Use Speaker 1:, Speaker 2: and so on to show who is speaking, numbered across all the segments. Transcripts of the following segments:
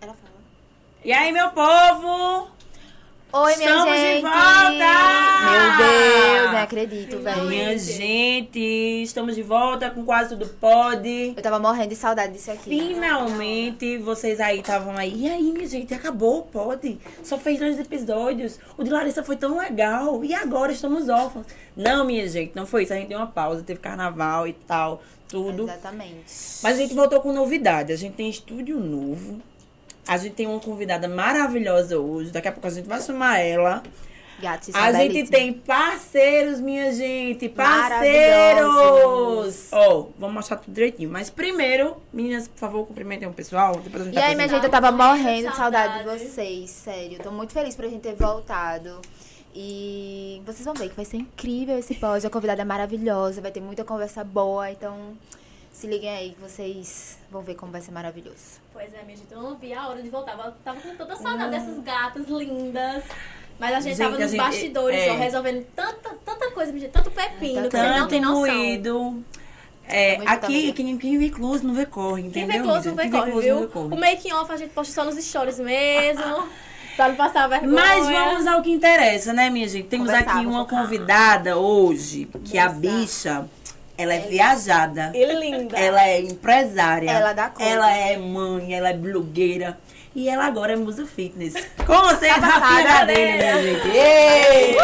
Speaker 1: Ela fala.
Speaker 2: E aí, meu povo?
Speaker 3: Oi, minha
Speaker 2: Estamos
Speaker 3: gente!
Speaker 2: de volta!
Speaker 3: Meu Deus, não acredito, velho.
Speaker 2: Minha gente, estamos de volta com quase tudo pode.
Speaker 3: Eu tava morrendo de saudade disso aqui.
Speaker 2: né? Finalmente, vocês aí estavam aí. E aí, minha gente, acabou o pod. Só fez dois episódios. O de Larissa foi tão legal. E agora estamos órfãos. Não, minha gente, não foi isso. A gente deu uma pausa, teve carnaval e tal, tudo.
Speaker 3: Exatamente.
Speaker 2: Mas a gente voltou com novidade. A gente tem estúdio novo. A gente tem uma convidada maravilhosa hoje. Daqui a pouco a gente vai chamar ela.
Speaker 3: Gato, isso
Speaker 2: A
Speaker 3: é
Speaker 2: gente
Speaker 3: belíssimo.
Speaker 2: tem parceiros, minha gente. Parceiros!
Speaker 3: Maravilhosos.
Speaker 2: Ó, vamos mostrar tudo direitinho. Mas primeiro, meninas, por favor, cumprimentem o pessoal. Depois a gente
Speaker 3: E
Speaker 2: tá vai
Speaker 3: aí, minha
Speaker 2: apresentar.
Speaker 3: gente, eu tava
Speaker 1: Ai, que
Speaker 3: morrendo de saudade de
Speaker 1: saudade.
Speaker 3: vocês, sério. Tô muito feliz pra gente ter voltado. E vocês vão ver que vai ser incrível esse pós. A convidada é maravilhosa, vai ter muita conversa boa. Então, se liguem aí que vocês vão ver como vai ser maravilhoso.
Speaker 1: Pois é, minha gente, eu não vi a hora de voltar. Eu tava com toda saudade dessas gatas lindas. Mas a gente,
Speaker 2: Hum. Gente,
Speaker 1: tava
Speaker 2: a
Speaker 1: nos
Speaker 2: gente-
Speaker 1: bastidores,
Speaker 2: é.
Speaker 1: ó, resolvendo tanta, tanta coisa, minha gente. Tanto pepino, que vocês não
Speaker 2: Tanto
Speaker 1: têm noção.
Speaker 2: moído. É,
Speaker 3: Tá muito
Speaker 2: aqui,
Speaker 3: amiga.
Speaker 2: quem, quem vê close não vê corre,
Speaker 1: Quem
Speaker 2: entendeu?
Speaker 1: vê close não
Speaker 2: amiga?
Speaker 1: vê
Speaker 2: Quem
Speaker 1: corre,
Speaker 2: close
Speaker 1: viu?
Speaker 2: não vê corre.
Speaker 1: O making off a gente posta só nos stories mesmo. pra não passar vergonha.
Speaker 2: Mas vamos ao que interessa, né, minha gente? Temos
Speaker 3: Conversar,
Speaker 2: aqui
Speaker 3: vamos
Speaker 2: uma
Speaker 3: focar.
Speaker 2: convidada hoje, que a
Speaker 1: Moça.
Speaker 2: bicha, ela é viajada.
Speaker 1: Ele é linda.
Speaker 2: Ela é empresária.
Speaker 3: Ela dá conta.
Speaker 2: Ela é mãe, ela é blogueira. E ela agora é musa fitness. Com vocês,
Speaker 3: Tá passada,
Speaker 2: Rafinha Gadelha, minha gente. Ei!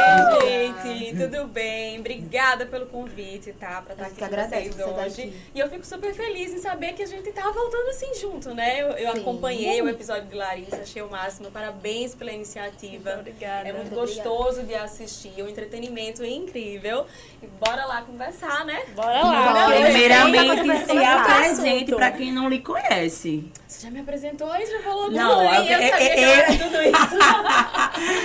Speaker 4: Gente, tudo bem? Obrigada pelo convite, tá? Pra estar
Speaker 3: Eu
Speaker 4: aqui
Speaker 3: que
Speaker 4: com
Speaker 3: agradeço
Speaker 4: vocês
Speaker 3: por você estar
Speaker 4: hoje.
Speaker 3: aqui.
Speaker 4: E eu fico super feliz em saber que a gente tá voltando assim junto, né? Eu, eu
Speaker 3: Sim.
Speaker 4: acompanhei o episódio de Larissa, achei o máximo. Parabéns pela iniciativa.
Speaker 1: Obrigada.
Speaker 4: É muito
Speaker 3: Obrigada.
Speaker 4: gostoso de assistir, o entretenimento é incrível. E bora lá conversar, né?
Speaker 1: Bora
Speaker 3: lá,
Speaker 1: lá.
Speaker 3: né?
Speaker 2: Primeiramente,
Speaker 3: Tem muita coisa pra
Speaker 2: se
Speaker 3: conversar.
Speaker 2: apresente pra quem não lhe conhece.
Speaker 4: Você já me apresentou e já falou tudo,
Speaker 2: Não,
Speaker 4: né?
Speaker 2: eu-
Speaker 4: eu, sabia
Speaker 2: eu-
Speaker 4: que
Speaker 2: eu-
Speaker 4: era tudo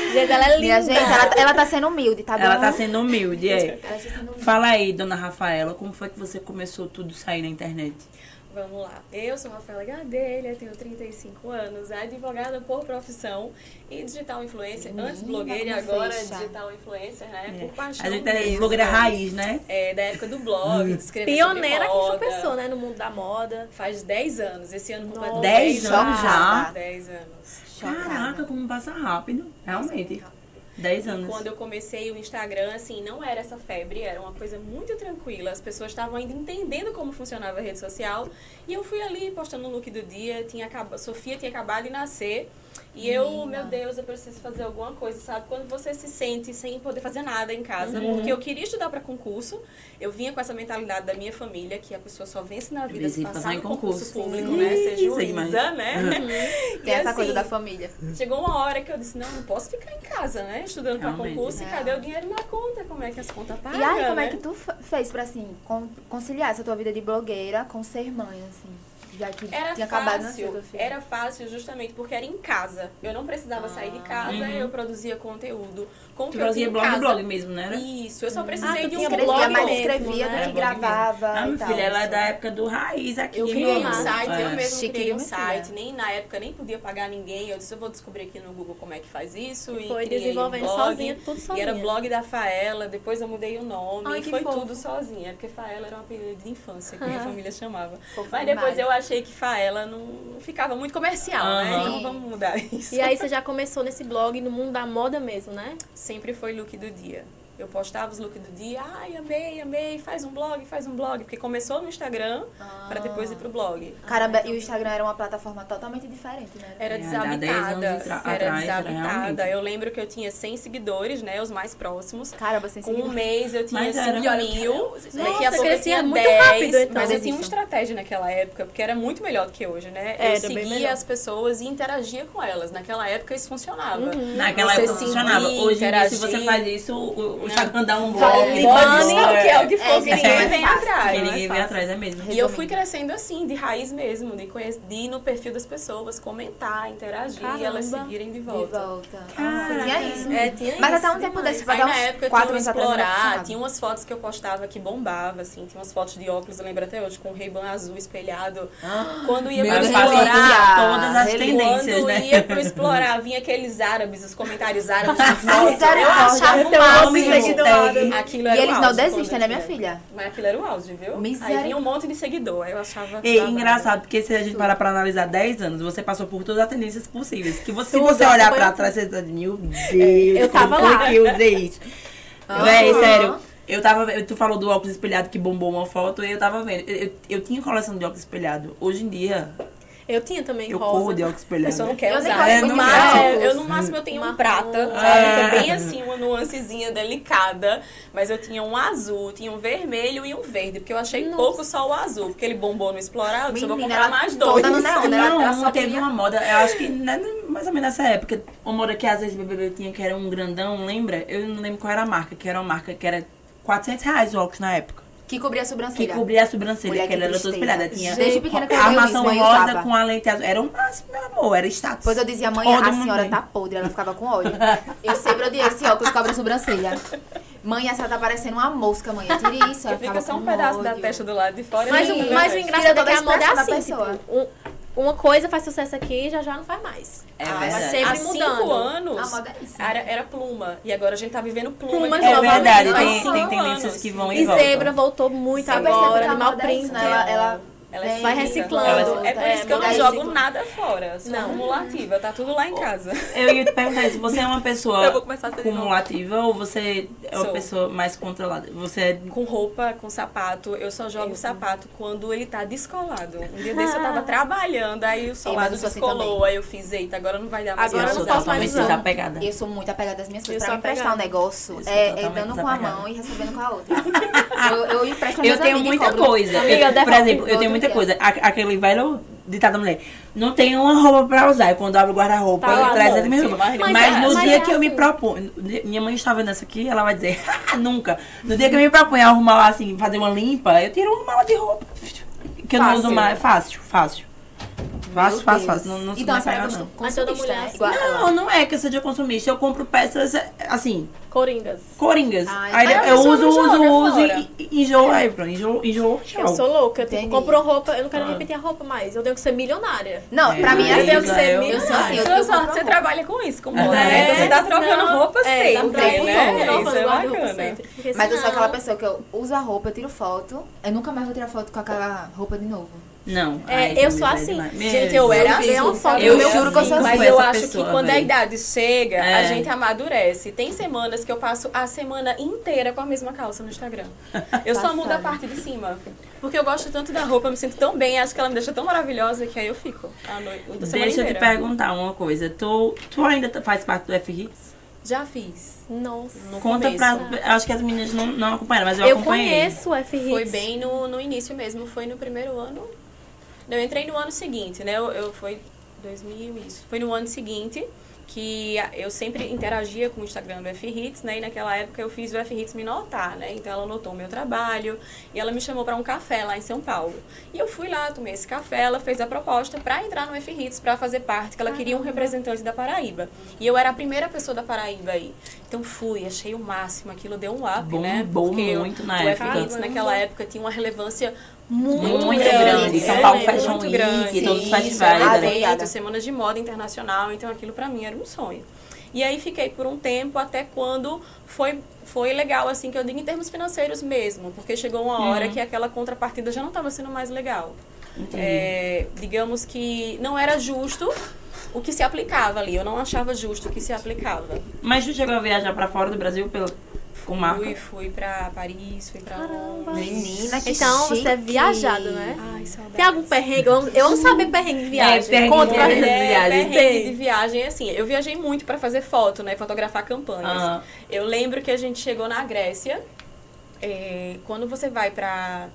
Speaker 4: isso.
Speaker 1: Gente, ela é
Speaker 3: Minha
Speaker 1: linda.
Speaker 3: gente, ela, ela tá sendo humilde, tá
Speaker 2: Ela
Speaker 3: bom?
Speaker 2: tá sendo humilde, é.
Speaker 3: Ela tá sendo humilde.
Speaker 2: Fala aí, dona Rafaela, como foi que você começou tudo sair na internet?
Speaker 4: Vamos lá. Eu sou Rafaela Gadelha, tenho 35 anos, advogada por profissão e digital influencer. Antes
Speaker 3: Menina,
Speaker 4: blogueira e
Speaker 3: como
Speaker 4: agora
Speaker 3: fecha.
Speaker 4: digital influencer, né?
Speaker 2: É.
Speaker 4: Por paixão
Speaker 2: A gente é
Speaker 4: mesmo.
Speaker 2: blogueira raiz, né?
Speaker 4: É, da época do blog, de escrever
Speaker 1: Pioneira
Speaker 4: sobre
Speaker 1: que
Speaker 4: moda.
Speaker 1: tropeçou, né? No mundo da moda.
Speaker 4: Faz 10 anos. Esse ano
Speaker 1: Nossa.
Speaker 4: completou
Speaker 2: 10
Speaker 3: anos já?
Speaker 4: 10 anos.
Speaker 3: Chocada.
Speaker 2: Caraca, como passa rápido. Realmente. 10 anos.
Speaker 4: Quando eu comecei o Instagram, assim, não era essa febre, era uma coisa muito tranquila. As pessoas estavam ainda entendendo como funcionava a rede social. E eu fui ali postando o look do dia, tinha acaba... Sofia tinha acabado de nascer. E eu, meu Deus, eu preciso fazer alguma coisa, sabe? Quando você se sente sem poder fazer nada em casa,
Speaker 2: Uhum.
Speaker 4: porque eu queria estudar para concurso, eu vinha com essa mentalidade da minha família, que a pessoa só vence na vida se
Speaker 2: Precisa
Speaker 4: passar
Speaker 2: passar em
Speaker 4: no concurso,
Speaker 2: concurso.
Speaker 4: público,
Speaker 2: Sim,
Speaker 4: né? Ser
Speaker 2: sei
Speaker 4: juíza,
Speaker 2: demais.
Speaker 4: né? E
Speaker 3: Tem essa coisa
Speaker 4: assim,
Speaker 3: da família.
Speaker 4: Chegou uma hora que eu disse, não, não posso ficar em casa, né? Estudando para
Speaker 2: Realmente. né?"
Speaker 4: concurso, e
Speaker 3: É.
Speaker 4: cadê o dinheiro na conta? Como é que as contas pagam,
Speaker 3: E aí, como é
Speaker 4: né?
Speaker 3: que tu fa- fez pra, assim, con- conciliar essa tua vida de blogueira com ser mãe, assim? Já que
Speaker 4: Era
Speaker 3: tinha acabado né, de nascer
Speaker 4: fácil,
Speaker 3: tua filha.
Speaker 4: era fácil justamente porque era em casa. Eu não precisava sair de casa, eu produzia conteúdo.
Speaker 2: Ah.
Speaker 4: Como
Speaker 2: Uhum. Tu
Speaker 4: que eu tinha
Speaker 2: fazia
Speaker 4: em
Speaker 2: blog,
Speaker 4: casa?
Speaker 2: blog mesmo, né? era?
Speaker 4: Isso, eu só
Speaker 3: Ah, tu
Speaker 4: precisei de
Speaker 3: tinha
Speaker 4: um
Speaker 3: escrevia,
Speaker 4: blog
Speaker 3: mas
Speaker 4: mesmo,
Speaker 3: escrevia
Speaker 4: né?
Speaker 3: do que
Speaker 2: Era blog
Speaker 3: gravava
Speaker 2: mesmo. Ah,
Speaker 3: e
Speaker 2: minha
Speaker 3: tal,
Speaker 2: filha, ela é
Speaker 3: assim.
Speaker 2: da época do raiz aqui.
Speaker 4: Eu criei um
Speaker 2: mano.
Speaker 4: site, eu
Speaker 2: É.
Speaker 4: mesmo
Speaker 3: Chique
Speaker 4: criei um
Speaker 3: demais,
Speaker 4: site,
Speaker 3: né?
Speaker 4: nem na época nem podia pagar ninguém. Eu disse, eu vou descobrir aqui no Google como é que faz isso. E
Speaker 1: Foi
Speaker 4: criei um
Speaker 1: desenvolvendo
Speaker 4: blog.
Speaker 1: sozinha, tudo sozinha.
Speaker 4: E era blog da Faela, depois eu mudei o nome.
Speaker 1: Ai,
Speaker 4: e
Speaker 1: que
Speaker 4: foi
Speaker 1: fofo.
Speaker 4: tudo sozinha, porque Faela era um apelido de infância que minha família chamava.
Speaker 3: Fofo
Speaker 4: Mas depois
Speaker 3: demais.
Speaker 4: eu achei que Faela não ficava muito comercial, né?
Speaker 2: Aham.
Speaker 4: Então vamos mudar isso.
Speaker 1: E aí você já começou nesse blog no mundo da moda mesmo, né?
Speaker 4: Sempre foi look do dia. Eu postava os looks do dia, ai, amei, amei, faz um blog, faz um blog. Porque começou no Instagram, pra depois ir pro blog.
Speaker 3: Cara, e o Instagram era uma plataforma totalmente diferente, né?
Speaker 4: Ah. Era
Speaker 2: É, há 10 anos
Speaker 4: desabitada.
Speaker 2: atra-
Speaker 4: Era
Speaker 2: atrás, era
Speaker 4: desabitada.
Speaker 2: realmente.
Speaker 4: Eu lembro que eu tinha 100 seguidores, né? Os mais próximos.
Speaker 3: Cara, você
Speaker 4: Com um
Speaker 3: seguiu.
Speaker 4: mês eu tinha
Speaker 2: Mas era- um
Speaker 4: 5 mil. Daqui
Speaker 1: Nossa,
Speaker 4: é a pouco eu
Speaker 1: crescia
Speaker 4: tinha
Speaker 1: muito
Speaker 4: 10.
Speaker 1: rápido, então.
Speaker 4: Mas eu
Speaker 3: Mas
Speaker 4: tinha
Speaker 3: isso.
Speaker 4: uma estratégia naquela época, porque era muito melhor do que hoje, né?
Speaker 1: Era
Speaker 4: eu
Speaker 1: bem
Speaker 4: seguia
Speaker 1: melhor.
Speaker 4: as pessoas e interagia com elas. Naquela época isso funcionava.
Speaker 2: Naquela
Speaker 4: Você
Speaker 2: época
Speaker 4: se
Speaker 2: funcionava. Hoje, em dia, se
Speaker 4: interagir. né?
Speaker 2: você faz isso, o, o Instagram dá um
Speaker 3: Fala,
Speaker 2: blog.
Speaker 3: me
Speaker 4: Pode
Speaker 3: banning,
Speaker 2: né?
Speaker 4: ser o que é o que
Speaker 3: É,
Speaker 4: for, que ninguém
Speaker 2: gente,
Speaker 4: vem
Speaker 3: é fácil.
Speaker 4: atrás. né?
Speaker 2: Que ninguém vem
Speaker 3: fácil.
Speaker 2: atrás, é mesmo.
Speaker 4: E eu fui crescendo assim, de raiz mesmo, de, conhec- de ir no perfil das pessoas, comentar, interagir e elas
Speaker 1: Caramba.
Speaker 4: seguirem
Speaker 3: De
Speaker 4: de volta.
Speaker 3: volta.
Speaker 2: Caraca.
Speaker 3: Nossa, tinha isso.
Speaker 4: É, tinha
Speaker 3: Mas
Speaker 4: isso
Speaker 3: até um tempo
Speaker 4: demais.
Speaker 3: desse, vai
Speaker 4: Aí,
Speaker 3: dar
Speaker 4: na
Speaker 3: uns
Speaker 4: época
Speaker 3: quatro
Speaker 4: eu
Speaker 3: anos
Speaker 4: tinha um
Speaker 3: atrás, né, não
Speaker 4: explorar,
Speaker 3: funcionava.
Speaker 4: tinha umas fotos que eu postava que bombava, assim, tinha umas fotos de óculos, eu lembro até hoje, com um Ray-Ban azul espelhado. Quando ia
Speaker 3: Ah, Meu
Speaker 4: pro
Speaker 2: Mas
Speaker 3: Deus,
Speaker 4: explorar,
Speaker 2: fazia todas as
Speaker 3: Ele-
Speaker 2: tendências,
Speaker 4: quando
Speaker 2: né?
Speaker 4: ia pro explorar, vinha aqueles árabes, os comentários árabes de foto. Eu
Speaker 3: Misericórdia, um
Speaker 4: achava o
Speaker 3: teu
Speaker 4: máximo.
Speaker 2: homem seguidores.
Speaker 4: Aquilo
Speaker 3: E
Speaker 4: era o
Speaker 3: eles não
Speaker 4: um auge quando
Speaker 3: desistem, né, minha
Speaker 4: tinha.
Speaker 3: filha?
Speaker 4: Mas aquilo era o auge, viu?
Speaker 3: Misericórdia.
Speaker 4: Aí vinha um monte de seguidor. Aí eu achava.
Speaker 2: E
Speaker 4: babado.
Speaker 2: engraçado, porque se a gente parar pra analisar 10 anos, você passou por todas as tendências possíveis. Que você, se
Speaker 1: Tudo, é
Speaker 2: você olhar
Speaker 1: foi-
Speaker 2: pra trás, você tá, meu Deus,
Speaker 1: É, eu tava
Speaker 2: como
Speaker 1: lá.
Speaker 2: foi que eu usei isso?
Speaker 3: Aham.
Speaker 2: Véi, sério. Eu tava. eu- Tu falou do óculos espelhado que bombou uma foto e eu tava vendo. Eu, eu, eu tinha coleção de óculos espelhado. Hoje em dia,
Speaker 1: Eu tinha também
Speaker 2: eu
Speaker 1: rosa. um
Speaker 2: corro de óculos
Speaker 4: A pessoa não
Speaker 2: espelhado.
Speaker 4: quer
Speaker 3: Eu nem
Speaker 4: usar.
Speaker 3: gosto
Speaker 4: É,
Speaker 2: muito
Speaker 4: no
Speaker 2: de
Speaker 4: máximo,
Speaker 2: óculos.
Speaker 4: eu no máximo eu tenho um
Speaker 1: Marrom.
Speaker 4: prata, sabe?
Speaker 2: Hum. É.
Speaker 4: Que é bem assim, uma nuancezinha delicada. Mas eu tinha um azul, tinha um vermelho e um verde. Porque eu achei pouco só o azul. Porque ele bombou no explorar, eu disse, eu vou
Speaker 3: Menina,
Speaker 4: comprar
Speaker 3: ela
Speaker 4: mais
Speaker 3: toda
Speaker 4: dois.
Speaker 1: tá
Speaker 3: no neon, né?
Speaker 2: Não,
Speaker 3: Ela
Speaker 2: não
Speaker 3: só
Speaker 2: teve
Speaker 3: tinha-
Speaker 2: uma moda. Eu acho que né, né, mais ou menos nessa época. Uma moda que às vezes o BBB tinha, que era um grandão, lembra? Eu não lembro qual era a marca, que era uma marca que era 400 reais o óculos na época.
Speaker 3: Que cobria a
Speaker 2: Que
Speaker 3: sobrancelha.
Speaker 2: cobria a sobrancelha,
Speaker 3: Mulher,
Speaker 2: que
Speaker 3: que
Speaker 2: ela era toda
Speaker 3: tristeza.
Speaker 2: espelhada. Tinha
Speaker 3: Desde pequena que eu
Speaker 2: a
Speaker 3: odeio
Speaker 2: armação
Speaker 3: isso, mãe, eu
Speaker 2: rosa
Speaker 3: usava.
Speaker 2: com a lente azul. Era o máximo, meu amor. Era status.
Speaker 3: Pois eu dizia, mãe,
Speaker 2: Todo
Speaker 3: a
Speaker 2: mundo
Speaker 3: senhora
Speaker 2: bem.
Speaker 3: tá podre, ela ficava com ódio. Eu sempre odiei esse óculos cobra sobrancelha. Mãe, a senhora tá parecendo uma mosca, mãe. Eu tirei isso, ela
Speaker 4: Que fica
Speaker 3: ficava
Speaker 4: só
Speaker 3: com
Speaker 4: um pedaço da
Speaker 3: ódio.
Speaker 4: testa do lado de fora.
Speaker 1: Mas,
Speaker 4: e
Speaker 1: o-
Speaker 4: outro da
Speaker 1: mas o
Speaker 4: testa.
Speaker 1: engraçado é que
Speaker 3: toda a
Speaker 1: a moda é
Speaker 3: expressão da
Speaker 1: assim,
Speaker 3: pessoa.
Speaker 1: tipo, um- uma coisa faz sucesso aqui e já já não faz mais.
Speaker 2: É
Speaker 4: Ah,
Speaker 1: Vai
Speaker 4: mas
Speaker 1: ser-
Speaker 2: verdade.
Speaker 4: Há
Speaker 1: Sempre mudando.
Speaker 4: cinco anos,
Speaker 3: A moda é isso, né?
Speaker 4: era, era pluma. E agora a gente tá vivendo pluma.
Speaker 1: Plumas
Speaker 4: de
Speaker 2: É
Speaker 1: novas,
Speaker 4: novo.
Speaker 2: verdade.
Speaker 1: mas
Speaker 2: Tem,
Speaker 1: são
Speaker 2: tem tendências que vão e,
Speaker 1: E
Speaker 2: voltam.
Speaker 1: zebra voltou muito
Speaker 3: Eu percebo que
Speaker 1: agora,
Speaker 3: a
Speaker 1: animal
Speaker 3: moda é isso,
Speaker 1: print.
Speaker 3: né? Ela, ela,
Speaker 4: Ela é
Speaker 1: Vai
Speaker 4: cinza.
Speaker 1: reciclando.
Speaker 2: Ela é
Speaker 4: É por isso que eu não
Speaker 3: Vai
Speaker 4: jogo
Speaker 3: reciclando.
Speaker 4: nada fora. Sou
Speaker 1: Não.
Speaker 4: acumulativa. Tá tudo lá em casa.
Speaker 2: Eu ia te perguntar se você é uma
Speaker 4: Eu vou
Speaker 2: pessoa
Speaker 4: começar a ser de novo.
Speaker 2: cumulativa ou você é uma
Speaker 4: Sou.
Speaker 2: pessoa mais controlada? Você é
Speaker 4: Com roupa, com sapato. Eu só jogo sapato quando ele tá descolado. Um dia desse eu
Speaker 1: Ah.
Speaker 4: tava trabalhando, aí o
Speaker 3: mas
Speaker 4: solado
Speaker 3: eu sou assim
Speaker 4: descolou.
Speaker 3: também.
Speaker 4: aí eu fiz, eita, agora não vai dar mais.
Speaker 1: Agora
Speaker 4: pra
Speaker 1: eu não
Speaker 4: usar."
Speaker 1: posso mais
Speaker 2: totalmente
Speaker 1: usar.
Speaker 2: desapegada.
Speaker 3: Eu sou muito apegada das minhas
Speaker 4: Eu
Speaker 3: coisas. Pra
Speaker 4: sou
Speaker 3: mim emprestar um
Speaker 4: apegada.
Speaker 3: negócio
Speaker 2: Eu sou
Speaker 3: é, é
Speaker 2: totalmente
Speaker 3: dando com a
Speaker 2: desapegada.
Speaker 3: mão e recebendo com a outra. eu, eu empresto
Speaker 2: Eu tenho muita coisa.
Speaker 1: Amiga,
Speaker 2: Eu-
Speaker 1: devolve
Speaker 2: por exemplo, eu
Speaker 3: outro
Speaker 2: tenho muita
Speaker 3: dia.
Speaker 2: coisa. A- Aquele velho ditado da mulher. Não tenho uma roupa pra usar. E quando eu abro o guarda-roupa,
Speaker 4: Tá lá,
Speaker 2: eu trago
Speaker 4: não,
Speaker 2: essa minha
Speaker 4: sim,
Speaker 2: roupa.
Speaker 4: mas-
Speaker 2: Mas,
Speaker 1: mas é-
Speaker 2: no
Speaker 1: mas
Speaker 2: dia
Speaker 1: é
Speaker 2: que eu me
Speaker 1: assim.
Speaker 2: proponho. Minha mãe está vendo essa aqui, ela vai dizer, "Ah, nunca. No dia que eu me proponho arrumar assim, fazer uma limpa, eu tiro uma mala de roupa. Que eu não
Speaker 4: Fácil.
Speaker 2: uso mais. Fácil, fácil. Fácil,
Speaker 3: Deus.
Speaker 2: fácil, fácil. Não, não sou
Speaker 3: então, a
Speaker 2: mais
Speaker 3: senhora é
Speaker 2: pegada, não.
Speaker 3: costum-
Speaker 1: Mas toda
Speaker 3: consumista,
Speaker 1: mulher é
Speaker 3: né?
Speaker 1: assim.
Speaker 3: Igual ela.
Speaker 2: Não, não é que eu seja consumista. Eu compro peças assim,
Speaker 3: é
Speaker 1: Coringas.
Speaker 2: coringas.
Speaker 1: Ah,
Speaker 3: Ai,
Speaker 2: aí
Speaker 3: mas
Speaker 2: eu,
Speaker 3: a
Speaker 2: eu
Speaker 4: pessoa
Speaker 2: uso,
Speaker 4: não
Speaker 2: uso,
Speaker 4: joga
Speaker 2: uso
Speaker 4: fora.
Speaker 2: e- e enjoo. Aí pronto, enjoo, enjoo,
Speaker 1: Eu
Speaker 2: tchau.
Speaker 1: sou louca, eu tipo,
Speaker 3: Entendi.
Speaker 1: comprou roupa, eu não quero
Speaker 2: Ah.
Speaker 1: repetir a roupa mais. Eu tenho que ser milionária.
Speaker 3: Não,
Speaker 2: É,
Speaker 3: pra mim é
Speaker 2: mas
Speaker 3: assim.
Speaker 2: eu que sei,
Speaker 3: eu sou assim, eu,
Speaker 4: Sua
Speaker 3: eu
Speaker 4: sorte,
Speaker 3: compro
Speaker 4: você
Speaker 3: roupa.
Speaker 4: trabalha com isso, com
Speaker 2: É,
Speaker 4: moda, né? Então você tá trocando
Speaker 1: não,
Speaker 4: roupa
Speaker 1: é, tá
Speaker 4: sempre,
Speaker 1: trocando
Speaker 4: né?
Speaker 1: roupa,
Speaker 4: Isso é
Speaker 1: eu guardo roupa
Speaker 4: bacana.
Speaker 1: sempre, porque
Speaker 3: Mas eu sou
Speaker 1: senão-
Speaker 3: aquela pessoa que eu uso a roupa, eu tiro foto. Eu nunca mais vou tirar foto com aquela roupa de novo.
Speaker 2: Não.
Speaker 1: É,
Speaker 2: ai,
Speaker 1: eu
Speaker 2: que
Speaker 1: sou
Speaker 2: miséria
Speaker 1: assim.
Speaker 2: demais.
Speaker 1: Gente, eu era
Speaker 4: Sim,
Speaker 1: assim. uma foto
Speaker 2: eu
Speaker 1: do meu
Speaker 2: juro que eu sou
Speaker 4: Mas
Speaker 2: assim.
Speaker 4: eu
Speaker 2: essa
Speaker 4: acho
Speaker 2: pessoa,
Speaker 4: que quando a
Speaker 2: véi.
Speaker 4: idade chega, a
Speaker 2: É.
Speaker 4: gente amadurece. Tem semanas que eu passo a semana inteira com a mesma calça no Instagram. Eu só
Speaker 3: Passada.
Speaker 4: mudo a parte de cima. Porque eu gosto tanto da roupa, eu me sinto tão bem, acho que ela me deixa tão maravilhosa que aí eu fico. A noite, a semana
Speaker 2: Deixa eu te
Speaker 4: inteira.
Speaker 2: perguntar uma coisa. Tu, tu ainda t- faz parte do F-Hits?
Speaker 4: Já fiz.
Speaker 1: Nossa.
Speaker 4: No
Speaker 2: Conta
Speaker 4: começo.
Speaker 2: pra. Acho que as meninas não, não acompanharam, mas eu,
Speaker 1: Eu
Speaker 2: acompanhei.
Speaker 1: conheço o F-Hits.
Speaker 4: Foi bem no, no início mesmo, foi no primeiro ano. Não, eu entrei no ano seguinte, né? Eu, eu foi 2000 e um, isso. Foi no ano seguinte que a- eu sempre interagia com o Instagram do F Hits, né? E naquela época eu fiz o F Hits me notar, né? Então ela notou o meu trabalho e ela me chamou para um café lá em São Paulo. E eu fui lá, tomei esse café, ela fez a proposta para entrar no F Hits para fazer parte, que ela queria um
Speaker 2: Ah.
Speaker 4: representante da Paraíba. E eu era a primeira pessoa da Paraíba aí. Então fui, achei o máximo, aquilo deu um up, né?
Speaker 2: Bombou
Speaker 4: Porque eu-
Speaker 2: muito na
Speaker 4: o
Speaker 2: época.
Speaker 4: F Hits naquela época tinha uma relevância
Speaker 2: Muito,
Speaker 4: muito,
Speaker 2: grande.
Speaker 4: grande.
Speaker 2: São Paulo
Speaker 4: É,
Speaker 2: Fashion
Speaker 4: muito
Speaker 2: Week,
Speaker 4: grande.
Speaker 2: todos os
Speaker 3: Isso,
Speaker 2: festivais.
Speaker 3: ah,
Speaker 2: né?
Speaker 3: bem. Obrigada.
Speaker 4: Eventos, semanas de moda internacional, então aquilo pra mim era um sonho. E aí fiquei por um tempo até quando foi foi legal assim que eu digo em termos financeiros mesmo, porque chegou uma hora que aquela contrapartida já não estava sendo mais legal.
Speaker 2: Uhum. Entendi.
Speaker 4: É, digamos que não era justo o que se aplicava ali. Eu não achava justo o que se aplicava.
Speaker 2: Mas tu chegou a viajar pra fora do Brasil pelo, com marca?
Speaker 4: Fui, fui para Paris, fui para Londres.
Speaker 3: Menina, que
Speaker 1: Então, você é
Speaker 3: chique.
Speaker 1: viajado, né?
Speaker 4: Ai, saudades.
Speaker 1: Tem algum perrengue? Eu amo- Eu amo saber perrengue de viagem.
Speaker 2: É, perrengue
Speaker 1: Conta
Speaker 2: de
Speaker 1: pra gente. É,
Speaker 2: viagem. viagens.
Speaker 4: perrengue
Speaker 1: Tem.
Speaker 4: de viagem, assim, eu viajei muito pra fazer foto, né? Fotografar campanhas.
Speaker 2: Ah.
Speaker 4: Eu lembro que a gente chegou na Grécia. é, quando você vai pra.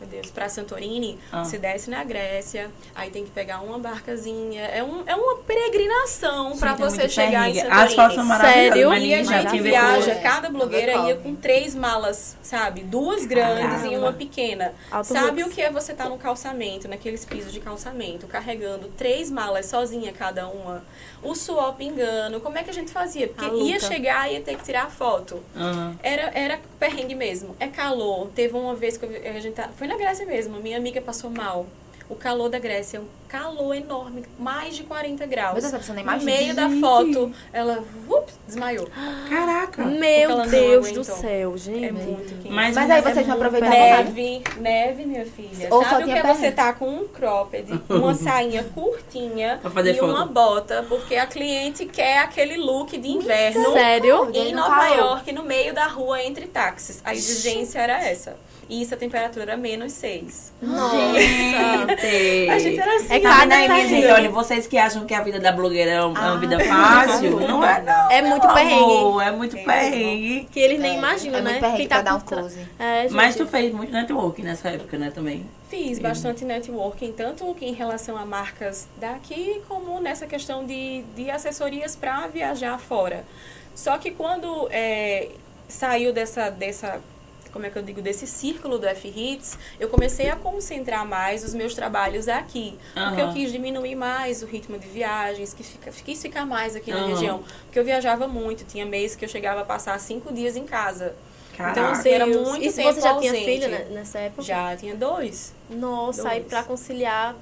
Speaker 4: Meu Deus, pra Santorini,
Speaker 2: Ah.
Speaker 4: se desce na Grécia, aí tem que pegar uma barcazinha. É, um, é uma peregrinação pra
Speaker 2: Gente, é
Speaker 4: você
Speaker 2: muito
Speaker 4: chegar em
Speaker 2: perrengue.
Speaker 4: Santorini.
Speaker 2: As fotos são maravilhosas,
Speaker 1: Sério?
Speaker 2: mas
Speaker 4: E a
Speaker 2: ninguém
Speaker 1: Maravilha.
Speaker 4: gente
Speaker 2: sabe.
Speaker 4: viaja,
Speaker 3: É,
Speaker 4: cada blogueira
Speaker 3: não
Speaker 4: ia
Speaker 3: decorre.
Speaker 4: com três malas, sabe? Duas grandes e
Speaker 2: Ah, Caramba.
Speaker 4: uma pequena.
Speaker 1: Alto
Speaker 4: sabe
Speaker 1: luxo.
Speaker 4: o que é você estar no calçamento, naqueles pisos de calçamento, carregando três malas sozinha cada uma? O suor pingando. Como é que a gente fazia? Porque
Speaker 1: A
Speaker 4: ia
Speaker 1: luta.
Speaker 4: chegar e ia ter que tirar a foto.
Speaker 2: Aham.
Speaker 4: Era, era perrengue mesmo. É calor. Teve uma vez que eu- a gente tá- foi na Grécia mesmo. Minha amiga passou mal. O calor da Grécia, um calor enorme, mais de 40 graus.
Speaker 3: Meu Deus, a pessoa nem
Speaker 4: no
Speaker 3: imagina.
Speaker 4: meio da
Speaker 2: Gente.
Speaker 4: foto, ela ups, desmaiou.
Speaker 2: Caraca.
Speaker 4: ela
Speaker 1: Meu
Speaker 4: não
Speaker 1: Deus do
Speaker 4: aguentou.
Speaker 1: céu, gente.
Speaker 4: É muito quente.
Speaker 2: Mas,
Speaker 3: Mas aí
Speaker 2: você
Speaker 3: vocês não aproveitaram nada.
Speaker 4: Neve, neve, minha filha.
Speaker 3: Ou só
Speaker 4: Sabe o que
Speaker 3: tinha
Speaker 4: é
Speaker 3: perna?
Speaker 4: você tá com um cropped, uma sainha curtinha
Speaker 2: Pra fazer
Speaker 4: e uma
Speaker 2: foto.
Speaker 4: bota, porque a cliente quer aquele look de
Speaker 1: Então,
Speaker 4: inverno
Speaker 1: Sério?
Speaker 3: Deus,
Speaker 4: em
Speaker 3: não
Speaker 4: Nova
Speaker 3: calou.
Speaker 4: York, no meio da rua, entre táxis. A exigência era essa. E isso a temperatura era menos 6.
Speaker 2: Gente.
Speaker 4: A gente era assim.
Speaker 1: É
Speaker 2: Tá
Speaker 1: cada
Speaker 2: vendo aí, minha gente?
Speaker 1: perrengue.
Speaker 2: Olha, vocês que acham que a vida da blogueira é uma é uma vida fácil, não é não.
Speaker 1: É Ah, muito
Speaker 2: meu
Speaker 1: perrengue.
Speaker 2: amor, É muito perrengue.
Speaker 1: Que eles nem
Speaker 3: É,
Speaker 1: imaginam,
Speaker 3: é muito
Speaker 1: né?
Speaker 3: perrengue
Speaker 1: Quem tá
Speaker 3: pra dar um
Speaker 1: por tra-
Speaker 3: close.
Speaker 1: É, gente.
Speaker 2: Mas tu fez muito network nessa época, né, também.
Speaker 4: Fiz bastante networking, tanto que em relação a marcas daqui, como nessa questão de, de assessorias para viajar fora. Só que quando é, saiu dessa, dessa, como é que eu digo, desse círculo do F-Hits, eu comecei a concentrar mais os meus trabalhos aqui. Porque eu
Speaker 2: Aham.
Speaker 4: quis diminuir mais o ritmo de viagens, que fica, quis ficar mais aqui na
Speaker 2: Aham.
Speaker 4: região. Porque eu viajava muito, tinha mês que eu chegava a passar cinco dias em casa. Então,
Speaker 2: Caraca.
Speaker 4: assim, era
Speaker 1: Deus.
Speaker 4: muito
Speaker 1: E se
Speaker 4: tempo
Speaker 1: você já tinha
Speaker 4: ausente.
Speaker 1: filho né, nessa época?
Speaker 4: Já tinha dois.
Speaker 1: Nossa, aí
Speaker 4: Dois.
Speaker 1: pra conciliar.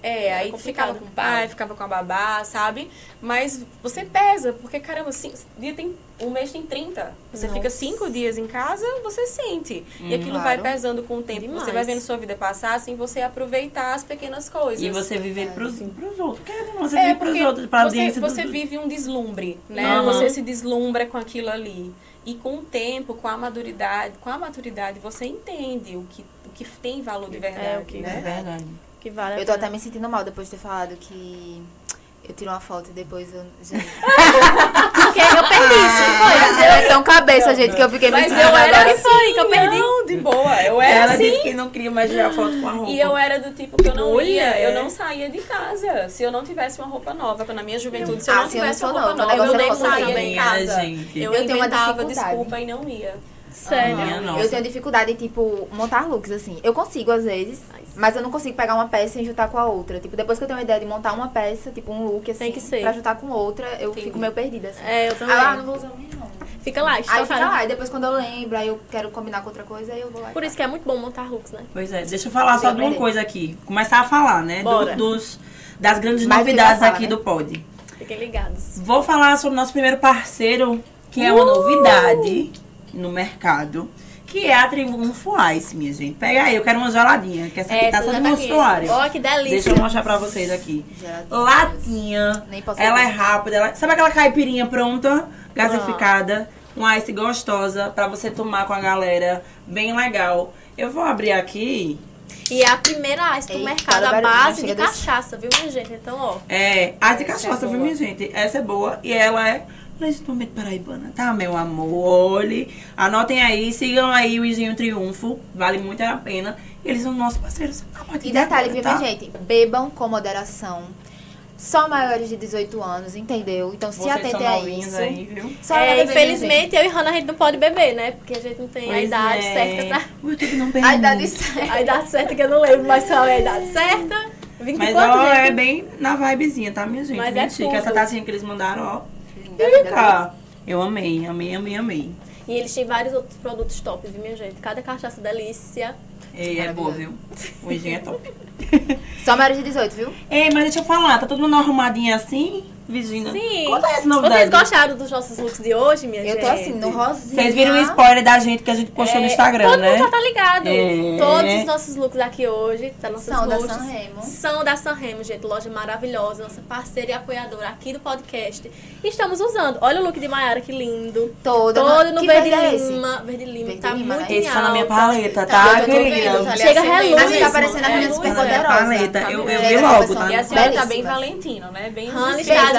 Speaker 4: É,
Speaker 1: Era
Speaker 4: aí
Speaker 1: complicado.
Speaker 4: ficava com o pai, ficava com a babá, sabe? Mas você pesa, porque caramba, assim, dia tem, um mês tem 30. Você
Speaker 1: Nossa.
Speaker 4: fica cinco dias em casa, você sente.
Speaker 2: Hum.
Speaker 4: e aquilo
Speaker 3: Claro.
Speaker 4: vai pesando com o tempo. Você vai
Speaker 1: Demais.
Speaker 4: vendo sua vida passar sem você aproveitar as pequenas coisas.
Speaker 2: E você viver pros, pros outros. Querendo, ou não, você
Speaker 4: É,
Speaker 2: vive pros
Speaker 4: porque
Speaker 2: outros, pra
Speaker 4: você,
Speaker 2: audiência
Speaker 4: você
Speaker 2: dos...
Speaker 4: vive um deslumbre, né?
Speaker 2: Aham.
Speaker 4: Você se deslumbra com aquilo ali. E com o tempo, com a maturidade, com a maturidade, você entende o que, o que tem valor de verdade,
Speaker 1: o que-
Speaker 4: né?
Speaker 2: É verdade.
Speaker 1: Que vale a
Speaker 3: Eu tô
Speaker 1: pena.
Speaker 3: até me sentindo mal depois de ter falado que eu tiro uma foto e depois eu. Gente.
Speaker 1: Porque eu perdi isso,
Speaker 3: Mas eu é tão cabeça, gente, que eu fiquei me
Speaker 4: Mas
Speaker 3: sentindo
Speaker 4: eu era
Speaker 3: agora.
Speaker 4: assim, foi, que eu perdi. Não, de boa. Eu era
Speaker 2: Ela
Speaker 4: assim.
Speaker 2: disse que não queria mais tirar foto com a roupa.
Speaker 4: E eu era do tipo que eu não
Speaker 1: Olha,
Speaker 4: ia, eu
Speaker 1: é.
Speaker 4: não saía de casa. Se eu não tivesse uma roupa nova, quando na minha juventude, se eu
Speaker 3: Ah,
Speaker 4: não
Speaker 3: se eu não
Speaker 4: tivesse
Speaker 3: sou
Speaker 4: uma roupa
Speaker 3: nova, o
Speaker 4: nova,
Speaker 3: negócio
Speaker 4: eu nem
Speaker 3: é roupa
Speaker 4: saía
Speaker 2: também,
Speaker 4: de
Speaker 2: né,
Speaker 4: casa.
Speaker 2: gente?
Speaker 4: Eu,
Speaker 3: Eu tenho uma
Speaker 4: inventava
Speaker 3: dificuldade.
Speaker 4: desculpa e não ia.
Speaker 1: Sério.
Speaker 2: Minha nossa.
Speaker 3: Eu tenho dificuldade em, tipo, montar looks, assim. Eu consigo, às vezes, mas eu não consigo pegar uma peça e juntar com a outra. Tipo, depois que eu tenho a ideia de montar uma peça, tipo, um look, assim,
Speaker 1: Tem que ser.
Speaker 3: pra juntar com outra, eu
Speaker 4: Entendi.
Speaker 3: fico meio perdida, assim.
Speaker 1: É, eu também.
Speaker 3: Ah, não vou usar minha, não.
Speaker 1: Fica lá,
Speaker 3: Aí fica
Speaker 1: estocada.
Speaker 3: lá, e depois quando eu lembro, aí eu quero combinar com outra coisa, aí eu vou lá. e
Speaker 1: Por isso que é muito bom montar looks, né?
Speaker 2: Pois é, deixa eu falar só de uma
Speaker 3: Sim,
Speaker 2: coisa aqui. Começar a falar, né? do-
Speaker 1: Bora.
Speaker 2: dos, das grandes
Speaker 3: Mais do que
Speaker 2: novidades
Speaker 3: já fala,
Speaker 2: aqui
Speaker 3: né?
Speaker 2: do Pod.
Speaker 1: Fiquem ligados.
Speaker 2: Vou falar sobre o nosso primeiro parceiro, que
Speaker 4: Uh!
Speaker 2: é uma novidade no mercado, que é a Triunfo Ice, minha gente. Pega aí, eu quero uma geladinha, que essa
Speaker 4: É,
Speaker 2: aqui tá
Speaker 1: essa
Speaker 2: só de
Speaker 1: já tá aqui.
Speaker 2: mostruário.
Speaker 1: Ó, que delícia.
Speaker 2: Deixa eu mostrar pra vocês aqui.
Speaker 3: Geladinha.
Speaker 2: Latinha,
Speaker 3: Nem posso
Speaker 2: ela é
Speaker 3: abrir.
Speaker 2: rápida. ela- Sabe aquela caipirinha pronta, gasificada? Um ice gostosa pra você tomar com a galera. Bem legal. Eu vou abrir aqui.
Speaker 1: E é a primeira haste do
Speaker 3: Eita,
Speaker 1: mercado, a
Speaker 3: barulho,
Speaker 1: base de
Speaker 3: chega desse-
Speaker 1: cachaça, viu, minha gente? Então, ó.
Speaker 2: É, as de
Speaker 4: Essa
Speaker 2: cachaça,
Speaker 4: é
Speaker 2: viu,
Speaker 4: boa.
Speaker 2: minha gente? Essa é boa e ela é legitimamente paraibana, tá, meu amor? Olhe, anotem aí, sigam aí o Izinho Triunfo, vale muito a pena. Eles são nossos parceiros. a partir
Speaker 3: E
Speaker 2: de
Speaker 3: detalhe,
Speaker 2: agora,
Speaker 3: viu,
Speaker 2: tá?
Speaker 3: minha gente? Bebam com moderação. Só maiores de 18 anos, entendeu? Então se
Speaker 2: Vocês
Speaker 3: atentem
Speaker 2: são
Speaker 3: a
Speaker 2: novinhos
Speaker 3: isso.
Speaker 2: aí, viu?
Speaker 3: Só
Speaker 1: é,
Speaker 3: vai beber,
Speaker 1: infelizmente, eu e Hannah, a gente não pode beber, né? Porque a gente não tem a
Speaker 2: Pois
Speaker 1: idade
Speaker 2: é.
Speaker 1: certa
Speaker 2: O YouTube não
Speaker 3: gente.
Speaker 2: permite.
Speaker 3: A idade certa.
Speaker 1: pra... A idade certa que eu não lembro, mas qual é a idade certa. 24,
Speaker 2: Mas ela é
Speaker 1: gente.
Speaker 2: bem na vibezinha, tá, minha gente?
Speaker 1: Mas
Speaker 2: Bem
Speaker 1: é
Speaker 2: chique.
Speaker 1: tudo.
Speaker 2: Essa tacinha que eles mandaram, ó.
Speaker 3: Linda, linda, linda.
Speaker 2: Eita! Eu amei, amei, amei, amei.
Speaker 1: E eles têm vários outros produtos top, viu, minha gente? Cada cachaça delícia.
Speaker 2: E é boa, viu? O Izinho é top.
Speaker 3: Só maiores de 18, viu?
Speaker 2: Ei, mas deixa eu falar, tá todo mundo arrumadinho assim? Virginia?
Speaker 1: Sim.
Speaker 2: Conta é essa novidade.
Speaker 1: Vocês gostaram dos nossos looks de hoje, minha É, gente?
Speaker 3: Eu tô assim, no rosinha.
Speaker 2: Vocês viram o spoiler da gente que a gente postou no Instagram,
Speaker 1: É, Todo
Speaker 2: né?
Speaker 1: mundo já tá ligado.
Speaker 2: É.
Speaker 1: Todos os nossos looks aqui hoje, tá nossos
Speaker 3: São da
Speaker 1: gostos,
Speaker 3: Sanremo.
Speaker 1: São da Sanremo, gente. Loja maravilhosa, nossa parceira e apoiadora aqui do podcast. E estamos usando. Olha o look de Mayara, que lindo.
Speaker 3: Toda.
Speaker 1: Todo no
Speaker 3: Que
Speaker 1: verde,
Speaker 3: é esse?
Speaker 1: lima. Verde lima.
Speaker 3: Verde
Speaker 1: tá
Speaker 3: lima,
Speaker 1: muito
Speaker 3: né?
Speaker 1: em
Speaker 2: Esse tá na minha
Speaker 1: alta.
Speaker 3: Tá,
Speaker 2: paleta, tá,
Speaker 3: eu tô
Speaker 2: querida?
Speaker 3: vendo, tá ali
Speaker 1: Chega
Speaker 3: acendendo.
Speaker 1: reluz
Speaker 3: A gente tá
Speaker 1: mesmo,
Speaker 3: parecendo a
Speaker 1: é
Speaker 3: menina
Speaker 1: luz,
Speaker 3: super
Speaker 2: Tá na minha
Speaker 3: poderosa.
Speaker 2: paleta,
Speaker 3: Tá
Speaker 2: eu, eu
Speaker 3: belíssima.
Speaker 2: vi logo, tá?
Speaker 4: E
Speaker 3: assim,
Speaker 4: a senhora tá bem
Speaker 3: Belíssima.
Speaker 4: Valentino, né? Bem
Speaker 1: Hannah
Speaker 4: desfez
Speaker 1: está de pink.
Speaker 4: agora.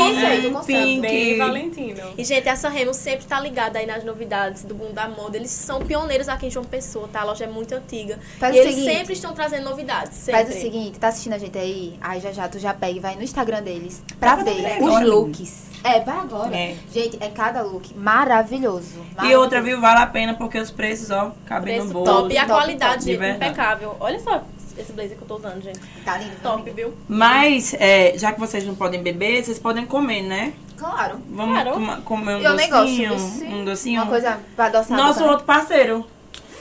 Speaker 3: Conceito,
Speaker 2: Pink.
Speaker 3: conceito.
Speaker 4: Bem Valentino.
Speaker 1: E, gente, a Sanremo sempre tá ligada aí nas novidades do mundo da moda. Eles são pioneiros aqui em João Pessoa, tá? A loja é muito antiga.
Speaker 3: Faz
Speaker 1: e
Speaker 3: o
Speaker 1: eles
Speaker 3: seguinte.
Speaker 1: sempre estão trazendo novidades. Sempre.
Speaker 3: Faz o seguinte, tá assistindo a gente aí? Aí já já tu já pega e vai no Instagram deles pra
Speaker 2: Vai
Speaker 3: ver
Speaker 2: agora,
Speaker 3: os
Speaker 2: menina.
Speaker 3: looks. É, vai agora.
Speaker 2: É.
Speaker 3: Gente, é cada look maravilhoso.
Speaker 2: E outra,
Speaker 3: maravilhoso.
Speaker 2: viu? Vale a pena porque os preços, ó, cabem no
Speaker 1: Preço
Speaker 2: bolso.
Speaker 1: top e a
Speaker 3: top,
Speaker 1: qualidade,
Speaker 2: um
Speaker 1: um
Speaker 2: top, de
Speaker 1: gente,
Speaker 2: verdade.
Speaker 1: impecável. Olha só esse blazer que eu tô usando, gente.
Speaker 3: Tá lindo.
Speaker 1: Top, viu?
Speaker 2: Mas, é, já que vocês não podem beber, vocês podem comer, né?
Speaker 3: Claro.
Speaker 2: Vamos
Speaker 1: Claro.
Speaker 2: coma- comer um
Speaker 3: Eu nem gosto
Speaker 2: docinho,
Speaker 3: disso.
Speaker 2: um docinho.
Speaker 3: Uma coisa pra adoçar. a
Speaker 2: Nosso
Speaker 3: boca.
Speaker 2: outro parceiro,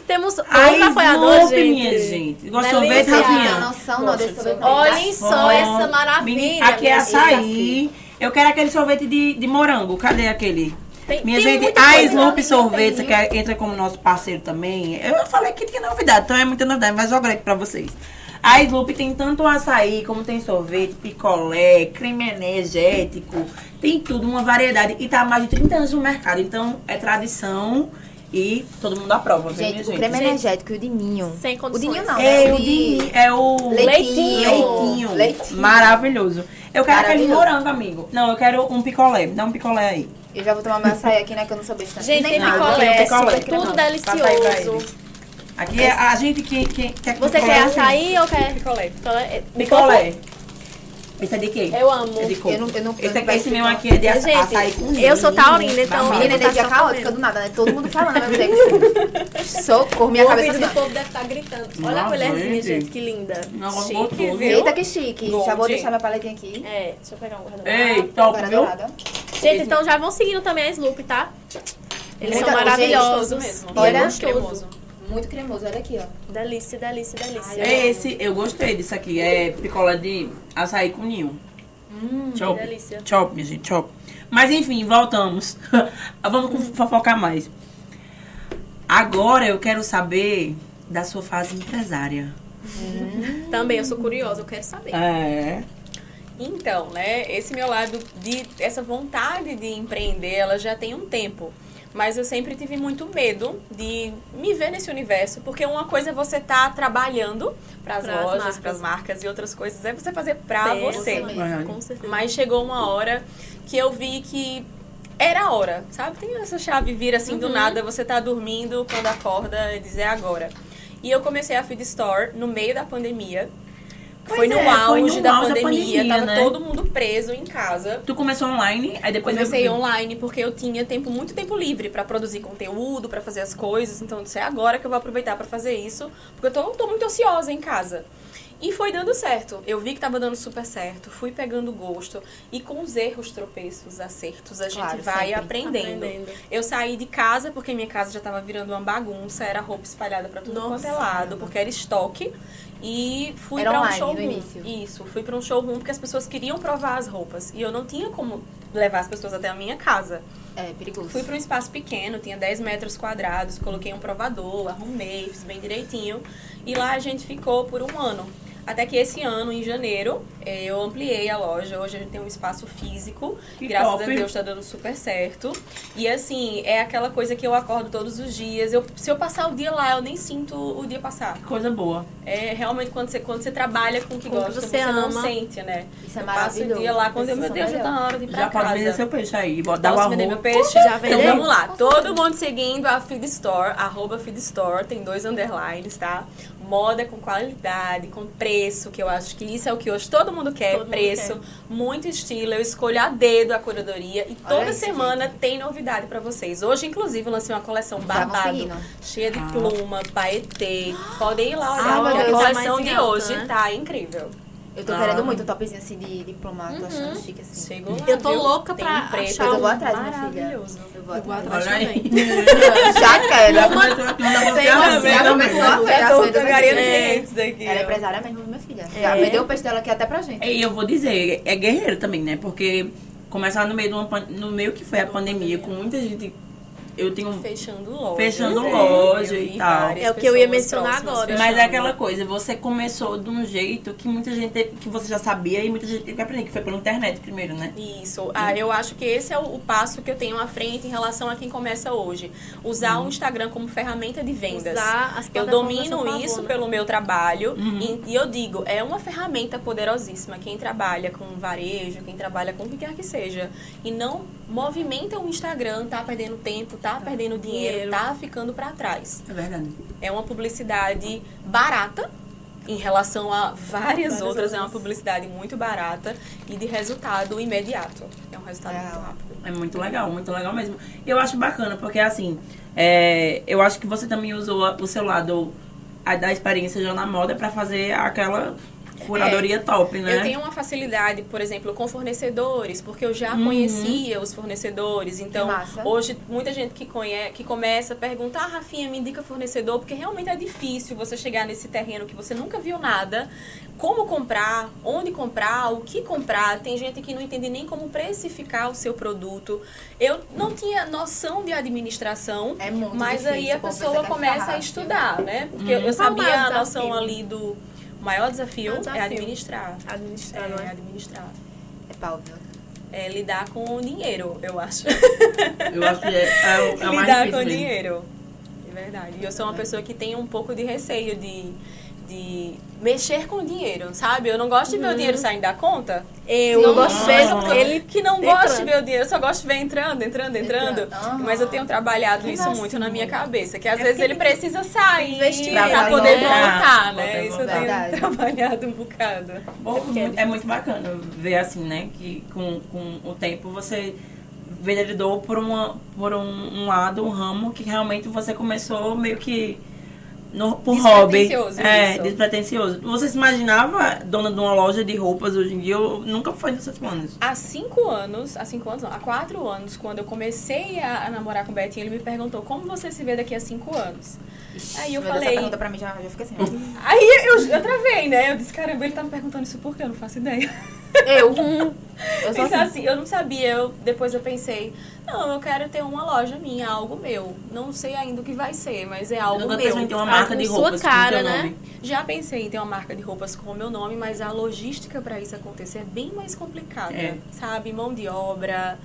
Speaker 1: Temos
Speaker 2: Ai,
Speaker 1: outro um apoiador,
Speaker 2: Snoopy,
Speaker 1: gente.
Speaker 2: minha gente. Gosta de
Speaker 1: Delícia.
Speaker 2: sorvete,
Speaker 3: Vocês não
Speaker 2: Rafinha?
Speaker 3: têm noção não
Speaker 4: Gosto
Speaker 3: desse
Speaker 4: de
Speaker 3: sorvete.
Speaker 1: Olhem só
Speaker 2: Bom.
Speaker 1: essa maravilha.
Speaker 2: Meni- Aqui é
Speaker 1: minha
Speaker 2: açaí. Eu quero aquele sorvete de, de morango. Cadê aquele?
Speaker 1: Tem-
Speaker 2: Minha
Speaker 1: tem
Speaker 2: gente,
Speaker 1: muita
Speaker 2: a
Speaker 1: coisa,
Speaker 2: Snoopy
Speaker 1: não
Speaker 2: Sorvete,
Speaker 1: tem.
Speaker 2: que é- entra como nosso parceiro também. Eu falei que tinha novidade, então é muita novidade, mas jogar aqui pra vocês. A Snoopy tem tanto açaí, como tem sorvete, picolé, creme energético, tem tudo, uma variedade. E tá há mais de 30 anos no mercado, então é tradição e todo mundo aprova, viu, minha
Speaker 3: Gente, o
Speaker 2: assim, gente?
Speaker 3: creme
Speaker 1: Gente.
Speaker 3: energético e o de ninho.
Speaker 1: Sem
Speaker 3: O de
Speaker 1: condições.
Speaker 3: ninho não, né?
Speaker 2: É o de, é o
Speaker 1: Leitinho.
Speaker 2: leitinho.
Speaker 3: Leitinho.
Speaker 2: Maravilhoso. Eu quero aquele
Speaker 3: Maravilhoso.
Speaker 2: morango, amigo. Não, eu quero um picolé. Dá um picolé aí.
Speaker 3: Eu já vou tomar meu açaí aqui, né? Que eu não sou besta.
Speaker 1: Gente, tem
Speaker 3: Nem nada.
Speaker 2: tem
Speaker 1: Um picolé,
Speaker 4: é
Speaker 2: picolé.
Speaker 4: assim,
Speaker 1: super tudo
Speaker 2: Não, papai vai
Speaker 1: delicioso.
Speaker 2: Aqui é a gente que, que quer
Speaker 1: Você
Speaker 2: picolé
Speaker 1: quer
Speaker 2: assim.
Speaker 1: açaí ou quer
Speaker 4: Picolé.
Speaker 1: picolé?
Speaker 2: Picolé. Esse é de quê?
Speaker 1: Eu amo.
Speaker 2: É de coco.
Speaker 3: Eu não- eu não- eu não
Speaker 2: esse, aqui- esse
Speaker 3: peço
Speaker 2: meu
Speaker 3: picolé.
Speaker 2: aqui é de aça, açaí com Tá
Speaker 1: Gente, eu sou taurina,
Speaker 3: Menina,
Speaker 1: então... eu vou
Speaker 3: energia
Speaker 1: estar só
Speaker 3: caótica
Speaker 1: comendo.
Speaker 3: tá do nada, né? Todo mundo falando, mas é Socorro, minha
Speaker 1: o
Speaker 3: cabeça
Speaker 1: ouvido do
Speaker 3: assim, ó.
Speaker 1: povo deve estar gritando. Olha a
Speaker 2: Nossa,
Speaker 1: colherzinha,
Speaker 2: gente.
Speaker 1: gente, que linda.
Speaker 2: Não,
Speaker 4: Chique,
Speaker 2: botou,
Speaker 4: viu?
Speaker 3: Eita, que chique.
Speaker 4: Bom,
Speaker 3: já vou
Speaker 4: gente.
Speaker 3: deixar minha paletinha aqui. é
Speaker 1: É, deixa eu pegar um guardanapo.
Speaker 2: Ei, top,
Speaker 3: Cara
Speaker 2: viu?
Speaker 3: dourada.
Speaker 1: Gente, então já vão seguindo também a Sloop, tá? Eles
Speaker 3: Muito
Speaker 1: são
Speaker 3: gostoso
Speaker 1: maravilhosos.
Speaker 4: mesmo.
Speaker 1: E é
Speaker 3: Olha.
Speaker 1: gostoso.
Speaker 3: Muito cremoso, olha aqui, ó.
Speaker 1: Delícia, delícia, delícia.
Speaker 2: É esse, eu gostei disso aqui. É picolé de açaí com ninho.
Speaker 4: Hum,
Speaker 2: Chop.
Speaker 1: que delícia.
Speaker 2: Chop, minha gente, chop. Mas enfim, voltamos. Vamos com- fofocar mais. Agora eu quero saber da sua fase empresária.
Speaker 1: Também, eu sou curiosa, eu quero saber.
Speaker 2: É.
Speaker 4: Então, né, esse meu lado de essa vontade de empreender, ela já tem um tempo. Mas eu sempre tive muito medo de me ver nesse universo, porque uma coisa é você estar trabalhando para as
Speaker 1: Pras marcas.
Speaker 4: lojas, para as marcas e outras coisas, é você fazer para
Speaker 1: Tem,
Speaker 4: você.
Speaker 1: com
Speaker 2: Aham.
Speaker 1: certeza, Com certeza.
Speaker 4: Mas chegou uma hora que eu vi que era a hora, sabe? Tem essa chave vira assim
Speaker 2: Uhum.
Speaker 4: do nada, você tá dormindo, quando acorda, diz é agora. E eu comecei a Feed Store no meio da pandemia.
Speaker 2: Pois
Speaker 4: foi no
Speaker 2: é,
Speaker 4: auge
Speaker 2: foi no
Speaker 4: da
Speaker 2: auge da
Speaker 4: pandemia,
Speaker 2: pandemia,
Speaker 4: tava
Speaker 2: né?
Speaker 4: todo mundo preso em casa.
Speaker 2: Tu começou online, aí depois
Speaker 4: Comecei
Speaker 2: veio-
Speaker 4: online porque eu tinha tempo, muito tempo livre pra produzir conteúdo, pra fazer as coisas. Então, eu disse, é agora que eu vou aproveitar pra fazer isso, porque eu tô, tô muito ansiosa em casa. E foi dando certo. Eu vi que tava dando super certo, fui pegando gosto. E com os erros, tropeços, acertos, a gente
Speaker 3: Claro,
Speaker 4: vai
Speaker 3: sempre.
Speaker 4: aprendendo.
Speaker 1: Aprendendo.
Speaker 4: Eu saí de casa porque minha casa já tava virando uma bagunça, era roupa espalhada pra tudo quanto é
Speaker 1: Nossa.
Speaker 4: lado, porque era estoque. E fui
Speaker 3: Era
Speaker 4: pra um
Speaker 3: online no
Speaker 4: showroom.
Speaker 3: início.
Speaker 4: Isso, fui pra um showroom porque as pessoas queriam provar as roupas e eu não tinha como levar as pessoas até a minha casa.
Speaker 3: É, perigoso.
Speaker 4: Fui pra um espaço pequeno, tinha 10 metros quadrados, coloquei um provador, arrumei, fiz bem direitinho e lá a gente ficou por um ano. Até que esse ano, em janeiro, eh, eu ampliei a loja. Hoje a gente tem um espaço físico.
Speaker 2: Que
Speaker 4: graças
Speaker 2: top.
Speaker 4: a Deus tá dando super certo. E assim, é aquela coisa que eu acordo todos os dias. Eu, se eu passar o dia lá, eu nem sinto o dia passar.
Speaker 2: Coisa boa.
Speaker 4: É realmente quando você, quando você trabalha com o que
Speaker 1: Com o que
Speaker 4: gosta,
Speaker 1: você
Speaker 4: você, não
Speaker 1: ama.
Speaker 4: sente, né?
Speaker 3: Isso é
Speaker 4: eu passo o
Speaker 3: maravilhoso. é
Speaker 4: dia lá, quando eu, meu
Speaker 3: Sensação
Speaker 4: Deus, já tá na hora de ir pra
Speaker 2: Já
Speaker 4: casa.
Speaker 2: pode vender seu peixe aí, bota dar o
Speaker 4: Posso
Speaker 2: arroz.
Speaker 4: vender meu peixe?
Speaker 1: Já vendeu?
Speaker 4: Então vamos lá. Todo mundo seguindo a Feed Store, arroba Feed Store, tem dois underlines, tá? Moda com qualidade, com preço, que eu acho que isso é o que hoje todo mundo quer,
Speaker 1: Todo mundo
Speaker 4: preço, muito estilo. Eu escolho a dedo a curadoria e toda
Speaker 3: isso,
Speaker 4: semana tem novidade pra vocês. Hoje, inclusive, eu lancei uma coleção
Speaker 3: Já vão
Speaker 4: babado,
Speaker 3: seguindo.
Speaker 4: cheia de
Speaker 2: Ah.
Speaker 4: pluma, paetê. Podem ir lá
Speaker 3: Ah,
Speaker 4: olhar,
Speaker 3: meu
Speaker 4: porque a
Speaker 3: Deus,
Speaker 1: tá
Speaker 4: coleção
Speaker 1: mais em
Speaker 4: de
Speaker 1: alta,
Speaker 4: hoje
Speaker 1: né?
Speaker 4: tá incrível.
Speaker 3: Eu tô
Speaker 2: Ah.
Speaker 3: querendo muito um topzinho assim de diplomata, tô achando
Speaker 4: Uhum.
Speaker 3: chique assim.
Speaker 4: Chegou lá,
Speaker 1: Eu tô
Speaker 4: viu?
Speaker 1: louca
Speaker 4: Tem
Speaker 1: pra
Speaker 4: um preto
Speaker 1: achar
Speaker 3: Depois eu vou atrás, minha filha.
Speaker 4: maravilhoso.
Speaker 3: Eu vou atrás.
Speaker 1: Guarda
Speaker 2: Olha aí.
Speaker 3: Já quero. já
Speaker 2: Já começou
Speaker 3: começou a
Speaker 4: Eu
Speaker 3: pegar
Speaker 4: tô
Speaker 3: as vendas
Speaker 4: angariando
Speaker 3: aqui.
Speaker 4: clientes daqui.
Speaker 3: Ela é
Speaker 4: ó.
Speaker 3: empresária mesmo, minha filha.
Speaker 4: É.
Speaker 3: Já vendeu o peixe dela aqui até pra gente.
Speaker 2: E eu vou dizer, é guerreiro também, né? Porque começar no meio de uma pan- no meio que foi a pandemia, com muita gente. Eu tenho.
Speaker 4: Fechando loja.
Speaker 2: Fechando
Speaker 4: né?
Speaker 2: loja
Speaker 4: Eu
Speaker 2: e
Speaker 4: vi
Speaker 2: tal.
Speaker 4: várias
Speaker 1: É o que eu ia
Speaker 4: pessoas
Speaker 1: mencionar
Speaker 4: próximas
Speaker 1: agora.
Speaker 4: fechando.
Speaker 2: Mas é aquela coisa, você começou de um jeito que muita gente teve- que você já sabia e muita gente teve que aprender, que foi pela internet primeiro, né?
Speaker 4: Isso. Ah, eu acho que esse é o, o passo que eu tenho à frente em relação a quem começa hoje. Usar
Speaker 2: Uhum.
Speaker 4: o Instagram como ferramenta de vendas.
Speaker 1: Usar as
Speaker 4: Eu
Speaker 1: plataformas a
Speaker 4: domino
Speaker 1: favor,
Speaker 4: isso
Speaker 1: né?
Speaker 4: pelo meu trabalho
Speaker 2: Uhum.
Speaker 4: e, e eu digo, é uma ferramenta poderosíssima. Quem trabalha com varejo, quem trabalha com o que quer que seja e não movimenta o Instagram, tá perdendo tempo, tá, perdendo dinheiro,
Speaker 1: dinheiro.
Speaker 4: tá ficando pra trás.
Speaker 2: É verdade.
Speaker 4: É uma publicidade barata em relação a várias
Speaker 1: Várias
Speaker 4: outras. É uma
Speaker 1: outras.
Speaker 4: publicidade muito barata e de resultado imediato. É um resultado
Speaker 3: É.
Speaker 4: muito rápido.
Speaker 2: É muito legal, muito legal mesmo. Eu acho bacana, porque assim, é, eu acho que você também usou a- o seu lado a, da experiência já na moda pra fazer aquela Curadoria top, né?
Speaker 4: É. Eu tenho uma facilidade, por exemplo, com fornecedores, porque eu
Speaker 1: Uhum.
Speaker 4: já conhecia os fornecedores. Então,
Speaker 3: massa.
Speaker 4: hoje, muita gente que, conhe... que começa pergunta, ah, Rafinha, me indica fornecedor, porque realmente é difícil você chegar nesse terreno que você nunca viu nada. Como comprar, onde comprar, o que comprar. Tem gente que não entende nem como precificar o seu produto. Eu não tinha noção de administração.
Speaker 3: É muito
Speaker 4: Mas
Speaker 3: difícil,
Speaker 4: aí a
Speaker 3: o povo
Speaker 4: pessoa
Speaker 3: pensa que é
Speaker 4: começa a
Speaker 3: fácil.
Speaker 4: estudar, né? Porque eu
Speaker 1: Qual o
Speaker 4: sabia
Speaker 1: maior
Speaker 4: a noção
Speaker 1: desafio?
Speaker 4: ali do o maior desafio,
Speaker 1: Maior desafio.
Speaker 4: é administrar.
Speaker 3: Ah,
Speaker 1: Administrar, não
Speaker 4: É,
Speaker 1: é?
Speaker 4: administrar.
Speaker 3: É pau, viu?
Speaker 4: É lidar com o dinheiro, eu acho.
Speaker 2: Eu acho que é, é, o- é o mais
Speaker 4: lidar
Speaker 2: difícil
Speaker 4: com o
Speaker 2: mesmo.
Speaker 4: dinheiro. É verdade. E eu sou uma pessoa que tem um pouco de receio de, de mexer com o dinheiro, sabe? Eu não gosto de ver o dinheiro saindo da conta.
Speaker 1: Eu
Speaker 4: não
Speaker 1: gosto de
Speaker 4: gosto
Speaker 1: ver
Speaker 4: mesmo,
Speaker 1: ele
Speaker 4: ele que não gosta de
Speaker 1: entrando.
Speaker 4: ver o dinheiro, eu só gosto de ver entrando, entrando, entrando.
Speaker 3: Entrando, aham.
Speaker 4: Mas eu tenho trabalhado isso
Speaker 2: Nossa,
Speaker 4: muito na minha cabeça, que às
Speaker 1: É
Speaker 4: vezes
Speaker 1: porque
Speaker 4: ele precisa sair
Speaker 1: investir
Speaker 4: pra,
Speaker 3: pra
Speaker 4: poder
Speaker 2: voltar,
Speaker 4: voltar,
Speaker 2: pra
Speaker 4: né?
Speaker 2: poder
Speaker 4: Isso eu
Speaker 3: voltar.
Speaker 4: tenho trabalhado um bocado.
Speaker 2: Bom, é muito bacana ver assim, né? Que com, com o tempo você veredou por, uma, por um, um lado, um ramo que realmente você começou meio que no, por hobby.
Speaker 4: Despretensioso,
Speaker 2: É,
Speaker 4: isso.
Speaker 2: despretensioso. Você se imaginava dona de uma loja de roupas hoje em dia? Eu nunca foi nos seus planos.
Speaker 4: Há cinco anos, há cinco anos não, há quatro anos, quando eu comecei a, a namorar com o Betinho, ele me perguntou como você se vê daqui a cinco anos. Aí eu
Speaker 3: Meu Deus,
Speaker 4: falei-
Speaker 3: essa pergunta pra mim já, já fica assim. ó.
Speaker 4: Aí eu, eu travei, né? Eu disse, caramba, ele tá me perguntando isso por quê? Eu não faço ideia.
Speaker 3: Eu. Eu sou
Speaker 4: Pensar
Speaker 3: assim.
Speaker 4: assim, eu não sabia, eu, depois eu pensei, não, eu quero ter uma loja minha, algo meu. Não sei ainda o que vai ser, mas é algo
Speaker 2: nunca
Speaker 4: meu.
Speaker 2: pensou em ter uma
Speaker 4: algo
Speaker 2: marca de
Speaker 1: sua
Speaker 2: roupas com
Speaker 1: cara,
Speaker 2: teu
Speaker 1: né?
Speaker 2: nome.
Speaker 4: Já pensei em ter uma marca de roupas com o meu nome, mas a logística para isso acontecer é bem mais complicada,
Speaker 2: É.
Speaker 4: sabe? Mão de obra,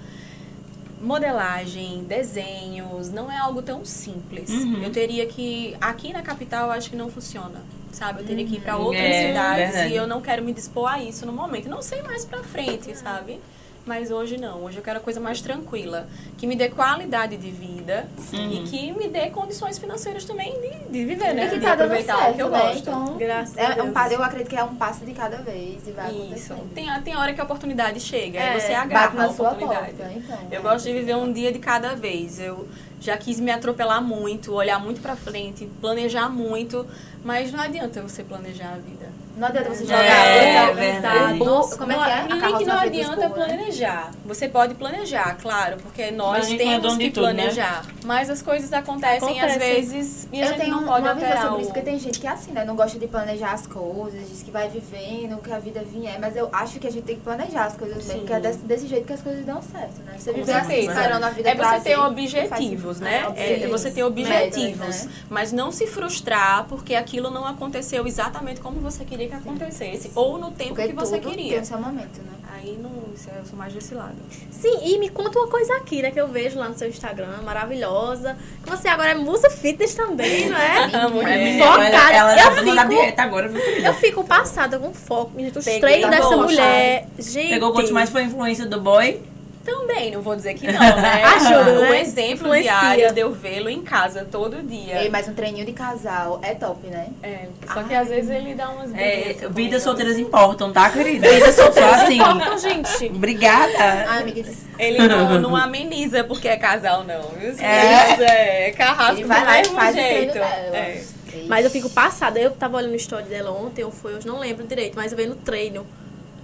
Speaker 4: modelagem, desenhos, não é algo tão simples.
Speaker 2: Uhum.
Speaker 4: Eu teria que aqui na capital eu acho que não funciona, sabe? Eu teria que ir para
Speaker 2: Uhum.
Speaker 4: outras
Speaker 2: É,
Speaker 4: cidades
Speaker 2: verdade.
Speaker 4: e eu não quero me dispor a isso no momento. Não sei mais para frente, sabe? Mas hoje não, hoje eu quero coisa mais tranquila, que me dê qualidade de vida e que me dê condições financeiras também de, de viver, né?
Speaker 3: E que
Speaker 4: de
Speaker 3: tá dando
Speaker 4: aproveitar
Speaker 3: certo,
Speaker 4: o que eu
Speaker 3: né?
Speaker 4: gosto.
Speaker 3: Então,
Speaker 1: Graças a
Speaker 3: é, é
Speaker 1: Deus.
Speaker 3: um, pa- eu acredito que é um passo de cada vez e vai
Speaker 4: Isso.
Speaker 3: acontecendo.
Speaker 4: Tem, tem hora que a oportunidade chega,
Speaker 1: É,
Speaker 4: aí você
Speaker 3: Bate
Speaker 4: agarra a
Speaker 3: na sua
Speaker 4: oportunidade.
Speaker 3: porta, então.
Speaker 4: Eu gosto de viver um dia de cada vez. Eu já quis me atropelar muito, olhar muito pra frente, planejar muito, mas não adianta você planejar a vida.
Speaker 3: Não adianta você
Speaker 2: É,
Speaker 3: jogar.
Speaker 2: é
Speaker 3: outra-
Speaker 4: tá?
Speaker 2: verdade.
Speaker 3: bu- Como é
Speaker 4: não,
Speaker 3: que é? A
Speaker 4: Ninguém
Speaker 3: carroça
Speaker 4: que não
Speaker 3: na frente do
Speaker 4: adianta
Speaker 3: escuro, né?
Speaker 4: planejar. Você pode planejar, claro, porque
Speaker 2: Mas
Speaker 4: nós
Speaker 2: a gente não é
Speaker 4: temos
Speaker 2: dono de
Speaker 4: que
Speaker 2: tudo, né?
Speaker 4: planejar. Mas as coisas acontecem às
Speaker 1: Acontecem.
Speaker 4: vezes e a
Speaker 3: eu
Speaker 4: gente
Speaker 3: tenho
Speaker 4: não pode
Speaker 3: uma visão
Speaker 4: alterar
Speaker 3: sobre
Speaker 4: o-
Speaker 3: isso, porque tem gente que é assim, né? Não gosta de planejar as coisas, diz que vai vivendo, que a vida vier. Mas eu acho que a gente tem que planejar as coisas
Speaker 4: Sim.
Speaker 3: mesmo, porque é desse, desse jeito que as coisas dão certo, né? Você
Speaker 4: Com
Speaker 3: viver assim,
Speaker 4: certeza.
Speaker 3: esperando a vida
Speaker 4: É você ter
Speaker 3: trazer,
Speaker 4: objetivos,
Speaker 3: não faz
Speaker 4: né?
Speaker 3: sentido.
Speaker 4: É,
Speaker 1: objetivos.
Speaker 4: você ter
Speaker 3: Metas,
Speaker 4: objetivos,
Speaker 3: né?
Speaker 4: mas não se frustrar porque aquilo não aconteceu exatamente como você queria que acontecesse ou no tempo
Speaker 3: Porque
Speaker 4: que você
Speaker 3: tudo
Speaker 4: queria.
Speaker 3: tem o seu momento, né?
Speaker 4: Aí não, isso é- eu sou mais desse lado.
Speaker 1: Sim, e me conta uma coisa aqui, né? Que eu vejo lá no seu Instagram, maravilhosa. Que você agora é musa fitness também, não é?
Speaker 2: É,
Speaker 1: Focada.
Speaker 2: Ela, ela
Speaker 1: Eu
Speaker 2: tá fazendo a
Speaker 1: fico-
Speaker 2: dieta agora, viu, querida?
Speaker 1: Eu fico passada com foco. Gente, os
Speaker 4: Peguei Tá
Speaker 1: treinos
Speaker 4: da
Speaker 1: dessa
Speaker 4: boa,
Speaker 1: mulher. Gente.
Speaker 2: Pegou o coach, mas foi influência do boy.
Speaker 4: Também, não vou dizer que não, né?
Speaker 3: Ah,
Speaker 1: Ajuda,
Speaker 4: Um
Speaker 1: né?
Speaker 4: exemplo
Speaker 1: Influencia.
Speaker 4: diário de eu vê-lo em casa todo dia.
Speaker 3: Ei, mas um treininho de casal é top, né?
Speaker 4: É, só que às vezes ele dá umas
Speaker 2: É,
Speaker 4: briguinhas
Speaker 2: vidas
Speaker 4: comigo.
Speaker 2: solteiras importam, tá, querida? Vidas solteiras assim.
Speaker 1: Então, gente.
Speaker 4: É.
Speaker 2: Obrigada.
Speaker 3: Ai, amiga, disse,
Speaker 4: Ele não, não ameniza porque é casal, não. viu?
Speaker 2: É.
Speaker 4: Mas é, é carrasco
Speaker 3: ele
Speaker 4: do
Speaker 3: vai lá e
Speaker 4: mesmo
Speaker 3: faz o treino
Speaker 4: jeito.
Speaker 3: dela.
Speaker 4: É.
Speaker 3: Ei,
Speaker 1: Mas eu fico passada. Eu tava olhando o story dela ontem, ou foi hoje, não lembro direito, mas eu veio no treino.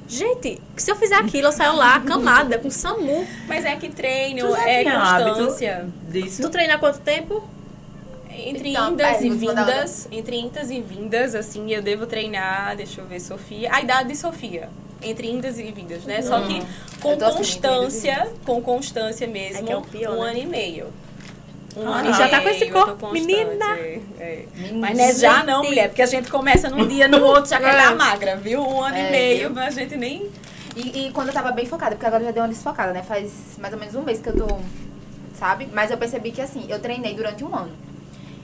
Speaker 1: Gente, se eu fizer aquilo, eu saio lá, camada, com SAMU.
Speaker 4: Mas é que treino,
Speaker 2: Tu já
Speaker 4: é
Speaker 2: tinha hábito?
Speaker 4: constância.
Speaker 1: Tu
Speaker 2: Disso.
Speaker 1: treina há quanto tempo?
Speaker 4: Entre
Speaker 3: Então,
Speaker 4: indas
Speaker 3: é,
Speaker 4: e
Speaker 3: vou mandar
Speaker 4: vindas, entre indas e vindas, assim, eu devo treinar, deixa eu ver, Sofia, a idade de Sofia. Entre indas e vindas, né? Só que com
Speaker 3: Eu tô assim, entre
Speaker 4: constância, com constância mesmo,
Speaker 1: É que é o pior,
Speaker 4: um
Speaker 1: né?
Speaker 4: ano e meio. Um
Speaker 2: Ah,
Speaker 4: ano e
Speaker 1: já tá com
Speaker 4: meio,
Speaker 1: esse
Speaker 4: eu tô
Speaker 1: corpo,
Speaker 4: constante,
Speaker 1: menina.
Speaker 4: é. Mas não é já não,
Speaker 1: Gente.
Speaker 4: mulher, porque a gente começa num dia, no outro já quer
Speaker 1: É.
Speaker 4: tá magra, viu? Um ano
Speaker 3: É,
Speaker 4: e meio,
Speaker 3: viu?
Speaker 4: mas a gente nem
Speaker 3: E, e quando eu tava bem focada, porque agora eu já dei uma desfocada, né? Faz mais ou menos um mês que eu tô, sabe? Mas eu percebi que assim, eu treinei durante um ano.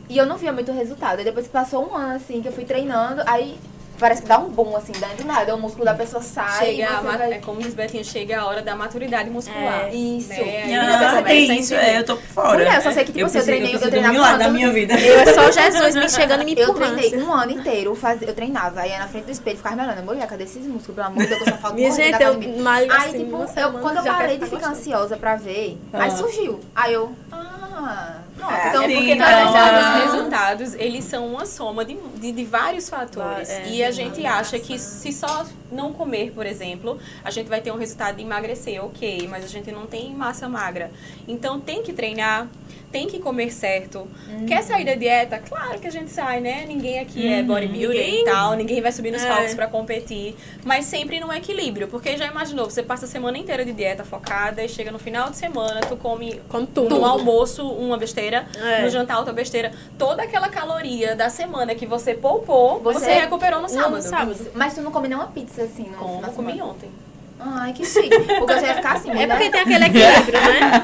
Speaker 3: E eu não via muito resultado. Aí depois que passou um ano, assim, que eu fui treinando, aí parece que dá um boom, assim, dá do nada. O músculo da pessoa sai.
Speaker 4: chega, a
Speaker 3: você
Speaker 4: ma-
Speaker 3: vai-
Speaker 4: é como diz Betinho, chega a hora da maturidade muscular.
Speaker 1: É.
Speaker 3: Isso.
Speaker 4: né? Aí você
Speaker 2: Ah,
Speaker 4: começa a
Speaker 2: tem isso,
Speaker 4: entender.
Speaker 2: é, eu tô por fora.
Speaker 3: Mulher, eu só sei que, tipo assim, eu
Speaker 2: preciso-
Speaker 3: treinei- eu
Speaker 2: preciso
Speaker 3: treinava
Speaker 2: de um milagre
Speaker 3: quando-
Speaker 2: da minha vida.
Speaker 1: Eu é só Jesus me chegando e me
Speaker 3: Eu
Speaker 1: empurrando.
Speaker 3: treinei um ano inteiro, fazia, eu treinava, aí na frente do espelho ficava me olhando, mulher, cadê esses músculos? Pelo amor de Deus, eu só falta
Speaker 1: Minha
Speaker 3: morrer da
Speaker 1: gente, eu
Speaker 3: academia.
Speaker 1: malho
Speaker 3: Aí,
Speaker 1: assim,
Speaker 3: tipo,
Speaker 1: uma
Speaker 3: eu-
Speaker 1: semana,
Speaker 3: quando eu
Speaker 1: já
Speaker 3: parei assim, de
Speaker 1: quero tá
Speaker 3: ficar
Speaker 1: gostando.
Speaker 3: ansiosa pra ver, aí
Speaker 2: Ah.
Speaker 3: surgiu. Aí eu, ah,
Speaker 1: Pronto,
Speaker 2: É,
Speaker 1: então,
Speaker 4: é
Speaker 2: sim,
Speaker 4: porque, na
Speaker 2: então-
Speaker 4: verdade, os resultados, eles são uma soma de, de, de vários fatores.
Speaker 1: Va- é,
Speaker 4: e a gente acha que se só não comer, por exemplo, a gente vai ter um resultado de emagrecer, ok, mas a gente não tem massa magra. Então, tem que treinar, tem que comer certo. Quer sair da dieta? Claro que a gente sai, né? Ninguém aqui é bodybuilder e tal, ninguém vai subir nos
Speaker 1: É.
Speaker 4: palcos pra competir, mas sempre num equilíbrio, porque já imaginou, você passa a semana inteira de dieta focada e chega no final de semana, tu come
Speaker 1: como
Speaker 4: tudo. No
Speaker 1: tudo.
Speaker 4: almoço, uma besteira.
Speaker 1: É.
Speaker 4: No jantar, outra besteira. Toda aquela caloria da semana que você poupou, você,
Speaker 3: Você- é
Speaker 4: recuperou no sábado.
Speaker 1: No sábado.
Speaker 3: Mas tu não come nenhuma pizza assim, não?
Speaker 4: Como
Speaker 3: na
Speaker 4: eu comi um.
Speaker 3: semana?
Speaker 4: ontem.
Speaker 3: Ai, que chique. Porque eu já ia ficar assim,
Speaker 1: É
Speaker 3: mulher.
Speaker 1: porque tem aquele equilíbrio, né?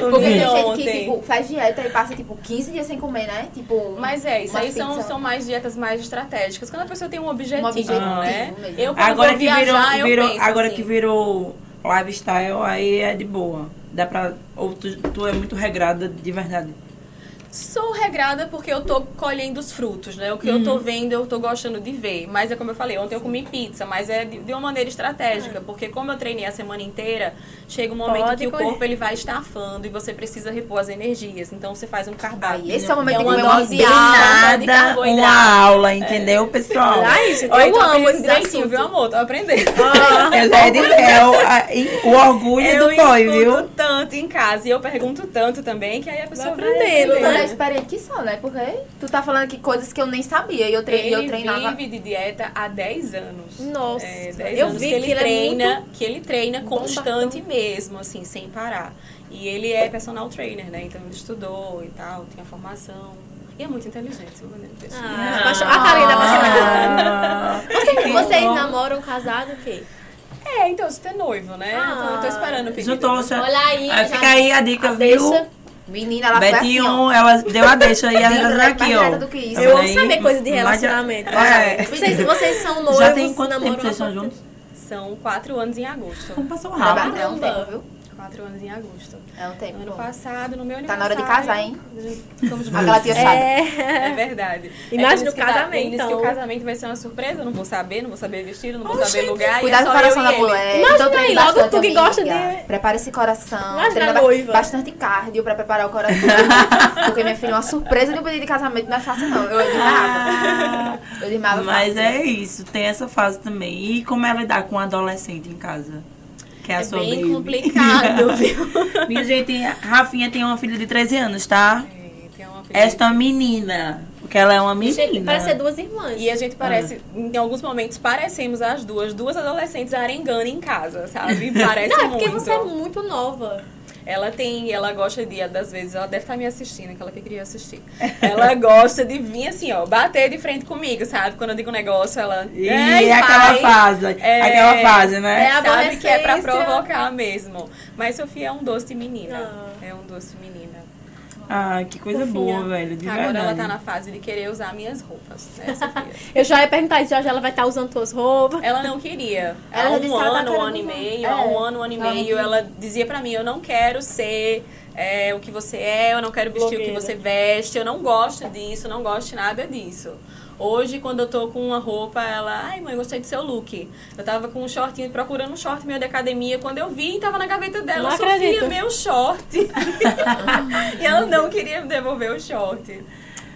Speaker 3: Porque tem
Speaker 4: Comi
Speaker 3: gente que,
Speaker 4: ontem.
Speaker 3: tipo, faz dieta e passa, tipo, 15 dias sem comer, né? Tipo...
Speaker 4: Mas é, isso
Speaker 3: uma
Speaker 4: aí são,
Speaker 3: pizza.
Speaker 4: são mais dietas mais estratégicas. Quando a pessoa tem um objetivo,
Speaker 3: Um objetivo
Speaker 4: né?
Speaker 3: mesmo.
Speaker 4: Eu, quando
Speaker 2: Agora
Speaker 4: vou
Speaker 2: que virou,
Speaker 4: viajar, eu
Speaker 2: virou-
Speaker 4: penso
Speaker 2: agora
Speaker 4: assim,
Speaker 2: que virou lifestyle, aí é de boa. Dá pra. Ou tu, tu é muito regrada de verdade.
Speaker 4: Sou regrada porque eu tô colhendo os frutos, né? O que eu tô vendo, eu tô gostando de ver. Mas é como eu falei, ontem eu comi pizza, mas é de, de uma maneira estratégica, porque como eu treinei a semana inteira, chega um momento
Speaker 1: Pode
Speaker 4: que
Speaker 1: colher.
Speaker 4: o corpo ele vai estafando e você precisa repor as energias. Então você faz um cardápio.
Speaker 3: Aí, esse é o momento
Speaker 4: é
Speaker 3: que
Speaker 4: uma
Speaker 3: comer uma
Speaker 4: dose
Speaker 3: bem
Speaker 4: alta
Speaker 2: Nada,
Speaker 4: de carboidrato. É.
Speaker 2: uma aula, entendeu, pessoal?
Speaker 1: Ai, gente,
Speaker 4: Ou
Speaker 1: eu
Speaker 4: então
Speaker 1: amo
Speaker 4: aprende
Speaker 1: esse
Speaker 4: direitinho,
Speaker 1: assunto.
Speaker 4: viu, amor? Tô aprendendo.
Speaker 2: Ela é de Léo, a- e- o orgulho do boy,
Speaker 4: escuto
Speaker 2: viu?
Speaker 4: tanto em casa e eu pergunto tanto também que aí a pessoa vai
Speaker 1: aprendendo,
Speaker 3: Eu
Speaker 1: né?
Speaker 3: já esperei que são, né? Porque tu tá falando aqui coisas que eu nem sabia e eu, tre e eu
Speaker 4: Ele
Speaker 3: treinava...
Speaker 4: vive de dieta há 10 anos.
Speaker 1: Nossa,
Speaker 4: É, 10
Speaker 1: eu
Speaker 4: anos
Speaker 1: vi
Speaker 4: que ele,
Speaker 1: que ele é
Speaker 4: treina,
Speaker 1: muito
Speaker 4: que ele treina
Speaker 1: bombadão.
Speaker 4: constante mesmo, assim, sem parar. E ele é personal trainer, né? Então ele estudou e tal, tem a formação. E é muito inteligente, viu, Vanessa?
Speaker 1: Ah, apaixon- a Karina
Speaker 2: ah,
Speaker 1: apaixonada. Vocês, tá vocês namoram um casado o quê?
Speaker 4: É, então você é noivo, né? Então
Speaker 3: Ah.
Speaker 4: eu tô esperando o pedido.
Speaker 2: Juntou, se-
Speaker 1: Olha aí,
Speaker 2: Aí
Speaker 1: já-
Speaker 2: fica aí a dica,
Speaker 1: a
Speaker 2: viu?
Speaker 1: deixa.
Speaker 3: Menina, ela foi assim,
Speaker 2: Betinho,
Speaker 3: ó.
Speaker 2: ela deu a deixa e a
Speaker 3: Dica,
Speaker 2: gente
Speaker 3: né?
Speaker 2: aqui,
Speaker 3: Mais
Speaker 2: ó.
Speaker 3: nada do que isso.
Speaker 2: Tá
Speaker 1: Eu amo
Speaker 2: vendo aí?
Speaker 1: saber coisa de
Speaker 2: Mas já-
Speaker 1: relacionamento.
Speaker 2: É.
Speaker 1: Vocês, vocês são noivos,
Speaker 2: Já tem quanto tempo
Speaker 1: namoram
Speaker 2: vocês estão
Speaker 1: há quanto
Speaker 2: juntos?
Speaker 4: São 4 anos em agosto.
Speaker 2: Como passou rápido.
Speaker 3: Trabalho é um
Speaker 1: Caramba.
Speaker 3: tempo, viu?
Speaker 4: 4 anos em agosto.
Speaker 3: É um tempo.
Speaker 4: Ano
Speaker 3: bom.
Speaker 4: passado, no meu
Speaker 3: Tá
Speaker 4: aniversário.
Speaker 3: na hora de casar, hein?
Speaker 4: Ficamos de
Speaker 3: Aquela tia chata.
Speaker 1: tempo?
Speaker 4: É verdade.
Speaker 1: Imagina
Speaker 4: É por isso
Speaker 1: o
Speaker 4: que tá-
Speaker 1: casamento,
Speaker 4: Ele disse que
Speaker 1: então.
Speaker 4: o casamento vai ser uma surpresa, eu não vou saber, não vou saber vestido, não vou
Speaker 1: Oxente,
Speaker 4: saber lugar.
Speaker 3: Cuidado com
Speaker 4: e é
Speaker 3: o
Speaker 4: só
Speaker 3: coração
Speaker 4: eu
Speaker 3: da
Speaker 4: e ele.
Speaker 3: mulher.
Speaker 1: Imagina
Speaker 3: então treine
Speaker 1: aí, logo
Speaker 3: bastante,
Speaker 1: tu que
Speaker 3: amiga.
Speaker 1: gosta de-
Speaker 3: Prepara esse coração.
Speaker 1: Imagina
Speaker 3: Treina
Speaker 1: a
Speaker 3: ba-
Speaker 1: noiva.
Speaker 3: bastante cardio pra preparar o coração. porque minha filha, uma surpresa de um pedido de casamento não é fácil, não. Eu desmaiava. Eu desmaiava
Speaker 2: Ah. Mas
Speaker 3: fácil.
Speaker 2: é isso, tem essa fase também. E como é lidar com um adolescente em casa? Que é a
Speaker 4: É
Speaker 2: sua
Speaker 4: bem
Speaker 2: baby.
Speaker 4: complicado, viu?
Speaker 2: Minha gente, Rafinha tem uma filha de 13 anos, tá?
Speaker 4: É, tem uma filha-
Speaker 2: Esta menina. Porque ela é uma menina. Ah.
Speaker 1: Gente, parece ser duas irmãs.
Speaker 4: E a gente parece, em alguns momentos, parecemos as duas, duas adolescentes arengando em casa, sabe? Parece
Speaker 1: Não, é porque
Speaker 4: muito.
Speaker 1: você é muito nova.
Speaker 4: Ela tem, ela gosta de, das vezes, ela deve estar me assistindo, aquela que queria assistir. Ela gosta de vir assim, ó, bater de frente comigo, sabe? Quando eu digo um negócio, ela.
Speaker 2: E
Speaker 4: "Ei,
Speaker 2: é aquela
Speaker 4: pai!"
Speaker 2: fase.
Speaker 4: É,
Speaker 2: Aquela fase,
Speaker 4: É,
Speaker 2: né?
Speaker 1: a
Speaker 4: sabe que é pra
Speaker 1: adolescência.
Speaker 4: provocar mesmo. Mas Sofia é um doce de menina.
Speaker 1: Ah.
Speaker 4: É um doce de menina.
Speaker 2: Ah, que coisa
Speaker 1: Fofinha.
Speaker 2: boa, velho. De
Speaker 4: Agora
Speaker 2: verdade.
Speaker 4: ela tá na fase de querer usar minhas roupas, né, Sofia?
Speaker 1: Eu já ia perguntar, já, já ela vai estar usando tuas roupas.
Speaker 4: Ela não queria.
Speaker 3: Ela
Speaker 4: há
Speaker 3: já
Speaker 4: um
Speaker 3: disse que ela tá
Speaker 4: ano, um
Speaker 3: querendo
Speaker 4: ano e
Speaker 3: usar.
Speaker 4: meio,
Speaker 3: É.
Speaker 4: há um ano, um ano e
Speaker 3: Ela não
Speaker 4: meio,
Speaker 3: queria.
Speaker 4: ela dizia pra mim, eu não quero ser é, o que você é, eu não quero vestir o
Speaker 1: Blogueira.
Speaker 4: que você veste, eu não gosto disso, não gosto de nada disso. Hoje, quando eu tô com uma roupa, ela, ai mãe, gostei do seu look. Eu tava com um shortinho, procurando um short meu de academia, quando eu vi, tava na gaveta dela,
Speaker 1: Não
Speaker 4: Sofia,
Speaker 1: acredito."
Speaker 4: meu short. e ela não queria me devolver o short.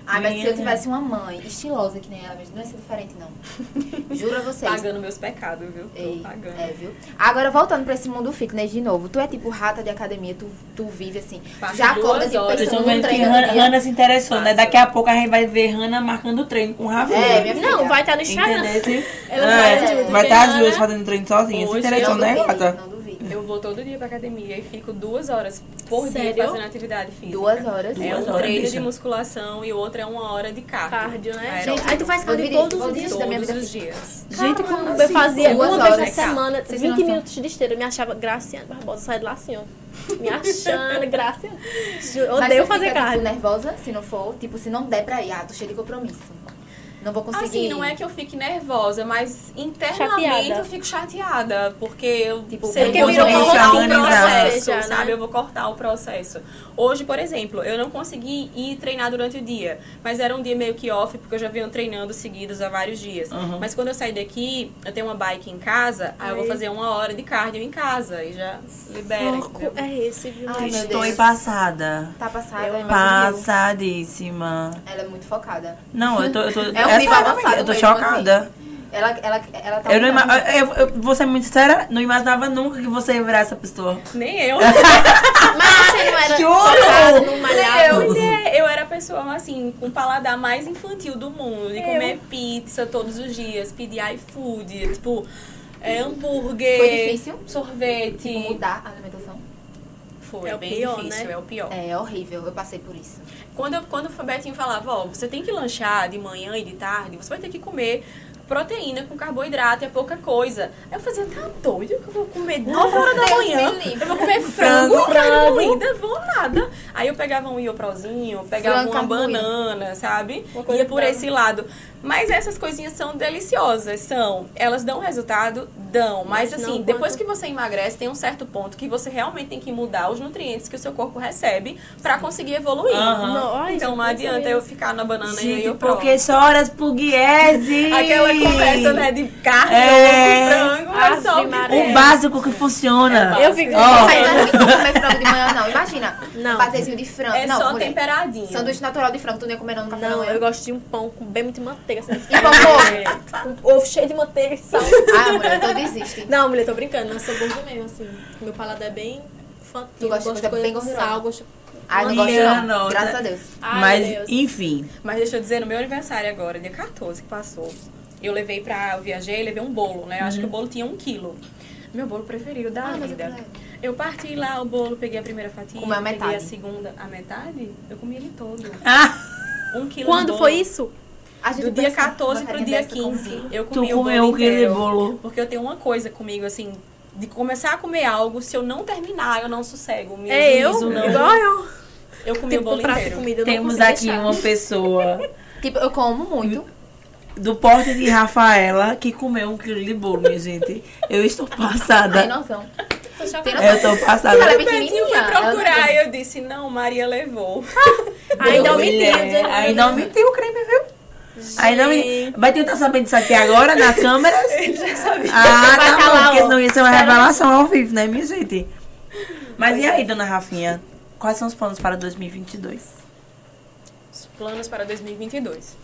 Speaker 3: Ah, mas se eu tivesse uma mãe estilosa que nem ela, mas não ia ser diferente, não. Juro a vocês.
Speaker 4: Pagando meus pecados, viu? Tô
Speaker 3: Ei,
Speaker 4: pagando.
Speaker 3: é, viu? Agora, voltando pra esse mundo fitness de novo, tu é tipo rata de academia, tu, tu vive assim,
Speaker 4: Passa
Speaker 3: já
Speaker 4: duas
Speaker 3: acorda de
Speaker 4: horas.
Speaker 2: Vocês
Speaker 3: pensando
Speaker 2: estão
Speaker 3: no
Speaker 2: vendo que
Speaker 3: treino.
Speaker 2: Hannah,
Speaker 3: do dia.
Speaker 2: Hannah né? se interessou, né?
Speaker 4: Massa.
Speaker 2: Daqui a pouco a gente vai ver Hannah marcando o treino com Rafinha.
Speaker 3: É, minha filha.
Speaker 1: Não, vai estar no Instagram.
Speaker 2: Entendesse?
Speaker 1: Ela
Speaker 2: É,
Speaker 1: vai junto,
Speaker 2: vai
Speaker 1: porque
Speaker 2: estar as
Speaker 1: ela-
Speaker 2: duas fazendo treino sozinha. Se
Speaker 4: Hoje
Speaker 2: interessou,
Speaker 3: Não
Speaker 2: né,
Speaker 3: duvido,
Speaker 2: gata?
Speaker 3: não duvido.
Speaker 4: Eu vou todo dia pra academia e fico duas horas por dia
Speaker 1: Sério?
Speaker 4: fazendo atividade física.
Speaker 3: Duas horas.
Speaker 4: É um
Speaker 2: Duas horas,
Speaker 4: treino
Speaker 2: bicha.
Speaker 4: de musculação e outra é uma hora de cardio.
Speaker 1: Cardio, né?
Speaker 4: Aeróbico.
Speaker 1: Gente, aí tu faz
Speaker 3: Eu
Speaker 1: cardio
Speaker 3: virei-
Speaker 1: todos
Speaker 3: eu
Speaker 1: os
Speaker 3: virei
Speaker 1: dias.
Speaker 3: da minha
Speaker 4: todos
Speaker 3: vida
Speaker 4: os dias.
Speaker 2: Gente, como
Speaker 1: eu fazia
Speaker 3: duas
Speaker 1: uma vez
Speaker 3: horas,
Speaker 1: na
Speaker 4: cara.
Speaker 1: semana,
Speaker 3: Vocês
Speaker 1: 20
Speaker 3: têm noção.
Speaker 1: minutos de esteira. Eu me achava Graciane Barbosa. Saí de lá assim, ó. Me achando, Graciane. Ju-
Speaker 3: Mas
Speaker 1: Odeio
Speaker 3: tu fica,
Speaker 1: fazer
Speaker 3: tipo,
Speaker 1: cardio.
Speaker 3: nervosa se não for, tipo, se não der pra ir, ah, tô cheia de compromisso. Não vou conseguir.
Speaker 4: Assim, não é que eu fique nervosa, mas internamente
Speaker 1: Chateada.
Speaker 4: eu fico chateada, porque eu
Speaker 3: Tipo,
Speaker 4: sei
Speaker 1: porque
Speaker 4: que eu
Speaker 1: virou
Speaker 4: vou
Speaker 1: uma
Speaker 4: cortar o
Speaker 1: rotina já,
Speaker 4: processo,
Speaker 1: né?
Speaker 4: sabe? Eu vou cortar o processo. Hoje, por exemplo, eu não consegui ir treinar durante o dia, mas era um dia meio que off, porque eu já vinha treinando seguidos há vários dias.
Speaker 2: Uhum.
Speaker 4: Mas quando eu saí daqui, eu tenho uma bike em casa, aí eu vou
Speaker 1: Aí.
Speaker 4: fazer uma hora de cardio em casa e já libera.
Speaker 1: Porco
Speaker 4: entendeu?
Speaker 1: é esse, viu?
Speaker 3: Ai, meu
Speaker 2: Estou
Speaker 3: Deus.
Speaker 2: passada.
Speaker 3: Tá
Speaker 2: é
Speaker 3: passada.
Speaker 1: Eu
Speaker 3: mas viu?
Speaker 2: Passadíssima.
Speaker 3: Ela é muito focada.
Speaker 2: Não, eu tô. Eu tô
Speaker 3: É um
Speaker 2: essa-
Speaker 3: nível avançado
Speaker 2: Eu tô assim,
Speaker 3: mesmo,
Speaker 2: chocada.
Speaker 3: Ela, ela, ela tá
Speaker 2: Eu não
Speaker 3: um
Speaker 2: ima-
Speaker 3: caminho.
Speaker 2: eu, eu- vou ser muito sincera, não imaginava nunca que você ia virar essa pessoa.
Speaker 4: Nem eu.
Speaker 1: Mas você
Speaker 3: é tipo,
Speaker 1: não era
Speaker 2: Juro! né?
Speaker 1: focado, não malhava.
Speaker 4: Eu, é, eu era a pessoa, assim, com o paladar mais infantil do mundo. De comer pizza todos os dias, pedir iFood, tipo, é, hambúrguer,
Speaker 3: Foi difícil?
Speaker 4: sorvete.
Speaker 3: Tipo, mudar a alimentação.
Speaker 4: Foi
Speaker 1: É o
Speaker 4: bem
Speaker 1: pior,
Speaker 4: difícil,
Speaker 1: né?
Speaker 4: é o pior.
Speaker 3: É horrível, eu passei por isso.
Speaker 4: Quando, eu- quando o Betinho falava, ó, você tem que lanchar de manhã e de tarde, você vai ter que comer proteína com carboidrato, é pouca coisa. Aí eu fazia, tá doido que eu vou comer 9 horas da
Speaker 3: Deus
Speaker 4: manhã,
Speaker 3: me livre.
Speaker 4: eu vou comer frango,
Speaker 2: Frango,
Speaker 4: carne
Speaker 2: frango.
Speaker 4: moída, vou nada. Aí eu pegava um ioprozinho, pegava
Speaker 3: Frango,
Speaker 4: uma
Speaker 3: carne moída.
Speaker 4: banana, sabe?
Speaker 1: Uma coisa
Speaker 4: Ia por
Speaker 1: que dá.
Speaker 4: esse lado. Mas essas coisinhas são deliciosas, são. Elas dão resultado? Dão. Mas,
Speaker 1: Mas não
Speaker 4: assim, depois
Speaker 1: quanto-
Speaker 4: que você emagrece, tem um certo ponto que você realmente tem que mudar os nutrientes que o seu corpo recebe pra conseguir evoluir.
Speaker 2: Aham.
Speaker 1: Não, ai,
Speaker 4: Então
Speaker 1: gente,
Speaker 4: não
Speaker 1: eu
Speaker 4: adianta
Speaker 1: sabia.
Speaker 4: eu ficar na banana e aí
Speaker 2: Gente,
Speaker 4: eu
Speaker 2: por
Speaker 4: provo.
Speaker 2: que choras por Guiese?
Speaker 4: Aquela conversa, né, de carne,
Speaker 2: É.
Speaker 4: frango, mas só...
Speaker 1: Ave Maria.
Speaker 2: O básico que funciona.
Speaker 1: Eu fico
Speaker 2: Ó.
Speaker 3: Mas não é muito bom comer frango de manhã, não. Imagina.
Speaker 1: Oh. Não.
Speaker 3: Patezinho de frango.
Speaker 4: É
Speaker 3: não,
Speaker 4: só
Speaker 3: mulher.
Speaker 4: temperadinho.
Speaker 3: Sanduíche natural de frango, tu não ia comer não no café da
Speaker 1: Não,
Speaker 3: manhã.
Speaker 1: eu gosto de um pão com bem muito manteiga. Assim,
Speaker 3: E bombom.
Speaker 4: É.
Speaker 1: com ovo cheio de manteiga e sal.
Speaker 3: Ah, mulher, então desiste.
Speaker 1: Não, mulher, tô brincando. Eu sou gorda mesmo, assim. Meu paladar é bem
Speaker 3: Tu gosta de
Speaker 1: infantil. gosto de
Speaker 3: coisa
Speaker 1: coisa
Speaker 3: bem
Speaker 1: com
Speaker 3: gordurosa.
Speaker 1: sal, gosto...
Speaker 3: Ai, Ah, não
Speaker 2: Mulher,
Speaker 3: gosto
Speaker 2: não.
Speaker 3: não. Graças a Deus.
Speaker 1: Ai, meu
Speaker 2: Mas,
Speaker 1: Deus.
Speaker 2: enfim.
Speaker 4: Mas deixa eu dizer, no meu aniversário agora, dia 14 que passou, eu levei pra... Eu viajei e levei um bolo, né? Eu acho que o bolo tinha um quilo. Meu bolo preferido da
Speaker 3: Ah, mas eu
Speaker 4: vida.
Speaker 3: também.
Speaker 4: Eu parti lá o bolo, peguei a primeira fatia,
Speaker 3: Comeu a
Speaker 4: peguei a
Speaker 3: metade.
Speaker 4: segunda, a metade, eu comi ele todo.
Speaker 2: Ah,
Speaker 4: Um quilo de
Speaker 1: Quando
Speaker 4: bolo.
Speaker 1: foi isso?
Speaker 3: A gente
Speaker 4: Do dia
Speaker 3: pensa,
Speaker 4: 14 pro
Speaker 3: vontade
Speaker 4: dia
Speaker 3: dessa com
Speaker 4: 15.
Speaker 3: aquilo.
Speaker 4: Eu
Speaker 2: tu
Speaker 4: comi o
Speaker 2: comeu
Speaker 4: bolo
Speaker 2: aquele
Speaker 4: inteiro.
Speaker 2: bolo.
Speaker 4: Porque eu tenho uma coisa comigo, assim, de começar a comer algo, se eu não terminar, eu não sossego. Meu
Speaker 1: É eu?
Speaker 4: juízo não.
Speaker 1: Igual eu.
Speaker 4: Eu comi o
Speaker 1: Tipo,
Speaker 4: bolo
Speaker 1: um prato de
Speaker 4: inteiro.
Speaker 1: comida. eu não
Speaker 2: Temos
Speaker 1: consigo
Speaker 2: aqui
Speaker 1: deixar.
Speaker 2: uma pessoa
Speaker 3: Tipo, eu como muito.
Speaker 2: do porte de Rafaela que comeu um quilo de bolo, minha gente. Eu estou
Speaker 3: Tem
Speaker 2: passada.
Speaker 3: noção.
Speaker 1: Tô chocada.
Speaker 3: Tem noção.
Speaker 2: Eu tô passada.
Speaker 3: Ela é
Speaker 4: Eu fui
Speaker 3: pequenininha.
Speaker 4: procurar
Speaker 3: ela-
Speaker 4: e eu disse, não, Maria levou.
Speaker 1: Ainda
Speaker 2: Mulher,
Speaker 1: aumentei.
Speaker 2: Ainda aumentei o creme, viu? Ainda aumentei. Vai tentar saber disso aqui agora, nas câmeras? Ah,
Speaker 1: Vai
Speaker 2: tá
Speaker 1: tá
Speaker 2: bom,
Speaker 1: lá,
Speaker 2: porque
Speaker 1: ó.
Speaker 2: senão ia ser uma
Speaker 1: Espera.
Speaker 2: revelação ao vivo, né, minha gente? Mas e aí, dona Rafinha? Quais são os planos para 2022?
Speaker 4: Os planos para 2022.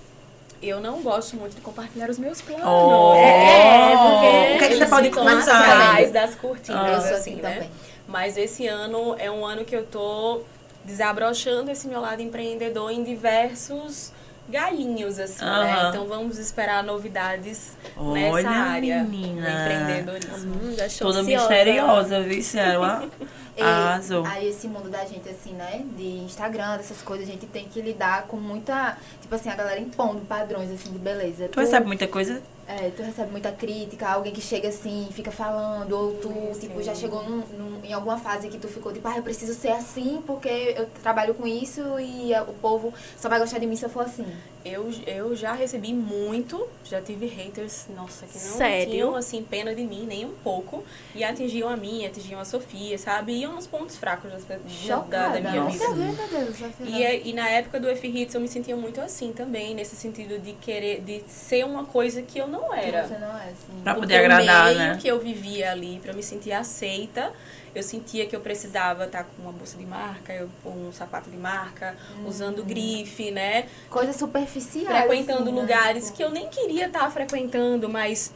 Speaker 4: Eu não gosto muito de compartilhar os meus
Speaker 1: É,
Speaker 4: planos.
Speaker 1: porque
Speaker 2: Oh.
Speaker 1: Ah.
Speaker 2: o que, é que você
Speaker 4: Eles
Speaker 2: pode
Speaker 4: ficam
Speaker 2: começar?
Speaker 4: atrás das cortinas,
Speaker 3: Eu sou
Speaker 4: assim,
Speaker 3: assim
Speaker 4: né?
Speaker 3: também.
Speaker 4: Mas esse ano é um ano que eu tô desabrochando esse meu lado empreendedor em diversos galinhos, assim, né?
Speaker 2: Aham.
Speaker 4: Então vamos esperar novidades
Speaker 2: Olha,
Speaker 4: nessa área
Speaker 2: menina.
Speaker 4: do empreendedorismo.
Speaker 1: Hum, já estou
Speaker 2: Toda
Speaker 1: ansiosa.
Speaker 2: misteriosa, viu, Ciela?
Speaker 3: E
Speaker 2: Arrasou.
Speaker 3: aí esse mundo da gente, assim, né? De Instagram, dessas coisas, a gente tem que lidar com muita. Tipo assim, a galera impondo padrões assim de beleza.
Speaker 2: Tu recebe muita coisa?
Speaker 3: é, tu recebe muita crítica, alguém que chega assim e fica falando, ou tu, tipo, já chegou num- num- em alguma fase que tu ficou, tipo, ah, eu preciso ser assim porque eu trabalho com isso e é, o povo só vai gostar de mim se eu for assim.
Speaker 4: Eu, eu já recebi muito, já tive haters, nossa, que não
Speaker 1: Sério?
Speaker 4: tinham, assim, pena de mim, nem um pouco. E atingiam a mim, atingiam a Sofia, sabe? Iam nos pontos fracos das, da, da,
Speaker 3: Chocada.
Speaker 4: da minha
Speaker 2: Nossa.
Speaker 4: vida.
Speaker 3: Você vê, meu Deus, vai ficar-
Speaker 4: E, é- e na época do F-Hits eu me sentia muito assim também, nesse sentido de querer, de ser uma coisa que eu não era.
Speaker 3: Você não é assim.
Speaker 2: Pra
Speaker 4: Porque
Speaker 2: poder agradar,
Speaker 4: o meio
Speaker 2: né?
Speaker 4: que eu vivia ali, pra eu me sentir aceita, eu sentia que eu precisava estar com uma bolsa de marca, eu- ou um sapato de marca,
Speaker 2: Hum.
Speaker 4: usando grife, né?
Speaker 3: Coisa superficial.
Speaker 4: frequentando
Speaker 3: assim, né?
Speaker 4: lugares
Speaker 3: Tipo,
Speaker 4: que eu nem queria estar frequentando, mas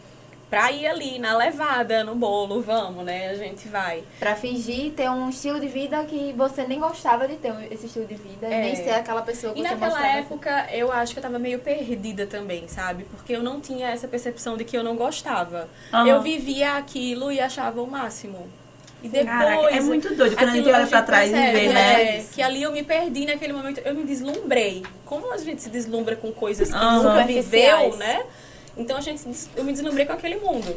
Speaker 4: pra ir ali, na levada, no bolo, vamos, né? A gente vai.
Speaker 3: Pra fingir ter um estilo de vida que você nem gostava de ter um- esse estilo de vida,
Speaker 4: É.
Speaker 3: nem ser aquela pessoa que
Speaker 4: E
Speaker 3: você
Speaker 4: naquela
Speaker 3: mostrava.
Speaker 4: época eu acho que eu tava meio perdida também, sabe? Porque eu não tinha essa percepção de que eu não gostava.
Speaker 2: Aham.
Speaker 4: Eu vivia aquilo e achava o máximo. E depois.
Speaker 2: Caraca, é muito doido quando a gente
Speaker 4: aquilo
Speaker 2: olha pra trás e
Speaker 4: percebe,
Speaker 2: vê, né?
Speaker 4: é, que ali eu me perdi naquele momento, eu me deslumbrei. Como a gente se deslumbra com coisas que
Speaker 2: Aham.
Speaker 4: nunca viveu,
Speaker 1: Superficiais.
Speaker 4: né? Então a gente, se des- eu me deslumbrei com aquele mundo.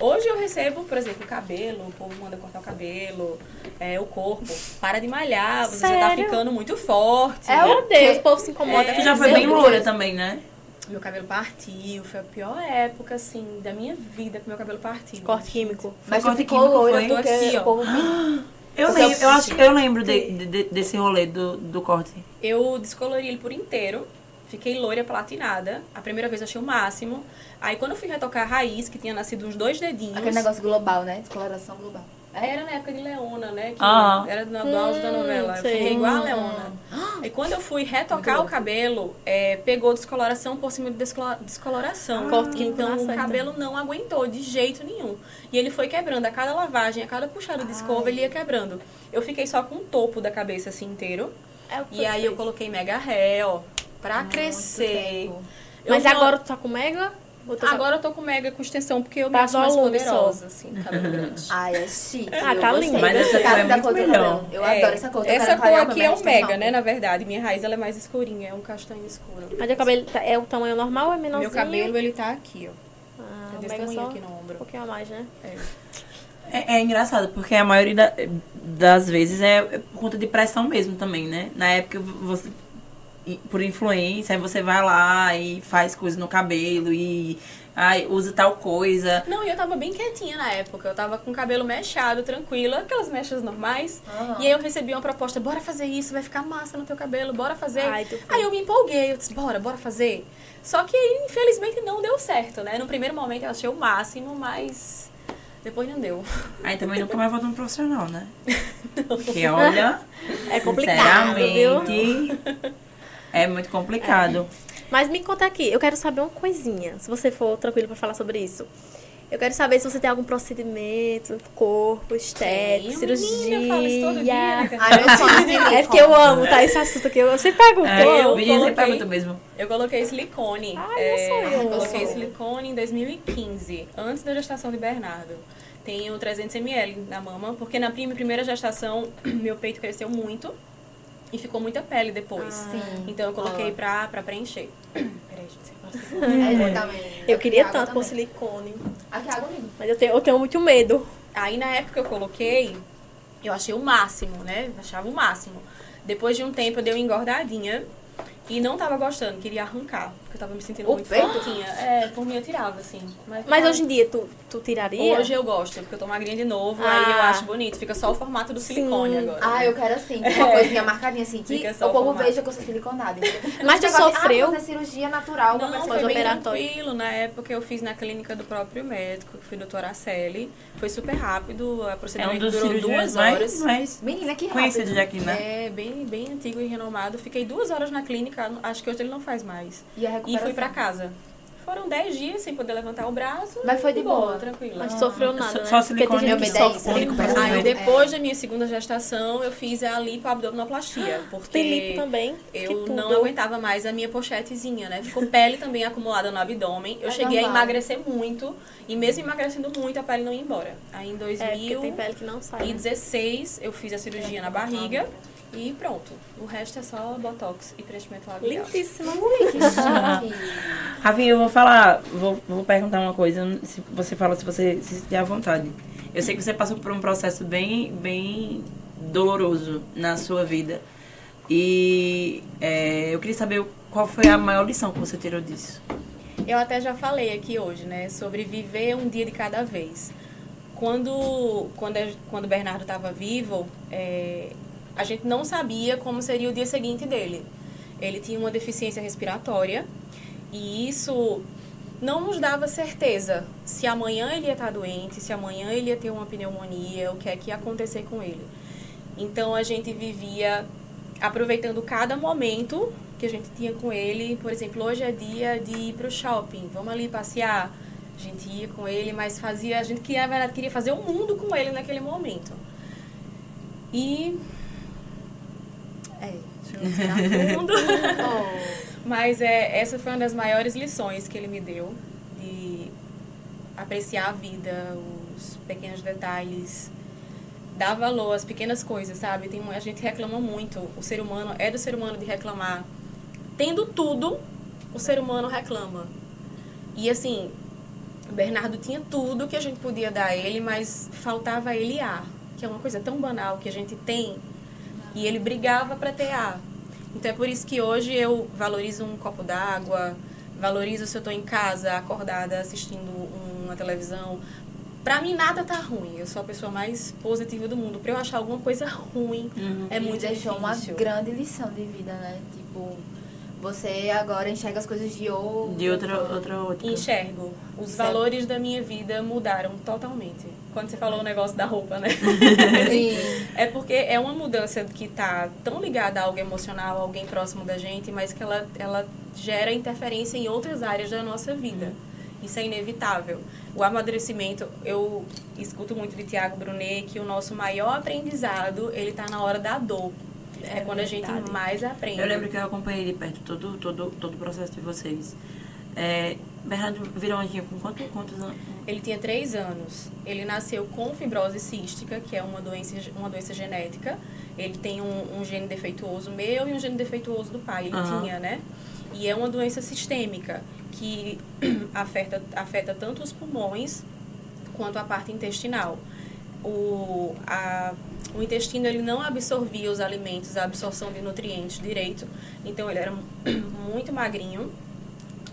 Speaker 4: Hoje eu recebo, por exemplo, cabelo, o povo manda cortar o cabelo, é, o corpo, para de malhar, você já tá
Speaker 1: Sério?
Speaker 4: ficando muito forte.
Speaker 3: É o
Speaker 1: Meu Deus, o povo se incomoda.
Speaker 4: É,
Speaker 2: Tu já foi
Speaker 4: meu
Speaker 2: bem
Speaker 4: Deus.
Speaker 2: loura também, né?
Speaker 4: Meu cabelo partiu, foi a pior época, assim, da minha vida que meu cabelo partiu.
Speaker 1: Corte químico.
Speaker 3: Mas
Speaker 2: Foi
Speaker 3: tu
Speaker 2: corte
Speaker 3: ficou
Speaker 2: químico,
Speaker 3: loira
Speaker 2: foi?
Speaker 3: porque
Speaker 4: Tô aqui, ó.
Speaker 3: o povo me-
Speaker 2: Eu,
Speaker 3: Então,
Speaker 2: lembro, eu acho que eu lembro de- de- de- desse rolê do, do corte.
Speaker 4: Eu descolori ele por inteiro. Fiquei loira platinada. A primeira vez eu achei o máximo. Aí quando eu fui retocar a raiz, que tinha nascido uns dois dedinhos.
Speaker 3: Aquele negócio global, né? Descoloração global.
Speaker 4: Aí Era na época de Leona, né? Que
Speaker 2: Ah.
Speaker 4: era do, do auge da novela. Eu
Speaker 1: sei.
Speaker 4: fiquei igual a Leona. E quando eu fui retocar o cabelo, é, pegou descoloração por cima de descolo- descoloração.
Speaker 1: Corte químico
Speaker 4: então
Speaker 1: na
Speaker 4: o
Speaker 1: certa.
Speaker 4: cabelo não aguentou de jeito nenhum. E ele foi quebrando. A cada lavagem, a cada puxada de escova, ele ia quebrando. Eu fiquei só com o topo da cabeça assim inteiro.
Speaker 1: É o que
Speaker 4: E aí eu
Speaker 1: fez.
Speaker 4: coloquei mega ré, ó, pra crescer.
Speaker 3: tempo.
Speaker 4: Eu
Speaker 1: Mas
Speaker 4: não-
Speaker 1: agora tu tá com mega? Ou tu tá-
Speaker 4: agora eu tô com mega com extensão, porque eu me
Speaker 1: Tá
Speaker 4: acho mais
Speaker 1: volume só.
Speaker 4: poderosa, assim, cabelo grande.
Speaker 3: Ai, é chique.
Speaker 1: Ah,
Speaker 3: eu
Speaker 1: tá
Speaker 3: gostei.
Speaker 1: lindo. Mas
Speaker 2: essa
Speaker 3: Gostei
Speaker 2: cor é
Speaker 3: da
Speaker 2: muito
Speaker 3: cor do
Speaker 2: melhor.
Speaker 3: cabelo. Eu
Speaker 4: É,
Speaker 3: adoro essa cor. Eu
Speaker 4: Essa
Speaker 3: quero
Speaker 4: cor
Speaker 3: clarear o
Speaker 4: aqui
Speaker 3: meu
Speaker 4: é o
Speaker 3: mais
Speaker 4: mega,
Speaker 3: normal.
Speaker 4: né? Na verdade, minha raiz ela é mais escurinha, é um castanho escuro.
Speaker 1: Mas o cabelo tá- é o tamanho normal ou é menorzinho?
Speaker 4: Meu cabelo, ele tá aqui, ó.
Speaker 1: Ah,
Speaker 4: Tá
Speaker 1: o
Speaker 4: desse
Speaker 1: mega
Speaker 4: tamanho
Speaker 1: só
Speaker 4: aqui no
Speaker 1: um
Speaker 4: ombro.
Speaker 1: pouquinho a mais, né?
Speaker 2: É, é engraçado, porque a maioria da- das vezes é por conta de pressão mesmo também, né? Na época você. e- Por influência, aí você vai lá e faz coisa no cabelo e ai, usa tal coisa.
Speaker 4: Não, e eu tava bem quietinha na época. Eu tava com o cabelo mechado, tranquila, aquelas mechas normais.
Speaker 3: Ah.
Speaker 4: E aí eu recebi uma proposta, bora fazer isso, vai ficar massa no teu cabelo, bora fazer.
Speaker 1: Ai, tu foi.
Speaker 4: aí eu me empolguei, eu disse, bora, bora fazer. Só que aí, infelizmente, não deu certo, né? No primeiro momento eu achei o máximo, mas depois não deu.
Speaker 2: Aí também nunca mais volta no profissional, né? Porque olha,
Speaker 1: É complicado, viu?
Speaker 2: sinceramente, é muito complicado.
Speaker 1: Mas me conta aqui, eu quero saber uma coisinha, se você for tranquilo pra falar sobre isso. Eu quero saber se você tem algum procedimento no corpo, estético,
Speaker 4: Tenho,
Speaker 1: cirurgia.
Speaker 4: menina, eu falo isso todo dia na internet.
Speaker 3: Ai, meu sonho de
Speaker 1: É porque eu amo, tá? Esse assunto aqui. Eu sempre pergunto.
Speaker 2: É,
Speaker 1: eu
Speaker 2: eu
Speaker 1: amo.
Speaker 2: me dizem
Speaker 4: coloquei-
Speaker 2: pergunta mesmo.
Speaker 4: Eu coloquei silicone. é,
Speaker 1: Ai, eu Ah, sou eu.
Speaker 4: eu coloquei
Speaker 3: Eu sou.
Speaker 4: silicone em 2015, antes da gestação de Bernardo. Tenho 300 ml na mama, porque na prim- primeira gestação meu peito cresceu muito e ficou muita pele depois.
Speaker 3: sim.
Speaker 4: Então eu coloquei
Speaker 3: Ah.
Speaker 4: pra, pra preencher. Peraí, gente. posso-
Speaker 3: É, eu também.
Speaker 1: Eu queria
Speaker 3: Aqui é água
Speaker 1: tanto com
Speaker 3: também.
Speaker 1: silicone.
Speaker 3: Aqui é água mesmo.
Speaker 1: Mas eu tenho, eu tenho muito medo.
Speaker 4: Aí na época que eu coloquei, eu achei o máximo, né? Eu Achava o máximo. Depois de um tempo eu dei uma engordadinha e não tava gostando, queria arrancar, porque eu tava me sentindo
Speaker 3: O
Speaker 4: muito
Speaker 3: peito?
Speaker 4: fraquinha. É, por mim eu tirava, assim.
Speaker 1: Mas hoje em dia, tu, tu tiraria?
Speaker 4: Hoje eu gosto, porque eu tô magrinha de novo, aí
Speaker 1: Ah.
Speaker 4: eu acho bonito. Fica só o formato do silicone
Speaker 1: Sim.
Speaker 4: agora.
Speaker 3: Ah, eu quero assim, uma coisinha marcadinha assim, que
Speaker 4: É. Fica só
Speaker 3: o povo
Speaker 4: formado.
Speaker 3: veja que eu sou siliconada.
Speaker 1: Mas tu
Speaker 3: Esse negócio de,
Speaker 1: sofreu?
Speaker 3: Ah, mas é cirurgia natural,
Speaker 4: Não,
Speaker 3: mas
Speaker 4: foi bem
Speaker 1: pós-operatório.
Speaker 4: tranquilo. Na época eu fiz na clínica do próprio médico, que foi o doutor Araceli. Foi super rápido, a
Speaker 2: É um
Speaker 4: procedimento
Speaker 2: dos
Speaker 4: durou duas
Speaker 2: cirurgiões
Speaker 4: horas.
Speaker 2: mais, mais
Speaker 3: Menina, que rápido.
Speaker 2: conhecidos daqui, né?
Speaker 4: É, bem, bem antigo e renomado. Fiquei duas horas na clínica, acho que hoje ele não faz mais.
Speaker 3: E a
Speaker 4: E fui
Speaker 3: recuperação?
Speaker 4: pra casa. Foram dez dias sem poder levantar o braço.
Speaker 3: Mas foi de boa.
Speaker 4: Tranquila. Ah.
Speaker 1: Mas tu sofreu nada,
Speaker 2: Só-
Speaker 1: né?
Speaker 2: Só Ah,
Speaker 1: Porque tem
Speaker 2: silicone
Speaker 1: gente
Speaker 3: eu
Speaker 2: que
Speaker 1: que
Speaker 3: me
Speaker 1: sofre.
Speaker 3: dei
Speaker 2: sofre
Speaker 3: isso, né?
Speaker 2: único
Speaker 3: Mas-
Speaker 4: Aí
Speaker 2: procedimento.
Speaker 4: depois da minha segunda gestação, eu fiz a lipoabdominoplastia. Porque
Speaker 1: Ah, Tem lipo também. que
Speaker 4: Eu
Speaker 1: tudo.
Speaker 4: não aguentava mais a minha pochetezinha, né? Ficou pele também acumulada no abdômen. Eu
Speaker 3: É
Speaker 4: cheguei a
Speaker 3: normal.
Speaker 4: emagrecer muito. E mesmo emagrecendo muito, a pele não ia embora. Aí em
Speaker 1: É, porque tem
Speaker 4: 2016,
Speaker 1: pele É que não sai. né?
Speaker 4: eu fiz a cirurgia na barriga. E pronto. O resto é só botox e preenchimento labial.
Speaker 1: Lindíssima.
Speaker 3: Ui, que chique.
Speaker 2: Rafinha, eu vou falar, vou, vou perguntar uma coisa, se você fala se você se sentir à vontade. Eu sei que você passou por um processo bem, bem doloroso na sua vida. E é, eu queria saber qual foi a maior lição que você tirou disso.
Speaker 4: Eu até já falei aqui hoje, né, sobre viver um dia de cada vez. Quando quando a- quando o Bernardo estava vivo, é, a gente não sabia como seria o dia seguinte dele. Ele tinha uma deficiência respiratória e isso não nos dava certeza se amanhã ele ia estar doente, se amanhã ele ia ter uma pneumonia, o que é que ia acontecer com ele. Então a gente vivia aproveitando cada momento que a gente tinha com ele. Por exemplo, hoje é dia de ir pro shopping, vamos ali passear. A gente ia com ele, mas fazia, a gente queria, na verdade, queria fazer o mundo com ele naquele momento. E é, deixa eu um respirar fundo.
Speaker 3: Oh,
Speaker 4: Mas é, essa foi uma das maiores lições que ele me deu de apreciar a vida, os pequenos detalhes, dar valor às pequenas coisas, sabe? Tem, mu- a gente reclama muito. O ser humano é do ser humano de reclamar. Tendo tudo, o ser humano reclama. E assim, o Bernardo tinha tudo que a gente podia dar a ele, mas faltava a ele ar, que é uma coisa tão banal que a gente tem. E ele brigava para ter ar. Então é por isso que hoje eu valorizo um copo d'água, Valorizo se eu tô em casa, acordada, assistindo uma televisão. Pra mim, nada tá ruim. Eu sou a pessoa mais positiva do mundo. Pra eu achar alguma coisa ruim, é muito
Speaker 3: Uhum. deixou uma
Speaker 4: difícil.
Speaker 3: grande lição de vida, né? Tipo, você agora enxerga as coisas de outro.
Speaker 2: De outra, outra ótica.
Speaker 4: Enxergo. Os
Speaker 3: Certo.
Speaker 4: valores da minha vida mudaram totalmente. Quando você falou o negócio da roupa, né?
Speaker 3: Sim.
Speaker 4: É porque é uma mudança que tá tão ligada a algo emocional, a alguém próximo da gente, mas que ela, ela gera interferência em outras áreas da nossa vida. Isso é inevitável. O amadurecimento, eu escuto muito de Tiago Brunet que o nosso maior aprendizado, ele tá na hora da dor. É, quando a gente
Speaker 1: verdade.
Speaker 4: mais aprende.
Speaker 2: Eu lembro que eu acompanhei de perto todo, todo, todo o processo de vocês. É, Bernardo virou um anjinho com quanto, quantos anos?
Speaker 4: Ele tinha 3 anos. Ele nasceu com fibrose cística, que é uma doença, uma doença genética. Ele tem um, um gene defeituoso meu e um gene defeituoso do pai. Ele
Speaker 2: Aham.
Speaker 4: tinha, né? E é uma doença sistêmica que afeta, afeta tanto os pulmões quanto a parte intestinal. O, a, o intestino ele não absorvia os alimentos, a absorção de nutrientes direito. Então ele era muito magrinho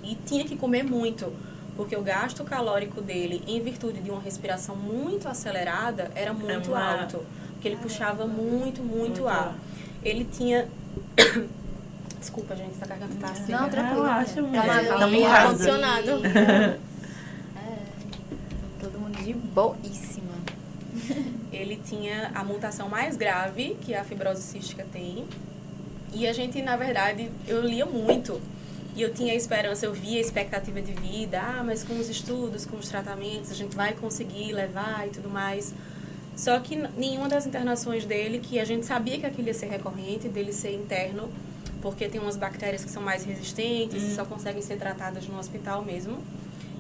Speaker 4: e tinha que comer muito, porque o gasto calórico dele, em virtude de uma respiração muito acelerada, era muito
Speaker 2: uma-
Speaker 4: alto, porque ele puxava muito, muito,
Speaker 2: Muito
Speaker 4: ar.
Speaker 2: ar.
Speaker 4: Ele tinha Desculpa, gente, essa garganta tá assim.
Speaker 3: Não, tranquilo.
Speaker 2: Eu acho, mulher.
Speaker 3: Tá
Speaker 1: Mas
Speaker 3: bom.
Speaker 2: Tamo
Speaker 1: em
Speaker 2: em casa.
Speaker 1: ar-condicionado.
Speaker 3: É. Todo mundo de boíssima.
Speaker 4: ele tinha a mutação mais grave que a fibrose cística tem. E a gente, na verdade, eu lia muito. E eu tinha esperança, eu via a expectativa de vida. Ah, mas com os estudos, com os tratamentos, a gente vai conseguir levar e tudo mais. Só que n- nenhuma das internações dele, que a gente sabia que aquilo ia ser recorrente, dele ser interno, porque tem umas bactérias que são mais resistentes e só conseguem ser tratadas no hospital mesmo,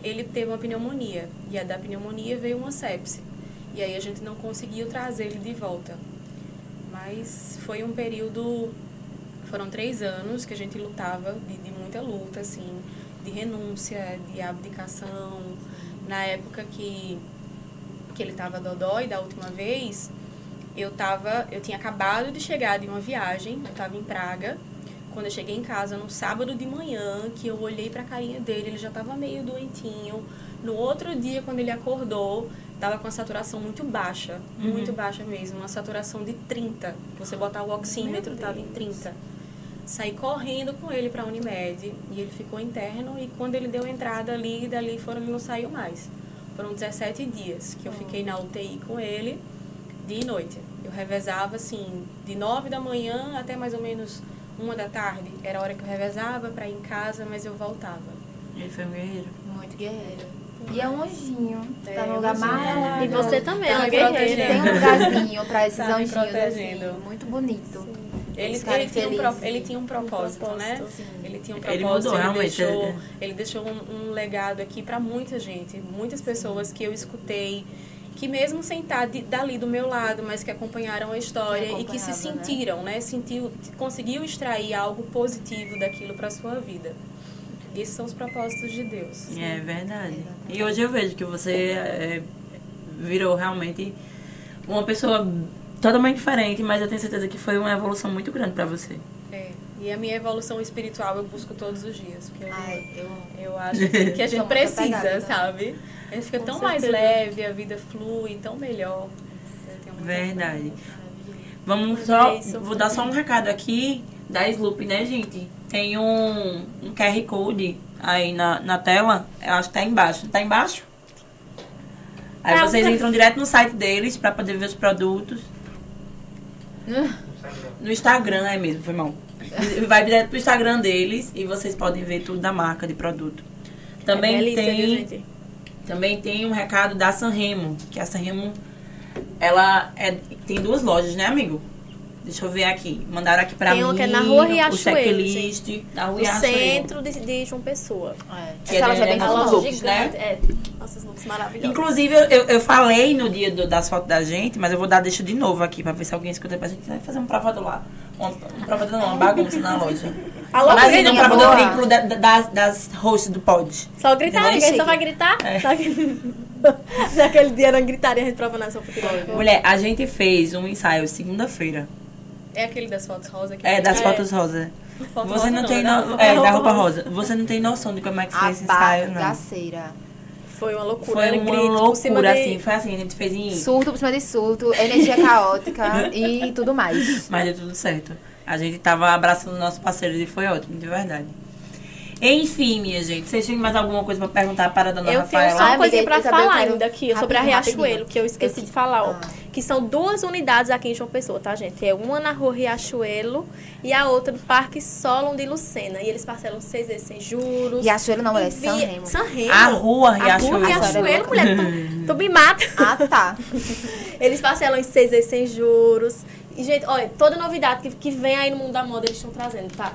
Speaker 4: ele teve uma pneumonia. E a da pneumonia veio uma sepse. E aí a gente não conseguiu trazer ele de volta. Mas foi um período. Foram três anos que a gente lutava, de, de muita luta, assim, de renúncia, de abdicação. Na época que, que ele estava dodói da última vez, eu, tava, eu tinha acabado de chegar de uma viagem, eu estava em Praga. Quando eu cheguei em casa no sábado de manhã, que eu olhei pra carinha dele, ele já estava meio doentinho. No outro dia, quando ele acordou, tava com a saturação muito baixa, muito baixa mesmo, uma saturação de 30. Você botar o oxímetro, tava em 30. Saí correndo com ele pra Unimed e ele ficou interno e quando ele deu entrada ali, dali foram ele não saiu mais. Foram 17 dias que eu fiquei na UTI com ele, dia e noite. Eu revezava assim, de 9 da manhã até mais ou menos uma da tarde. Era a hora que eu revezava pra ir em casa, mas eu voltava.
Speaker 2: Ele foi um guerreiro.
Speaker 3: Muito guerreiro. E é um anjinho.
Speaker 4: É,
Speaker 3: tá
Speaker 4: é um
Speaker 3: no lugar
Speaker 4: anjinho.
Speaker 3: maravilhoso.
Speaker 1: E você também,
Speaker 3: tá
Speaker 1: é uma
Speaker 3: me
Speaker 1: guerreira.
Speaker 3: protegendo. Tem um lugarzinho pra esses
Speaker 4: Tá me
Speaker 3: anjinhos. assim,
Speaker 4: protegendo.
Speaker 3: muito bonito.
Speaker 4: Ele,
Speaker 3: Esse cara
Speaker 4: ele, tinha um,
Speaker 3: feliz.
Speaker 4: pro- ele tinha um propósito, né? Ele tinha um
Speaker 2: Ele
Speaker 4: propósito,
Speaker 2: mudou,
Speaker 4: ele,
Speaker 2: realmente, é,
Speaker 4: deixou,
Speaker 2: ele-
Speaker 4: ele deixou um, um legado aqui para muita gente, muitas pessoas que eu escutei, que mesmo sem estar de- dali do meu lado, mas que acompanharam a história
Speaker 3: Que
Speaker 4: e que se
Speaker 3: acompanhava, né?
Speaker 4: sentiram, né? Sentiu, conseguiu extrair algo positivo daquilo para sua vida. Esses são os propósitos de Deus.
Speaker 2: É verdade.
Speaker 3: Exatamente.
Speaker 2: E hoje eu vejo que você é, virou realmente uma pessoa totalmente diferente, mas eu tenho certeza que foi uma evolução muito grande pra você.
Speaker 4: É. E a minha evolução espiritual eu busco todos os dias, porque eu-
Speaker 3: Ai, eu amo.
Speaker 4: Eu acho assim que, que a
Speaker 3: Sou
Speaker 4: gente
Speaker 3: muito
Speaker 4: precisa,
Speaker 3: apegada, tá?
Speaker 4: sabe? A gente fica
Speaker 3: Com
Speaker 4: tão mais
Speaker 3: certeza.
Speaker 4: leve, a vida flui, tão melhor. Eu tenho muita-
Speaker 2: Verdade.
Speaker 3: Maravilhoso.
Speaker 2: Vamos
Speaker 1: Mas
Speaker 2: só.
Speaker 1: é isso.
Speaker 2: Vou dar só um recado aqui da Sloop, né, gente? Tem um, um QR Code aí na, na tela. Eu acho que tá embaixo. Tá embaixo? Aí
Speaker 1: Tá,
Speaker 2: vocês
Speaker 1: tá.
Speaker 2: entram direto no site deles pra poder ver os produtos. No Instagram, é mesmo, foi mal. Vai direto pro Instagram deles e vocês podem ver tudo da marca de produto. Também
Speaker 1: é delícia, viu,
Speaker 2: tem.
Speaker 1: gente?
Speaker 2: Também tem um recado da Sanremo, que a Sanremo ela é- tem duas lojas, né, amigo? Deixa eu ver aqui. Mandaram aqui pra
Speaker 1: Tem
Speaker 2: mim.
Speaker 1: uma que é na Rua
Speaker 2: o
Speaker 1: Riachuelo,
Speaker 2: checklist da Rua
Speaker 1: No
Speaker 2: Riachuelo.
Speaker 1: centro de, de João Pessoa.
Speaker 3: É.
Speaker 2: Que
Speaker 3: Essa
Speaker 2: é
Speaker 3: loja é
Speaker 2: de-
Speaker 3: bem
Speaker 2: é
Speaker 1: A
Speaker 2: Os
Speaker 1: loja
Speaker 2: looks,
Speaker 3: famosa.
Speaker 1: gigante. É. Nossa, os looks maravilhosos.
Speaker 2: Inclusive, eu, eu- eu falei no dia do- das fotos da gente, mas eu vou dar deixa de novo aqui pra ver se alguém escuta pra gente. Vai fazer um provador lá. Uma, um provador não, uma bagunça na loja.
Speaker 1: Alô,
Speaker 2: mas
Speaker 1: Brenda,
Speaker 2: não, um provador
Speaker 3: boa.
Speaker 2: ridículo da- da- das, das hosts do pod.
Speaker 1: Só gritar,
Speaker 2: Não é
Speaker 1: ninguém
Speaker 2: chique.
Speaker 1: só vai gritar.
Speaker 2: É.
Speaker 1: Só que- Naquele dia era gritaria, a gente provando essa futebol.
Speaker 2: Mulher, a gente fez um ensaio segunda-feira.
Speaker 4: É aquele das fotos rosa que
Speaker 2: É, das
Speaker 1: É.
Speaker 2: fotos rosa. Você não tem
Speaker 4: da-
Speaker 2: no... é, da roupa rosa. Você não tem noção de como é que foi
Speaker 3: A
Speaker 2: esse ensaio, não.
Speaker 3: bagaceira.
Speaker 1: Foi uma loucura.
Speaker 2: Foi
Speaker 1: era
Speaker 2: uma
Speaker 1: grito né, por cima
Speaker 2: loucura,
Speaker 1: de-
Speaker 2: assim. Foi assim, a gente fez em...
Speaker 3: Surto por cima de surto, energia caótica e tudo mais.
Speaker 2: Mas deu tudo certo. A gente tava abraçando nossos parceiros e foi ótimo, de verdade. Enfim, minha gente, vocês têm mais alguma coisa pra perguntar para a dona
Speaker 1: Eu tenho
Speaker 2: Rafaela?
Speaker 1: só uma
Speaker 3: Ai,
Speaker 1: coisinha
Speaker 3: amiga,
Speaker 1: pra
Speaker 3: eu também
Speaker 1: falar
Speaker 3: quero-
Speaker 1: ainda aqui, sobre a
Speaker 3: rapidinho,
Speaker 1: Riachuelo,
Speaker 3: rapidinho.
Speaker 1: que eu esqueci
Speaker 3: Eu-
Speaker 1: de falar, ó.
Speaker 3: Ah.
Speaker 1: Que são duas unidades aqui em João Pessoa, tá, gente? É uma na rua Riachuelo e a outra no Parque Solon de Lucena. E eles parcelam seis vezes sem juros.
Speaker 3: Riachuelo não, é
Speaker 1: Envia-
Speaker 3: San Remo. é
Speaker 1: San Remo.
Speaker 2: A rua Ah, Riachuelo.
Speaker 1: A rua Riachuelo, mulher, tu, tu me mata.
Speaker 3: Ah, tá.
Speaker 1: Eles parcelam em seis vezes sem juros. E, gente, olha, toda novidade que, que vem aí no mundo da moda, eles estão trazendo, tá?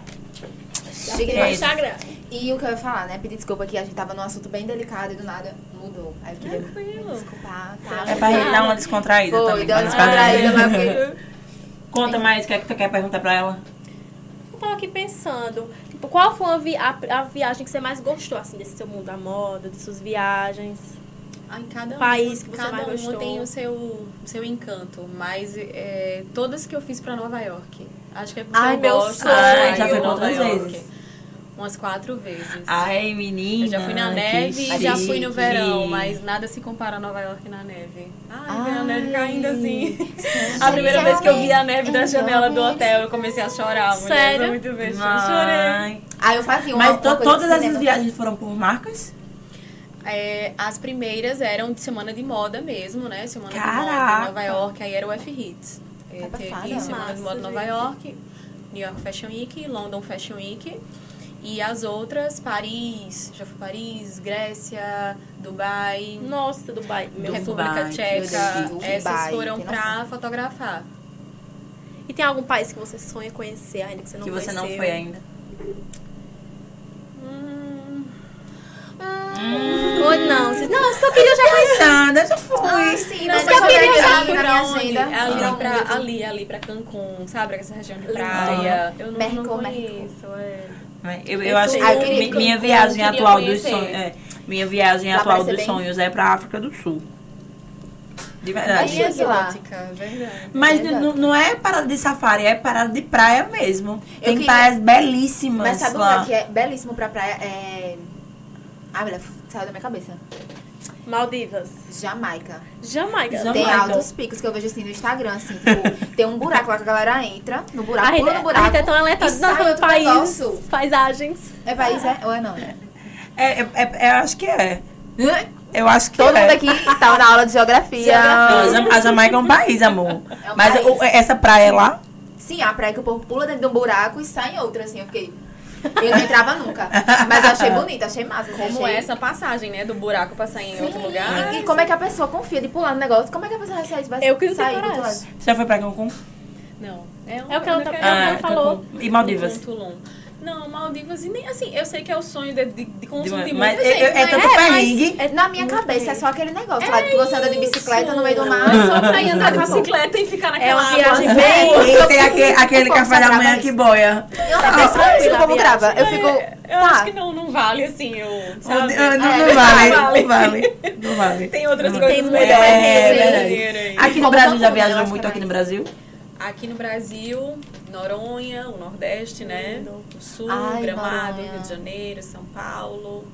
Speaker 1: Já
Speaker 3: Chique
Speaker 1: tem no
Speaker 2: demais.
Speaker 1: Instagram.
Speaker 3: E o que eu ia falar, né? Pedir desculpa que a gente tava num assunto bem delicado e do nada mudou. Aí eu queria me desculpar, tá?
Speaker 2: É pra gente dar uma descontraída
Speaker 3: Foi,
Speaker 2: também.
Speaker 3: deu
Speaker 2: né? pra
Speaker 3: uma
Speaker 2: não ficar-
Speaker 3: descontraída, mas eu fiquei...
Speaker 2: Conta mais, o que é que tu quer perguntar pra ela?
Speaker 1: Eu tava aqui pensando, tipo, qual foi a, vi- a- a viagem que você mais gostou, assim, desse seu mundo da moda, de suas viagens?
Speaker 4: Em cada
Speaker 1: País
Speaker 4: um,
Speaker 1: que você
Speaker 4: cada
Speaker 1: mais
Speaker 4: um
Speaker 1: gostou.
Speaker 4: tem o seu, seu encanto, mas é, todas que eu fiz pra Nova York. Acho que é porque
Speaker 1: Ai,
Speaker 4: eu
Speaker 1: meu
Speaker 4: gosto.
Speaker 1: sonho.
Speaker 4: Ai,
Speaker 1: Já
Speaker 4: eu
Speaker 1: foi
Speaker 4: amo
Speaker 2: quantas
Speaker 4: Nova
Speaker 2: vezes?
Speaker 4: York. Umas quatro vezes.
Speaker 2: Ai, menina.
Speaker 4: Eu já fui na
Speaker 2: que
Speaker 4: neve e já
Speaker 2: chique.
Speaker 4: fui no verão, mas nada se compara a Nova York na neve. Ai, ver a neve caindo assim. A primeira vez que eu vi a neve da janela do hotel, eu comecei a chorar. Mulher.
Speaker 1: Sério?
Speaker 4: Foi muito bem, chorei.
Speaker 2: Ai.
Speaker 3: Aí eu fazia uma
Speaker 2: Mas
Speaker 3: uma
Speaker 2: to-
Speaker 3: coisa assim, né?
Speaker 2: todas
Speaker 3: de
Speaker 2: essas
Speaker 3: cinema.
Speaker 2: viagens foram por marcas?
Speaker 4: É, as primeiras eram de semana de moda mesmo, né? Semana de moda
Speaker 2: Caraca.
Speaker 4: em Nova York, aí era o F-Hits. É,
Speaker 3: Tá
Speaker 4: teve
Speaker 3: passada.
Speaker 4: semana
Speaker 1: Massa,
Speaker 4: de moda em Nova
Speaker 1: gente.
Speaker 4: York, New York Fashion Week, London Fashion Week. E as outras, Paris, já fui Paris, Grécia, Dubai,
Speaker 2: Hum.
Speaker 1: Nossa, Dubai. Meu.
Speaker 2: Dubai.
Speaker 4: República Tcheca.
Speaker 3: meu Deus,
Speaker 4: Essas
Speaker 3: Dubai,
Speaker 4: foram
Speaker 3: tem
Speaker 4: pra
Speaker 3: noção.
Speaker 4: fotografar.
Speaker 1: E tem algum país que você sonha conhecer ainda, que você não
Speaker 2: que você
Speaker 1: conheceu?
Speaker 2: não foi ainda.
Speaker 4: Hum.
Speaker 1: Ou não? Vocês, não, eu só queria já conhecer.
Speaker 2: Nada, já fui.
Speaker 3: Hum. Ah, sim, mas
Speaker 1: eu
Speaker 3: eu
Speaker 1: queria
Speaker 3: queria
Speaker 1: saber
Speaker 3: saber na minha
Speaker 4: onde? É
Speaker 3: agenda.
Speaker 4: Ali,
Speaker 3: Pra
Speaker 4: pra,
Speaker 3: onde?
Speaker 4: ali, ali pra Cancún, sabe? Essa região de praia. Eu não,
Speaker 3: México,
Speaker 4: não
Speaker 3: México.
Speaker 4: conheço, é.
Speaker 3: ah.
Speaker 2: Né? Eu, eu
Speaker 1: Eu
Speaker 2: acho que
Speaker 3: queria
Speaker 2: mi-
Speaker 3: Cancún,
Speaker 2: minha viagem
Speaker 4: queria
Speaker 2: atual dos
Speaker 4: conhecer.
Speaker 2: sonhos. é, minha viagem
Speaker 3: Lá
Speaker 2: atual
Speaker 3: parece
Speaker 2: dos
Speaker 3: bem-
Speaker 2: sonhos é pra África do Sul. De
Speaker 3: Mas
Speaker 2: verdade.
Speaker 3: Chique lá.
Speaker 4: exótica, verdade.
Speaker 2: Mas
Speaker 3: é verdade.
Speaker 2: não, não é parada de safari, é parada de praia mesmo. Tem
Speaker 3: queria-
Speaker 2: praias belíssimas
Speaker 3: Mas sabe um
Speaker 2: lá.
Speaker 3: lugar que é belíssimo pra praia? É... Ah, mulher, saiu da minha cabeça.
Speaker 1: Maldivas.
Speaker 3: Jamaica.
Speaker 1: Jamaica.
Speaker 2: Jamaica.
Speaker 3: Tem
Speaker 2: Jamaica.
Speaker 3: altos picos que eu vejo assim no Instagram, assim, tipo, tem um buraco lá que a galera entra, no buraco,
Speaker 1: A gente,
Speaker 3: pula no
Speaker 1: a
Speaker 3: buraco.
Speaker 1: gente é tão aleatório.
Speaker 3: e
Speaker 1: Não,
Speaker 3: sai outro
Speaker 1: país,
Speaker 3: negócio.
Speaker 1: paisagens.
Speaker 3: É país, é? Ou é não? Hã?
Speaker 2: É, é, é- eu acho que é. Eu acho que
Speaker 3: Todo
Speaker 2: é.
Speaker 3: mundo aqui tá na aula de geografia.
Speaker 2: Não, Jam- a Jamaica é um país, amor.
Speaker 3: É um
Speaker 2: Mas
Speaker 3: país.
Speaker 2: o- essa praia lá,
Speaker 3: Sim, a praia que o povo pula dentro de um buraco e sai em outra, assim, eu fiquei... Eu não entrava nunca. Mas eu achei bonito, achei massa. assim,
Speaker 4: Como
Speaker 3: achei...
Speaker 4: essa passagem, né? Do buraco pra sair em outro
Speaker 3: Sim,
Speaker 4: lugar.
Speaker 3: E, e como é que a pessoa confia de pular no negócio? Como é que a pessoa vai sair? Vai
Speaker 1: Eu que não tenho
Speaker 3: sair do outro
Speaker 1: coragem.
Speaker 3: lado?
Speaker 2: você já foi pra Cancún?
Speaker 4: Não. É,
Speaker 1: É o que ela tá-
Speaker 4: é
Speaker 1: ela falou.
Speaker 2: Cancún. Ah, E Maldivas.
Speaker 4: Tulum. Não, Maldivas e nem assim. Eu sei que é o sonho de, de, de consumo de,
Speaker 2: De-
Speaker 4: muita
Speaker 2: mas
Speaker 4: gente,
Speaker 2: é, é
Speaker 4: mas-
Speaker 2: tanto perrengue.
Speaker 1: É
Speaker 3: Na minha cabeça é só aquele negócio lá que você anda de bicicleta no meio do mar.
Speaker 4: Só pra ir andar de
Speaker 3: Tipo,
Speaker 4: bicicleta e ficar
Speaker 1: É
Speaker 4: naquela
Speaker 1: uma
Speaker 4: água.
Speaker 1: viagem bem...
Speaker 2: E tem aquele, aquele
Speaker 3: Como
Speaker 2: café
Speaker 3: você
Speaker 2: da
Speaker 3: grava
Speaker 2: manhã
Speaker 3: isso?
Speaker 2: que boia.
Speaker 3: Eu não sei se
Speaker 1: Ah,
Speaker 3: o povo
Speaker 1: viagem.
Speaker 3: grava. Eu fico.
Speaker 4: Eu acho
Speaker 3: Tá.
Speaker 4: que não, não vale assim, eu.
Speaker 2: Não,
Speaker 4: Sabe?
Speaker 2: não,
Speaker 3: É,
Speaker 2: não
Speaker 3: não
Speaker 2: vale, não vale. Não vale.
Speaker 4: Tem outras
Speaker 2: Não vale.
Speaker 4: coisas tá
Speaker 1: tem
Speaker 4: melhores.
Speaker 2: É,
Speaker 4: nesse
Speaker 2: verdade.
Speaker 4: dinheiro aí.
Speaker 2: Aqui no
Speaker 3: Como
Speaker 2: Brasil
Speaker 3: Cancún,
Speaker 2: já
Speaker 3: né? Eu
Speaker 2: viajou
Speaker 3: acho
Speaker 2: muito
Speaker 3: que é
Speaker 2: aqui no
Speaker 3: mais.
Speaker 2: Brasil.
Speaker 4: Aqui no Brasil, Noronha, o Nordeste, né? O Sul,
Speaker 3: Ai,
Speaker 4: Gramado,
Speaker 3: Noronha.
Speaker 4: Rio de Janeiro, São Paulo.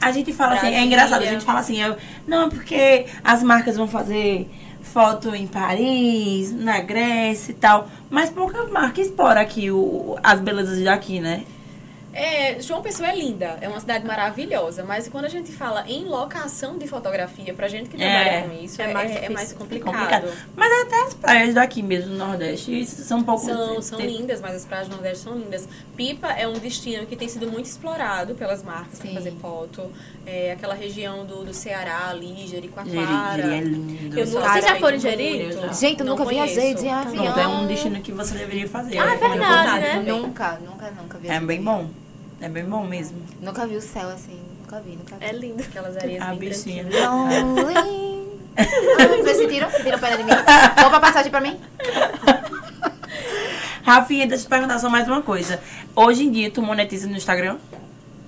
Speaker 2: A gente fala assim,
Speaker 4: Brasília.
Speaker 2: é engraçado, a gente fala assim, eu- não, porque as marcas vão fazer foto em Paris, na Grécia e tal. Mas pouca marca explora aqui o, as belezas daqui, né?
Speaker 4: É, João Pessoa é linda, é uma cidade maravilhosa, mas quando a gente fala em locação de fotografia, pra gente que
Speaker 2: É.
Speaker 4: trabalha com isso,
Speaker 1: É
Speaker 4: é,
Speaker 1: mais
Speaker 4: mais, é,
Speaker 1: difícil.
Speaker 4: mais complicado.
Speaker 2: Complicado. Mas até as praias daqui mesmo, no Nordeste, são um pouco...
Speaker 4: São, são
Speaker 2: tem-
Speaker 4: lindas, mas as praias do Nordeste são lindas. Pipa é um destino que tem sido muito explorado pelas marcas para
Speaker 3: Sim.
Speaker 4: fazer foto. É, aquela região do, do Ceará, ali,
Speaker 2: Jeri,
Speaker 4: Jericoacoara.
Speaker 2: Jeri é lindo.
Speaker 1: Eu
Speaker 2: Só-
Speaker 1: nunca-
Speaker 4: Cara,
Speaker 1: Vocês já foram em
Speaker 4: muito
Speaker 1: Jeri?
Speaker 4: bonito.
Speaker 2: Já.
Speaker 3: Gente, eu
Speaker 4: Não
Speaker 3: nunca
Speaker 4: conheço. Tá Então,
Speaker 3: viajei de avião.
Speaker 2: Pronto, é um destino que você deveria fazer.
Speaker 1: Ah, é
Speaker 2: Eu recomendo
Speaker 1: verdade,
Speaker 2: bastante.
Speaker 1: né?
Speaker 3: Nunca, nunca, nunca viajei.
Speaker 2: É bem bom. É bem bom mesmo.
Speaker 3: Nunca vi o céu assim. Nunca vi, nunca vi.
Speaker 1: É lindo.
Speaker 4: Aquelas areias
Speaker 2: A
Speaker 4: bem
Speaker 2: bichinha.
Speaker 4: branquinhas.
Speaker 3: Lonely. Vocês sentiram? Sentiram pena de mim? Compra passagem pra mim?
Speaker 2: Rafinha, deixa eu te perguntar só mais uma coisa. Hoje em dia, tu monetiza no Instagram?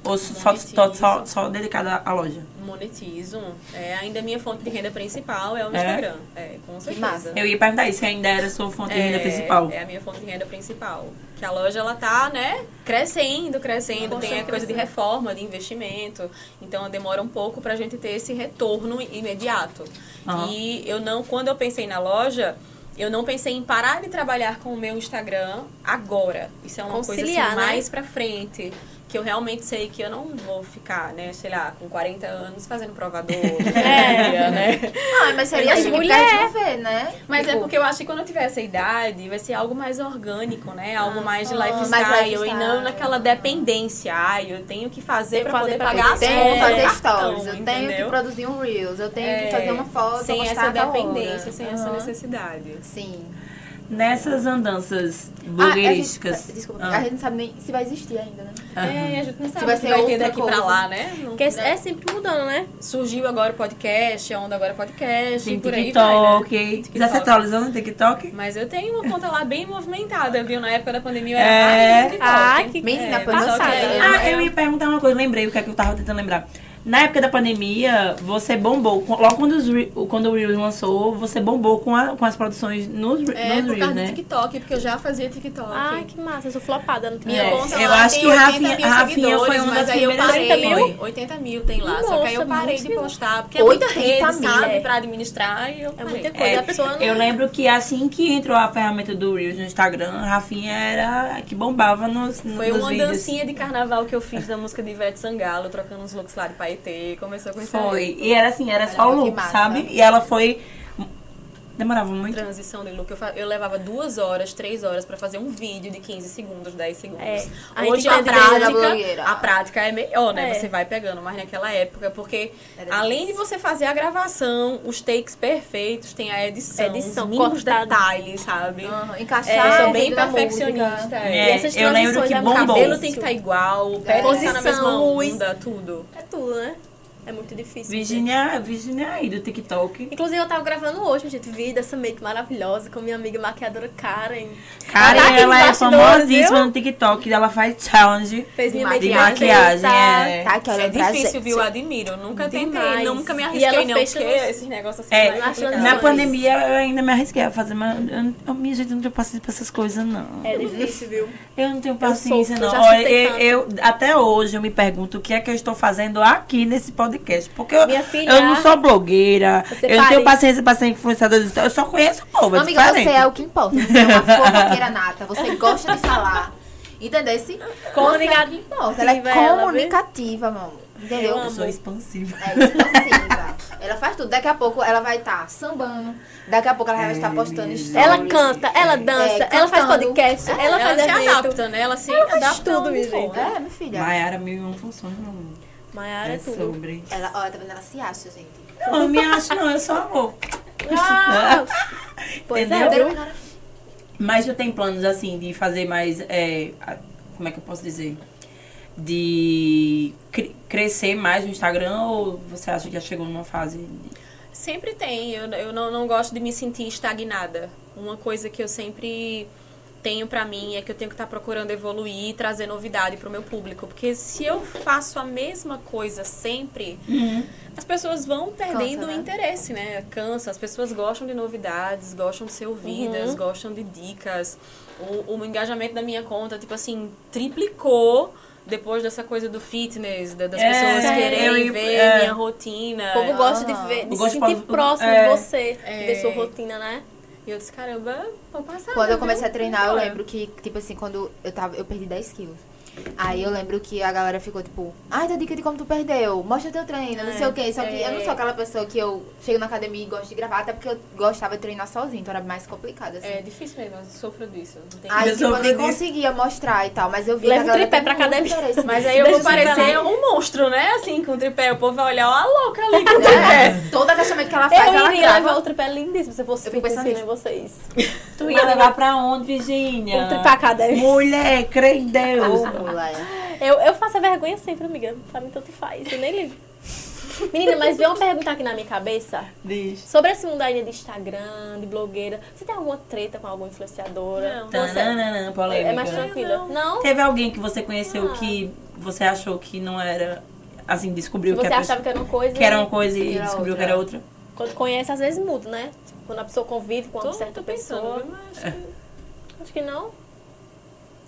Speaker 2: Ou só, só, só, só dedicada à loja?
Speaker 4: Monetizo. É, ainda a minha fonte de renda principal é
Speaker 2: É?
Speaker 4: o Instagram. É, com certeza.
Speaker 3: massa.
Speaker 2: Eu ia perguntar isso, que ainda era sua fonte de renda principal.
Speaker 4: É a minha fonte de renda principal. Que a loja ela tá, né, crescendo, crescendo, tem a
Speaker 1: Constante
Speaker 4: coisa de reforma, de investimento. Então demora um pouco pra gente ter esse retorno imediato.
Speaker 2: Aham.
Speaker 4: E eu não, quando eu pensei na loja, eu não pensei em parar de trabalhar com o meu Instagram agora. Isso é uma coisa
Speaker 1: Conciliar,
Speaker 4: assim,
Speaker 1: né?
Speaker 4: mais pra frente. Que eu realmente sei que eu não vou ficar, né, sei lá, com 40 anos fazendo provador. é, né?
Speaker 3: Ah, mas seria
Speaker 1: Mas
Speaker 4: assim,
Speaker 3: chique porque
Speaker 1: mulher.
Speaker 3: a gente não vê, né?
Speaker 4: Mas é
Speaker 3: Tipo,
Speaker 4: porque eu acho que quando eu tiver essa idade, vai ser algo mais orgânico, né? Algo mais de lifestyle,
Speaker 3: Ah, mais
Speaker 4: e
Speaker 3: lifestyle.
Speaker 4: não naquela dependência. Ai, eu tenho que fazer
Speaker 1: Tenho que
Speaker 4: pra
Speaker 1: fazer
Speaker 4: poder
Speaker 1: pra
Speaker 4: pagar as
Speaker 1: poder-
Speaker 3: Tenho que
Speaker 1: É,
Speaker 3: fazer
Speaker 4: contas,
Speaker 3: stories,
Speaker 4: cartão,
Speaker 3: eu tenho que
Speaker 4: entendeu?
Speaker 3: produzir um Reels, eu tenho que
Speaker 4: É,
Speaker 3: fazer uma foto,
Speaker 4: sem
Speaker 3: postar
Speaker 4: essa
Speaker 3: a tal
Speaker 4: dependência,
Speaker 3: hora.
Speaker 4: sem essa
Speaker 3: Aham.
Speaker 4: necessidade.
Speaker 3: Sim.
Speaker 2: Nessas andanças
Speaker 3: Ah, a gente-
Speaker 2: blogueirísticas.
Speaker 3: Desculpa,
Speaker 2: Ah.
Speaker 3: a gente não sabe nem se vai existir ainda, né?
Speaker 4: É, a gente não sabe
Speaker 3: vai
Speaker 4: o que
Speaker 3: ser
Speaker 4: vai ter
Speaker 3: outra
Speaker 4: daqui pra
Speaker 3: coisa.
Speaker 4: lá, né? Não-
Speaker 1: Porque é sempre mudando, né?
Speaker 4: Surgiu agora o podcast, a onda agora é podcast,
Speaker 2: Tem
Speaker 4: e por aí vai, né?
Speaker 2: TikTok. Já se
Speaker 4: TikTok.
Speaker 2: atualizando no TikTok?
Speaker 4: Mas eu tenho uma conta lá bem movimentada, viu? Na época da pandemia eu era
Speaker 2: É.
Speaker 4: mais no TikTok.
Speaker 1: Ah, que-
Speaker 3: Menina,
Speaker 4: É,
Speaker 3: foi
Speaker 4: só que
Speaker 3: lançada.
Speaker 4: aí-
Speaker 3: Eu-
Speaker 2: Ah,
Speaker 3: eu-
Speaker 2: eu ia perguntar uma coisa, lembrei o que é que eu tava tentando lembrar. Na época da pandemia, você bombou. com- Logo quando, os Re- quando o Reels lançou, você bombou com, a- com as produções nos, Re-
Speaker 4: É,
Speaker 2: nos
Speaker 4: por
Speaker 2: Reels,
Speaker 4: causa do
Speaker 2: né?
Speaker 4: TikTok, porque eu já fazia TikTok.
Speaker 1: Ai, que massa, eu sou flopada, não tenho
Speaker 4: Minha
Speaker 2: É,
Speaker 4: conta
Speaker 2: eu
Speaker 4: lá
Speaker 2: acho
Speaker 4: tem
Speaker 2: que o
Speaker 4: 80
Speaker 2: Rafinha-
Speaker 4: mil
Speaker 2: a Rafinha
Speaker 4: seguidores,
Speaker 2: foi uma
Speaker 4: mas
Speaker 2: das
Speaker 4: aí eu
Speaker 2: primeiras
Speaker 4: parei.
Speaker 1: 80 mil?
Speaker 4: 80 mil tem lá, só que aí eu
Speaker 1: Nossa,
Speaker 4: parei
Speaker 1: muito.
Speaker 4: de postar, porque é muita
Speaker 3: 80
Speaker 4: rede,
Speaker 3: mil,
Speaker 4: sabe,
Speaker 3: é.
Speaker 4: pra administrar e eu
Speaker 1: É
Speaker 4: parei.
Speaker 1: muita coisa,
Speaker 2: É,
Speaker 1: a pessoa não...
Speaker 2: eu lembro que assim que entrou a ferramenta do Reels no Instagram, a Rafinha era a que bombava nos, no-
Speaker 4: Foi
Speaker 2: nos
Speaker 4: uma
Speaker 2: um vídeos.
Speaker 4: dancinha de carnaval que eu fiz da música de Ivete Sangalo, trocando os looks lá de paetê, começou com isso aí.
Speaker 2: Foi. E era assim, era só
Speaker 3: Caramba, que
Speaker 2: look,
Speaker 3: massa.
Speaker 2: sabe? E ela foi. Demorava muito.
Speaker 4: Transição de look, eu, fa- eu levava duas horas, três horas pra fazer um vídeo de 15 segundos, 10 segundos.
Speaker 1: É, a gente
Speaker 4: Hoje a
Speaker 1: tem a trilha
Speaker 3: da
Speaker 4: prática,
Speaker 3: blogueira.
Speaker 4: a prática é melhor, né?
Speaker 1: É.
Speaker 4: Você vai pegando, mas naquela época, porque
Speaker 3: Era
Speaker 4: além de você fazer a gravação, os takes perfeitos, tem a edição,
Speaker 1: Edição,
Speaker 4: os mínimos
Speaker 1: cortado. Ah.
Speaker 4: detalhes, sabe?
Speaker 3: Aham,
Speaker 4: É,
Speaker 3: Encaixar.
Speaker 4: eu sou
Speaker 3: o
Speaker 4: bem
Speaker 3: vídeo na
Speaker 4: perfeccionista.
Speaker 3: música.
Speaker 4: é.
Speaker 1: E essas
Speaker 2: eu lembro
Speaker 1: transições
Speaker 2: que
Speaker 1: da
Speaker 4: O
Speaker 1: Bom, É.
Speaker 2: bombou.
Speaker 4: cabelo tem que estar igual, o pé tem que estar na
Speaker 1: Posição,
Speaker 4: mesma
Speaker 1: luz.
Speaker 4: onda, tudo.
Speaker 1: É tudo, né? É muito difícil.
Speaker 2: Virginia, Virginia aí do TikTok.
Speaker 1: Inclusive, eu tava gravando hoje, gente, vi dessa make maravilhosa com minha amiga maquiadora Karen.
Speaker 2: Cara,
Speaker 1: Tá aqui
Speaker 2: ela
Speaker 1: nos
Speaker 2: é
Speaker 1: bastidores,
Speaker 2: famosíssima
Speaker 1: viu?
Speaker 2: no TikTok. Ela faz challenge
Speaker 1: Fez minha
Speaker 2: de
Speaker 1: maquiagem,
Speaker 2: maquiagem.
Speaker 1: tá?
Speaker 2: é.
Speaker 3: Tá aqui,
Speaker 4: Isso
Speaker 3: olha
Speaker 4: é
Speaker 3: pra
Speaker 4: difícil,
Speaker 3: gente.
Speaker 4: viu? Eu admiro. Nunca
Speaker 1: Demais.
Speaker 4: tentei, nunca me
Speaker 1: E
Speaker 4: arrisquei,
Speaker 1: ela
Speaker 4: não.
Speaker 1: fecha
Speaker 4: porque
Speaker 1: nos-
Speaker 4: esses negócios assim,
Speaker 2: É,
Speaker 4: mais
Speaker 1: nas
Speaker 4: complicados.
Speaker 2: Na
Speaker 1: Isso.
Speaker 2: pandemia eu ainda me arrisquei a fazer, mas eu, eu, minha gente, eu não tenho paciência pra essas coisas, não.
Speaker 1: É difícil, viu?
Speaker 2: Eu não tenho paciência,
Speaker 1: sofro,
Speaker 2: não.
Speaker 1: eu já
Speaker 2: Olha,
Speaker 1: chutei
Speaker 2: eu, eu- até hoje eu me pergunto o que é que eu estou fazendo aqui nesse podcast. Porque eu,
Speaker 1: Minha filha,
Speaker 2: eu não sou blogueira,
Speaker 1: você
Speaker 2: eu não tenho
Speaker 1: pare.
Speaker 2: paciência pra ser influenciadora digital. Eu só conheço o povo, é
Speaker 3: Amiga, você
Speaker 2: diferente.
Speaker 3: é o que importa. Você é uma fofoqueira nata. Você gosta de falar. Entendeu? Esse-
Speaker 1: Comunica-
Speaker 3: Você é o que importa. Ela é
Speaker 1: Ativa ela, viu?
Speaker 3: comunicativa, mano. Entendeu?
Speaker 2: Eu sou expansiva.
Speaker 3: É expansiva. ela faz tudo. Daqui a pouco ela vai estar sambando. Daqui a pouco ela vai estar postando stories.
Speaker 1: Ela canta, ela dança,
Speaker 3: É,
Speaker 1: ela faz
Speaker 3: cantando.
Speaker 1: podcast, ela
Speaker 4: Ela,
Speaker 1: faz
Speaker 4: se
Speaker 1: evento.
Speaker 4: adapta, né? Ela se adapta
Speaker 1: tudo,
Speaker 4: aonde
Speaker 1: minha
Speaker 4: for,
Speaker 1: gente.
Speaker 4: né?
Speaker 3: Tá É, minha filha.
Speaker 2: Maiara, mil e um funções, meu amor.
Speaker 1: Maiara
Speaker 2: É
Speaker 1: é tudo.
Speaker 2: sobre.
Speaker 3: Ela, ó, tá vendo? Ela se acha, gente.
Speaker 2: Não, eu me acho, não, eu sou amor.
Speaker 1: Ah, pois
Speaker 2: Entendeu?
Speaker 1: é, viu?
Speaker 2: Mas tu tem planos, assim, de fazer mais. é, a- como é que eu posso dizer? De cre- crescer mais no Instagram ou você acha que já chegou numa fase? de-
Speaker 4: Sempre tem. Eu, eu não, não gosto de me sentir estagnada. Uma coisa que eu sempre tenho pra mim é que eu tenho que estar procurando evoluir e trazer novidade pro meu público. Porque se eu faço a mesma coisa sempre,
Speaker 1: Uhum.
Speaker 4: as pessoas vão perdendo
Speaker 3: Cansa,
Speaker 4: o
Speaker 3: né?
Speaker 4: interesse, né? Cansa. As pessoas gostam de novidades, gostam de ser ouvidas, gostam de dicas. O, o engajamento da minha conta, tipo assim, triplicou. Depois dessa coisa do fitness, da- das
Speaker 2: É,
Speaker 4: pessoas
Speaker 2: eu
Speaker 4: quererem
Speaker 2: ia-
Speaker 4: ver
Speaker 2: é.
Speaker 4: minha rotina.
Speaker 1: O povo gosta de,
Speaker 3: Ah.
Speaker 1: ver, de
Speaker 2: Eu
Speaker 1: se
Speaker 2: gosto de falar-
Speaker 1: sentir próximo
Speaker 2: é.
Speaker 1: de você, de
Speaker 4: É.
Speaker 1: ver sua rotina, né?
Speaker 4: E eu disse, caramba, vou passar. né? um
Speaker 3: Quando eu
Speaker 4: viu?
Speaker 3: comecei a treinar, eu
Speaker 4: Bora.
Speaker 3: lembro que, tipo assim, quando eu tava, eu perdi 10 quilos. Aí eu lembro que a galera ficou tipo, ai, dá dica de como tu perdeu, mostra teu treino, não sei o quê. Só que eu não sou aquela pessoa que eu chego na academia e gosto de gravar, até porque eu gostava de treinar sozinha, então era mais complicado, assim.
Speaker 4: É difícil mesmo, eu sofro disso. Não tem
Speaker 3: Aí
Speaker 2: Eu
Speaker 3: tipo, eu
Speaker 2: sofro
Speaker 3: nem
Speaker 2: disso.
Speaker 3: conseguia mostrar e tal, mas eu vi
Speaker 1: Leva
Speaker 3: que
Speaker 1: o
Speaker 3: a
Speaker 1: tripé
Speaker 3: galera
Speaker 1: pra
Speaker 3: tem muito
Speaker 1: academia.
Speaker 3: interesse
Speaker 4: Mas
Speaker 3: nisso.
Speaker 4: aí eu vou
Speaker 1: Deixa eu
Speaker 4: parecer
Speaker 1: falar.
Speaker 4: um monstro, né? Assim, com o tripé. O povo vai olhar, ó, a louca ali com o tripé.
Speaker 3: É, todo agachamento que ela
Speaker 1: Eu
Speaker 3: faz, ela
Speaker 1: iria levar
Speaker 3: grava. um
Speaker 1: o tripé lindíssimo se eu fosse
Speaker 3: Eu fico
Speaker 1: fit,
Speaker 3: pensando
Speaker 1: assim, né, vocês.
Speaker 2: Tu ia levar pra onde, Virgínia?
Speaker 1: Um tripé acadêmico.
Speaker 2: Mulher, crê em Deus.
Speaker 1: Ah,
Speaker 3: Ô, mulher.
Speaker 1: Eu, eu faço a vergonha sempre, amiga. Pra mim, tanto faz. Eu nem ligo. Menina, mas veio uma pergunta aqui na minha cabeça.
Speaker 2: Diz.
Speaker 1: Sobre esse mundo ainda de Instagram, de blogueira. Você tem alguma treta com alguma influenciadora?
Speaker 4: Não.
Speaker 1: Você-
Speaker 2: Tananana,
Speaker 1: é,
Speaker 2: polêmica. né?
Speaker 1: mais tranquila.
Speaker 4: Eu
Speaker 1: Não?
Speaker 2: Teve alguém que você conheceu
Speaker 1: Ah.
Speaker 2: que você achou que não era. Assim,
Speaker 1: Se
Speaker 2: descobriu que,
Speaker 1: você
Speaker 2: a
Speaker 1: achava que era uma coisa.
Speaker 2: pessoa- que era uma coisa e
Speaker 3: que era
Speaker 2: descobriu que
Speaker 3: outra.
Speaker 2: era outra?
Speaker 1: Quando conhece, às vezes muda, né? Tipo, quando a pessoa convive com uma
Speaker 4: Tô,
Speaker 1: certa
Speaker 4: tô pensando,
Speaker 1: pessoa.
Speaker 4: mas acho que
Speaker 1: Acho que não.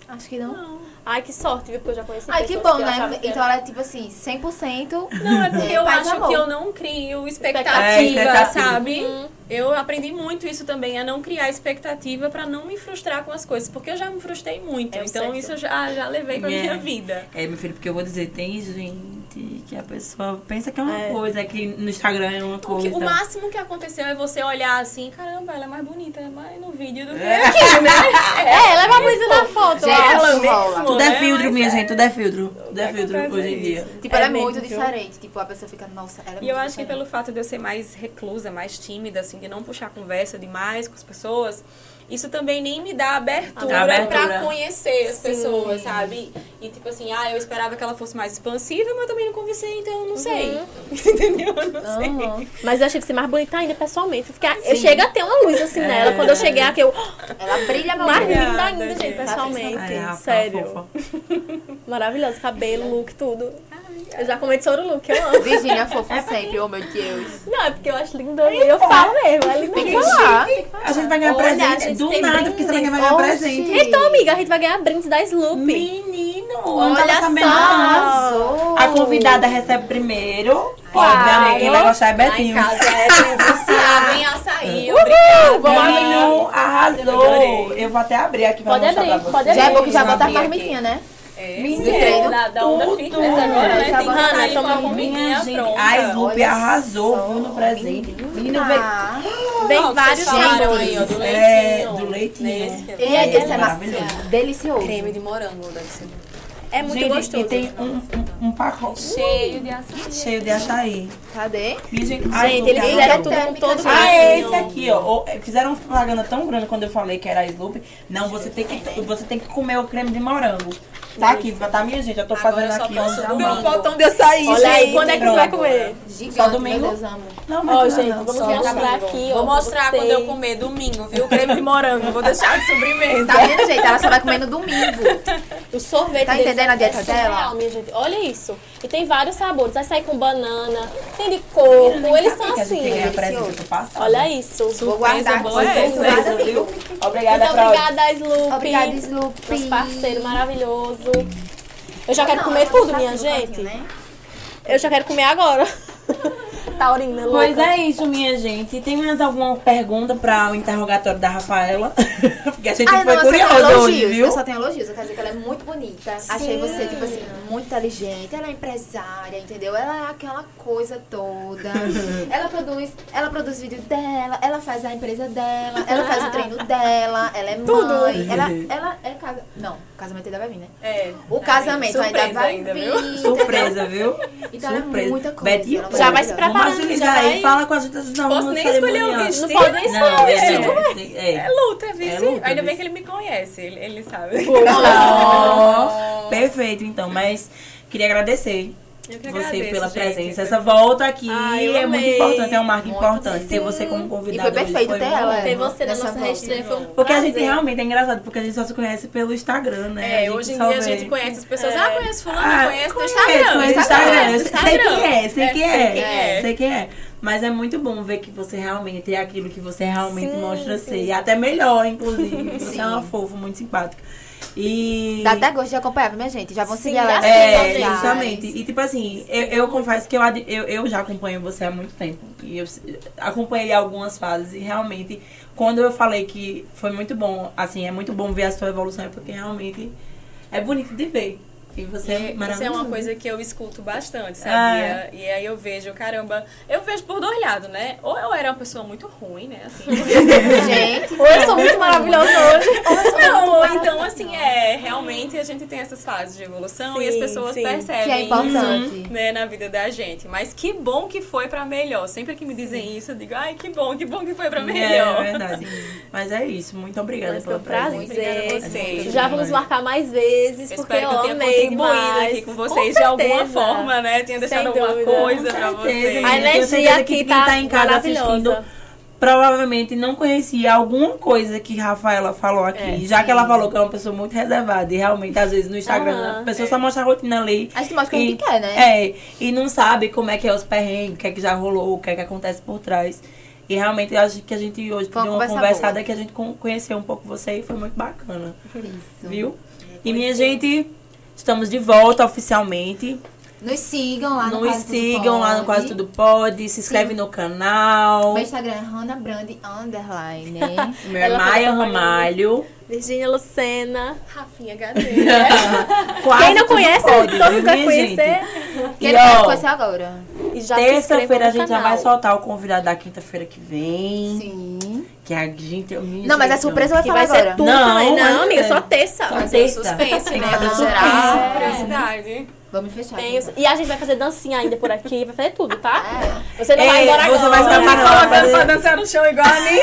Speaker 3: Acho que não.
Speaker 1: Ai, que sorte, viu? Porque eu já conheci
Speaker 3: Ai, que
Speaker 1: pessoas
Speaker 3: bom,
Speaker 1: eu
Speaker 3: né?
Speaker 1: achava que
Speaker 3: Então
Speaker 1: era-
Speaker 3: ela é tipo assim, 100%.
Speaker 4: Não, é porque eu
Speaker 3: Paz e
Speaker 4: acho
Speaker 3: amor.
Speaker 4: que eu não crio
Speaker 1: Expectativa.
Speaker 4: expectativa,
Speaker 2: É, expectativa.
Speaker 4: sabe? Eu aprendi muito isso também, a não criar expectativa pra não me frustrar com as coisas, porque eu já me frustrei muito.
Speaker 1: É o
Speaker 4: então
Speaker 1: certo.
Speaker 4: isso eu já, já levei pra
Speaker 2: É.
Speaker 4: minha vida.
Speaker 2: É, meu filho, porque eu vou dizer, tem gente que a pessoa pensa que é uma
Speaker 1: É.
Speaker 2: coisa, que no Instagram é uma
Speaker 4: O,
Speaker 2: coisa.
Speaker 4: que- o máximo que aconteceu é você olhar assim, caramba, ela é mais bonita, é mais no vídeo do que
Speaker 2: É.
Speaker 4: aqui, né?
Speaker 1: É, leva a coisa na foto.
Speaker 3: Gente,
Speaker 1: ó.
Speaker 3: ela
Speaker 4: mesmo,
Speaker 3: rola.
Speaker 2: Tudo é
Speaker 4: né?
Speaker 2: filtro,
Speaker 4: Mas
Speaker 2: minha
Speaker 4: é.
Speaker 2: gente, tudo é filtro. Tudo é
Speaker 4: que
Speaker 2: filtro
Speaker 4: acontece
Speaker 2: hoje em
Speaker 4: isso.
Speaker 2: dia.
Speaker 3: Tipo, ela é
Speaker 1: É mesmo,
Speaker 3: muito
Speaker 1: viu?
Speaker 3: diferente. Tipo, a pessoa fica, nossa, ela é muito
Speaker 4: E eu acho que
Speaker 3: diferente.
Speaker 4: pelo fato de eu ser mais reclusa, mais tímida, assim, de não puxar conversa demais com as pessoas, isso também nem me dá abertura,
Speaker 2: Dá abertura.
Speaker 4: pra conhecer as pessoas, sabe? E tipo assim, ah, eu esperava que ela fosse mais expansiva, mas eu também não conversei, então eu não sei.
Speaker 2: Uhum.
Speaker 4: Entendeu? Eu não sei.
Speaker 3: Aham.
Speaker 1: Mas eu achei que ser mais bonita ainda pessoalmente. Porque eu chego a ter uma luz assim nela. Quando eu cheguei aqui, eu.
Speaker 3: Ela brilha meu
Speaker 1: mais
Speaker 3: brilho.
Speaker 4: Tá Obrigada,
Speaker 1: linda ainda, gente,
Speaker 4: gente.
Speaker 1: pessoalmente.
Speaker 2: Ai, Rafa,
Speaker 1: Sério.
Speaker 2: fofa.
Speaker 1: Maravilhoso. Cabelo, look, tudo. Eu já comentei sobre o look, eu amo.
Speaker 3: Virgínia fofa sempre, oh meu Deus.
Speaker 1: Não, é porque eu acho linda. E eu falo mesmo, é linda.
Speaker 3: Tem que falar.
Speaker 2: A gente vai ganhar
Speaker 1: Olha, a
Speaker 2: presente.
Speaker 1: gente
Speaker 2: Do
Speaker 1: tem
Speaker 2: nada, porque você vai
Speaker 1: brindes.
Speaker 2: ganhar
Speaker 3: Oxi.
Speaker 2: presente.
Speaker 1: Então, amiga, a gente vai ganhar brindes da Sloop.
Speaker 2: Menino,
Speaker 1: Olha
Speaker 2: tava sabendo
Speaker 1: só.
Speaker 2: não.
Speaker 3: Arrasou.
Speaker 2: A convidada recebe primeiro.
Speaker 1: Claro.
Speaker 2: Obviamente, quem vai gostar é
Speaker 4: Lá em
Speaker 2: Betinho.
Speaker 4: casa é viciada em açaí,
Speaker 1: Vamos abrir.
Speaker 2: Menino, arrasou.
Speaker 4: Adorei.
Speaker 2: Eu vou até abrir aqui pra
Speaker 1: Pode
Speaker 2: mostrar
Speaker 1: abrir,
Speaker 2: pra
Speaker 1: pode
Speaker 2: vocês.
Speaker 3: Já é bom que já
Speaker 4: Gente,
Speaker 3: bota a
Speaker 4: abri aqui.
Speaker 3: marmitinha, né?
Speaker 4: É,
Speaker 2: Menino,
Speaker 4: do- da, da onda
Speaker 2: tudo.
Speaker 4: fitness agora, né?
Speaker 3: Já
Speaker 4: Tem que
Speaker 3: bota
Speaker 4: sair
Speaker 1: na
Speaker 4: com a
Speaker 1: tua
Speaker 4: comidinha
Speaker 2: Minha gente,
Speaker 4: pronta.
Speaker 2: a Sloop
Speaker 3: Olha
Speaker 2: arrasou,
Speaker 3: só,
Speaker 2: viu, no presente. Menino, veio.
Speaker 3: Ah,
Speaker 1: Vem
Speaker 4: Ó, vocês
Speaker 1: vários
Speaker 4: falaram
Speaker 1: jeitos.
Speaker 4: aí, ó,
Speaker 2: É, do
Speaker 4: do leitinho.
Speaker 2: leitinho.
Speaker 4: Nesse que eu-
Speaker 3: e aí, esse é
Speaker 2: Maravilhoso.
Speaker 3: macio. Delicioso.
Speaker 4: Creme de morango deve ser
Speaker 1: É muito
Speaker 2: gente, E
Speaker 1: gostoso.
Speaker 2: tem um, um- um pacote
Speaker 4: cheio de açaí.
Speaker 2: cheio de açaí.
Speaker 3: Cadê?
Speaker 2: Minha gente,
Speaker 1: Gente,
Speaker 2: Sloop
Speaker 1: eles
Speaker 2: arrasou.
Speaker 1: fizeram tudo
Speaker 3: térmica,
Speaker 1: com todo
Speaker 3: gente.
Speaker 2: Ah, é esse
Speaker 1: carinho.
Speaker 2: aqui, ó. Ou, é, Fizeram uma propaganda tão grande quando eu falei que era a Sloop. Não, você tem que, você tem que comer o creme de morango. Tá aqui, tá minha gente. Eu tô
Speaker 4: Agora
Speaker 2: fazendo
Speaker 4: eu só
Speaker 2: aqui
Speaker 4: posso
Speaker 2: um
Speaker 4: dormir.
Speaker 2: jamão.
Speaker 4: Faltam
Speaker 2: de açaí,
Speaker 1: Olha aí, quando é que você vai comer?
Speaker 3: Gigante,
Speaker 2: Só domingo?
Speaker 3: meu Deus, amo.
Speaker 2: Não, mas
Speaker 1: Ó,
Speaker 2: não,
Speaker 1: gente,
Speaker 2: não.
Speaker 1: vamos
Speaker 2: Só
Speaker 1: mostrar
Speaker 4: Domingo.
Speaker 1: aqui, ó.
Speaker 4: Vou
Speaker 1: pra
Speaker 4: mostrar
Speaker 1: vocês.
Speaker 4: quando eu comer domingo, viu? Creme de morango. Vou deixar de sobremesa.
Speaker 3: Tá vendo, gente? Ela só vai comer no domingo.
Speaker 1: O sorvete
Speaker 3: Tá
Speaker 1: deles
Speaker 3: entendendo a
Speaker 1: é
Speaker 3: dieta
Speaker 1: surreal,
Speaker 3: dela?
Speaker 1: minha gente. Olha isso. E tem vários sabores. Vai sair com banana, tem de coco. Eles são
Speaker 2: que a gente
Speaker 1: assim.
Speaker 2: ganha
Speaker 1: eles-
Speaker 2: presente, eu tô passada.
Speaker 1: Olha isso.
Speaker 3: Vou guardar.
Speaker 4: boa é
Speaker 3: Vou
Speaker 4: essa,
Speaker 3: guardar,
Speaker 2: Obrigada,
Speaker 3: viu?
Speaker 2: viu? Obrigada,
Speaker 1: Muito
Speaker 2: Prod.
Speaker 1: obrigada, Sloop.
Speaker 3: Obrigada, Sloop.
Speaker 1: Nosso parceiro maravilhoso. Eu já quero
Speaker 3: Não,
Speaker 1: comer
Speaker 3: ela
Speaker 1: tudo,
Speaker 3: tá
Speaker 1: minha
Speaker 3: aqui no
Speaker 1: gente.
Speaker 3: cantinho, né?
Speaker 1: Eu já quero comer agora. Taurina, louca.
Speaker 2: Pois é isso, minha gente. Tem mais alguma pergunta para o interrogatório da Rafaela? Porque a gente
Speaker 3: Ah, não,
Speaker 2: Tipo,
Speaker 3: eu
Speaker 2: foi
Speaker 3: só tenho
Speaker 2: curioso hoje,
Speaker 3: elogios.
Speaker 2: viu?
Speaker 3: Eu só tenho elogios. Eu quero dizer que ela é muito bonita. Achei você, tipo assim, muito inteligente. Ela é empresária, entendeu? Ela é aquela coisa toda. ela produz, ela produz vídeo dela, ela faz a empresa dela, ela faz o treino dela, ela é mãe. Ela, ela é casa. Não, o casamento ainda vai vir, né?
Speaker 4: É.
Speaker 3: O casamento ainda
Speaker 4: surpresa
Speaker 3: vai
Speaker 4: ainda,
Speaker 3: vir.
Speaker 4: viu?
Speaker 3: entendeu?
Speaker 2: Surpresa, viu?
Speaker 3: Então ela é
Speaker 2: Surpresa.
Speaker 3: muita coisa,
Speaker 2: Betinho,
Speaker 3: ela é
Speaker 1: já vai se
Speaker 3: maravilhosa.
Speaker 1: preparando.
Speaker 2: Vamos agilizar
Speaker 1: já
Speaker 2: aí.
Speaker 1: vai-
Speaker 2: Fala com a gente ajudar
Speaker 4: Posso nem escolher o vestido.
Speaker 1: Não pode nem escolher o vestido.
Speaker 2: vestido.
Speaker 4: É
Speaker 2: É.
Speaker 4: luta, é vice.
Speaker 2: É luta,
Speaker 4: Ainda bem
Speaker 2: vice.
Speaker 4: que ele me conhece, ele, ele sabe.
Speaker 2: Ó, Perfeito, então. Mas queria agradecer.
Speaker 4: Eu que
Speaker 2: Você
Speaker 4: agradeço,
Speaker 2: pela
Speaker 4: gente.
Speaker 2: presença. Essa volta aqui
Speaker 4: Ai, eu
Speaker 2: é muito
Speaker 4: amei.
Speaker 2: importante, é um marco
Speaker 3: Muito
Speaker 2: importante.
Speaker 3: sim.
Speaker 2: Ter você como
Speaker 3: E
Speaker 2: convidada.
Speaker 3: foi
Speaker 2: hoje
Speaker 3: perfeito ter
Speaker 2: muito
Speaker 3: ela.
Speaker 1: Ter você na
Speaker 3: nessa
Speaker 1: nossa
Speaker 3: volta.
Speaker 1: rede foi um
Speaker 2: Porque a gente
Speaker 1: prazer.
Speaker 2: realmente é engraçado, porque a gente só se conhece pelo Instagram, né? A
Speaker 4: É,
Speaker 2: gente
Speaker 4: hoje em
Speaker 2: só
Speaker 4: dia a
Speaker 2: vê.
Speaker 4: gente conhece as pessoas. Ah, conheço fulano,
Speaker 2: Ah,
Speaker 4: conheço teu
Speaker 2: conheço,
Speaker 4: Instagram.
Speaker 2: conheço Instagram.
Speaker 4: conheço teu
Speaker 2: Sei quem é, sei quem
Speaker 4: sei quem
Speaker 2: é,
Speaker 4: é.
Speaker 2: sei quem é. Mas é muito bom ver que você realmente é aquilo que você realmente
Speaker 1: Sim,
Speaker 2: mostra
Speaker 1: sim.
Speaker 2: ser. E até melhor, inclusive. Você
Speaker 3: Sim.
Speaker 2: é uma fofa, muito simpática. E.
Speaker 3: Dá até gosto de acompanhar, viu, minha gente? Já vão
Speaker 1: Sim,
Speaker 3: seguir ela.
Speaker 1: já
Speaker 3: nas
Speaker 1: siga,
Speaker 2: É,
Speaker 3: redes
Speaker 1: gente.
Speaker 3: sociais.
Speaker 2: justamente. E tipo assim, eu, eu confesso que eu, ad- eu, eu já acompanho você há muito tempo. E eu se- acompanhei algumas fases e realmente, quando eu falei que foi muito bom, assim, é muito bom ver a sua evolução, é porque realmente é bonito de ver. E você é Ah,
Speaker 4: E Isso é
Speaker 2: maravilhosa.
Speaker 4: uma coisa que eu escuto bastante, sabia? E aí eu vejo, caramba, eu vejo por dois lados, né? Ou eu era uma pessoa muito ruim, né? Assim,
Speaker 3: Gente,
Speaker 1: Hoje eu sou muito maravilhosa hoje.
Speaker 4: Não, ou
Speaker 1: né?
Speaker 4: então assim, é, realmente a gente tem essas fases de evolução e as
Speaker 1: Sim,
Speaker 4: pessoas
Speaker 1: sim.
Speaker 4: percebem
Speaker 3: que é importante.
Speaker 4: isso, né, na vida da gente. Mas que bom que foi pra melhor. Sempre que me dizem isso, eu digo, ai, que bom, que bom que foi pra melhor.
Speaker 2: É, é verdade. Mas é isso. Muito obrigada
Speaker 1: Mas foi
Speaker 2: pela
Speaker 1: um prazer.
Speaker 2: presença.
Speaker 4: Obrigada
Speaker 2: Sim.
Speaker 4: a vocês.
Speaker 1: Já vamos marcar mais vezes,
Speaker 4: Eu
Speaker 1: porque
Speaker 4: Espero que eu tenha
Speaker 1: amei
Speaker 4: contribuído
Speaker 1: demais.
Speaker 4: aqui com vocês de alguma
Speaker 1: certeza.
Speaker 4: forma, né? Tenha deixado alguma
Speaker 1: dúvida.
Speaker 2: Com
Speaker 4: coisa pra
Speaker 2: certeza,
Speaker 4: vocês.
Speaker 1: A
Speaker 2: Eu tenho
Speaker 1: energia
Speaker 2: certeza que
Speaker 1: aqui
Speaker 2: quem
Speaker 1: tá
Speaker 2: tá em casa
Speaker 1: maravilhosa.
Speaker 2: assistindo Provavelmente não conhecia alguma coisa que Rafaela falou aqui.
Speaker 1: É,
Speaker 2: já que ela falou que é uma pessoa muito reservada. E realmente, às vezes, no Instagram,
Speaker 1: Aham,
Speaker 2: a pessoa só mostra a rotina ali.
Speaker 3: A gente mostra o que a
Speaker 2: E-
Speaker 3: gente quer, né?
Speaker 2: É, e não sabe como é que é os perrengues, o que é que já rolou, o que é que acontece por trás. E realmente eu acho que a gente hoje
Speaker 3: Foi uma
Speaker 2: deu uma
Speaker 3: conversa
Speaker 2: conversada
Speaker 3: boa.
Speaker 2: que a gente con- conheceu um pouco você e foi muito bacana,
Speaker 3: Isso.
Speaker 2: viu? E minha gente, estamos de volta oficialmente.
Speaker 3: Nos sigam lá no
Speaker 2: Nos
Speaker 3: Quase Tudo
Speaker 2: sigam lá no
Speaker 3: Pode.
Speaker 2: Quase Tudo Pode, se inscreve no canal.
Speaker 3: Meu Instagram é Hannah Brandi Underline.
Speaker 2: Meu
Speaker 4: Ela faz
Speaker 2: Maia
Speaker 4: propaganda.
Speaker 2: Ramalho.
Speaker 1: Virgínia Lucena.
Speaker 4: Rafinha Gadeira.
Speaker 2: Quase
Speaker 1: Quem não
Speaker 2: Tudo
Speaker 1: conhece,
Speaker 2: Pode,
Speaker 1: todo
Speaker 2: viu,
Speaker 1: mundo quer
Speaker 2: minha gente?
Speaker 1: conhecer.
Speaker 3: Quem
Speaker 2: E,
Speaker 3: não
Speaker 2: ó,
Speaker 3: faz coisa agora?
Speaker 1: E já se inscreva
Speaker 2: Terça-feira
Speaker 1: no
Speaker 2: a gente já vai
Speaker 1: canal.
Speaker 2: soltar o convidado da quinta-feira que vem.
Speaker 3: Sim.
Speaker 2: Que a gente.
Speaker 3: Não,
Speaker 2: então.
Speaker 3: mas a surpresa vai
Speaker 1: Que
Speaker 3: falar
Speaker 1: vai ser
Speaker 3: agora.
Speaker 1: tudo
Speaker 2: Não,
Speaker 1: também. Não,
Speaker 2: mas- é.
Speaker 1: amiga, só terça.
Speaker 2: Só
Speaker 4: Fazer o
Speaker 2: Sexta.
Speaker 4: suspense, né?
Speaker 3: Ah,
Speaker 4: Pra É.
Speaker 3: geral.
Speaker 4: gerar curiosidade.
Speaker 3: Vamos fechar.
Speaker 1: Tem os-
Speaker 3: então.
Speaker 1: E a gente vai fazer dancinha ainda por aqui, vai fazer tudo, tá?
Speaker 3: É.
Speaker 1: Você não vai
Speaker 2: Ei,
Speaker 1: embora agora.
Speaker 2: você vai Tá
Speaker 1: não.
Speaker 4: Tá me
Speaker 2: bom,
Speaker 4: colocando
Speaker 2: valeu.
Speaker 4: pra dançar no chão igual a mim.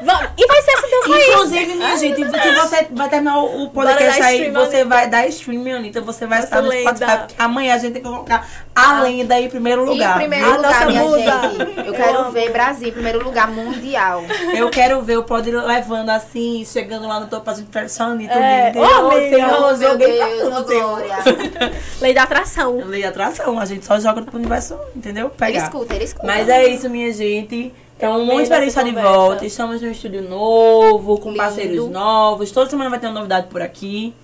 Speaker 1: Vamos- E vai ser essa dança aí.
Speaker 2: Inclusive, minha gente, se você vai terminar o o
Speaker 1: Bora
Speaker 2: podcast
Speaker 1: dar
Speaker 2: aí,
Speaker 1: stream,
Speaker 2: você
Speaker 1: Anitta.
Speaker 2: vai dar stream, Anitta. Você vai
Speaker 1: Nossa,
Speaker 2: estar no
Speaker 1: lenda.
Speaker 2: Spotify. Porque amanhã a gente tem que colocar a lenda em primeiro
Speaker 3: E
Speaker 2: lugar.
Speaker 3: em primeiro
Speaker 1: A
Speaker 3: lugar,
Speaker 1: nossa
Speaker 3: minha
Speaker 1: musa.
Speaker 3: gente, eu
Speaker 1: Eu
Speaker 3: quero
Speaker 1: amo.
Speaker 3: ver Brasil em primeiro lugar mundial.
Speaker 2: Eu quero ver o pod levando assim, chegando lá no topo, pra gente ver só a Anitta.
Speaker 1: É.
Speaker 2: Meu
Speaker 1: Ô,
Speaker 2: Deus,
Speaker 1: amiga.
Speaker 2: Senhor,
Speaker 3: Meu
Speaker 2: joguei pra
Speaker 3: Deus, ô
Speaker 2: tudo, Senhor.
Speaker 3: glória.
Speaker 1: Lei da atração.
Speaker 2: Lei de atração, a gente só joga pro universo, entendeu?
Speaker 3: Ele
Speaker 2: Pegar.
Speaker 3: escuta, ele escuta.
Speaker 2: Mas é isso, minha gente. Então,
Speaker 1: Amei
Speaker 2: muito
Speaker 1: nossa
Speaker 2: feliz de estar de
Speaker 1: conversa.
Speaker 2: volta. Estamos num estúdio novo, com
Speaker 3: Lindo.
Speaker 2: parceiros novos. Toda semana vai ter uma novidade por aqui.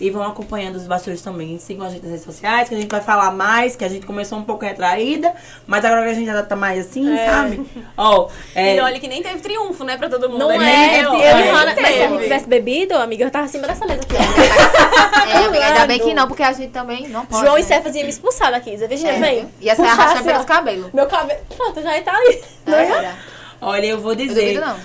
Speaker 2: E vão acompanhando os bastidores também. Sigam a gente nas redes sociais, que a gente vai falar mais, que a gente começou um pouco retraída, mas agora que a gente já tá mais assim, sabe? Ó, é,
Speaker 4: E olha que nem teve triunfo, né, pra todo mundo.
Speaker 1: Não
Speaker 4: Ele
Speaker 1: é,
Speaker 4: deu.
Speaker 2: é,
Speaker 1: eu e Hannah.
Speaker 2: é.
Speaker 1: Mas se a gente tivesse bebido, amiga, eu tava acima dessa mesa aqui.
Speaker 3: É, amiga, ainda bem
Speaker 1: Claro.
Speaker 3: que não, porque a gente também não pode.
Speaker 1: João é
Speaker 3: né?
Speaker 1: e Cefas iam me expulsar daqui. Zé Virginia,
Speaker 3: É.
Speaker 1: vem.
Speaker 3: Ia ser
Speaker 1: Puxar
Speaker 3: arrastar
Speaker 1: assim, ó.
Speaker 3: pelos cabelos.
Speaker 1: Meu cabelo. Pronto, já tá ali.
Speaker 3: Não era.
Speaker 2: olha, eu vou
Speaker 3: Eu
Speaker 2: dizer.
Speaker 3: duvido não.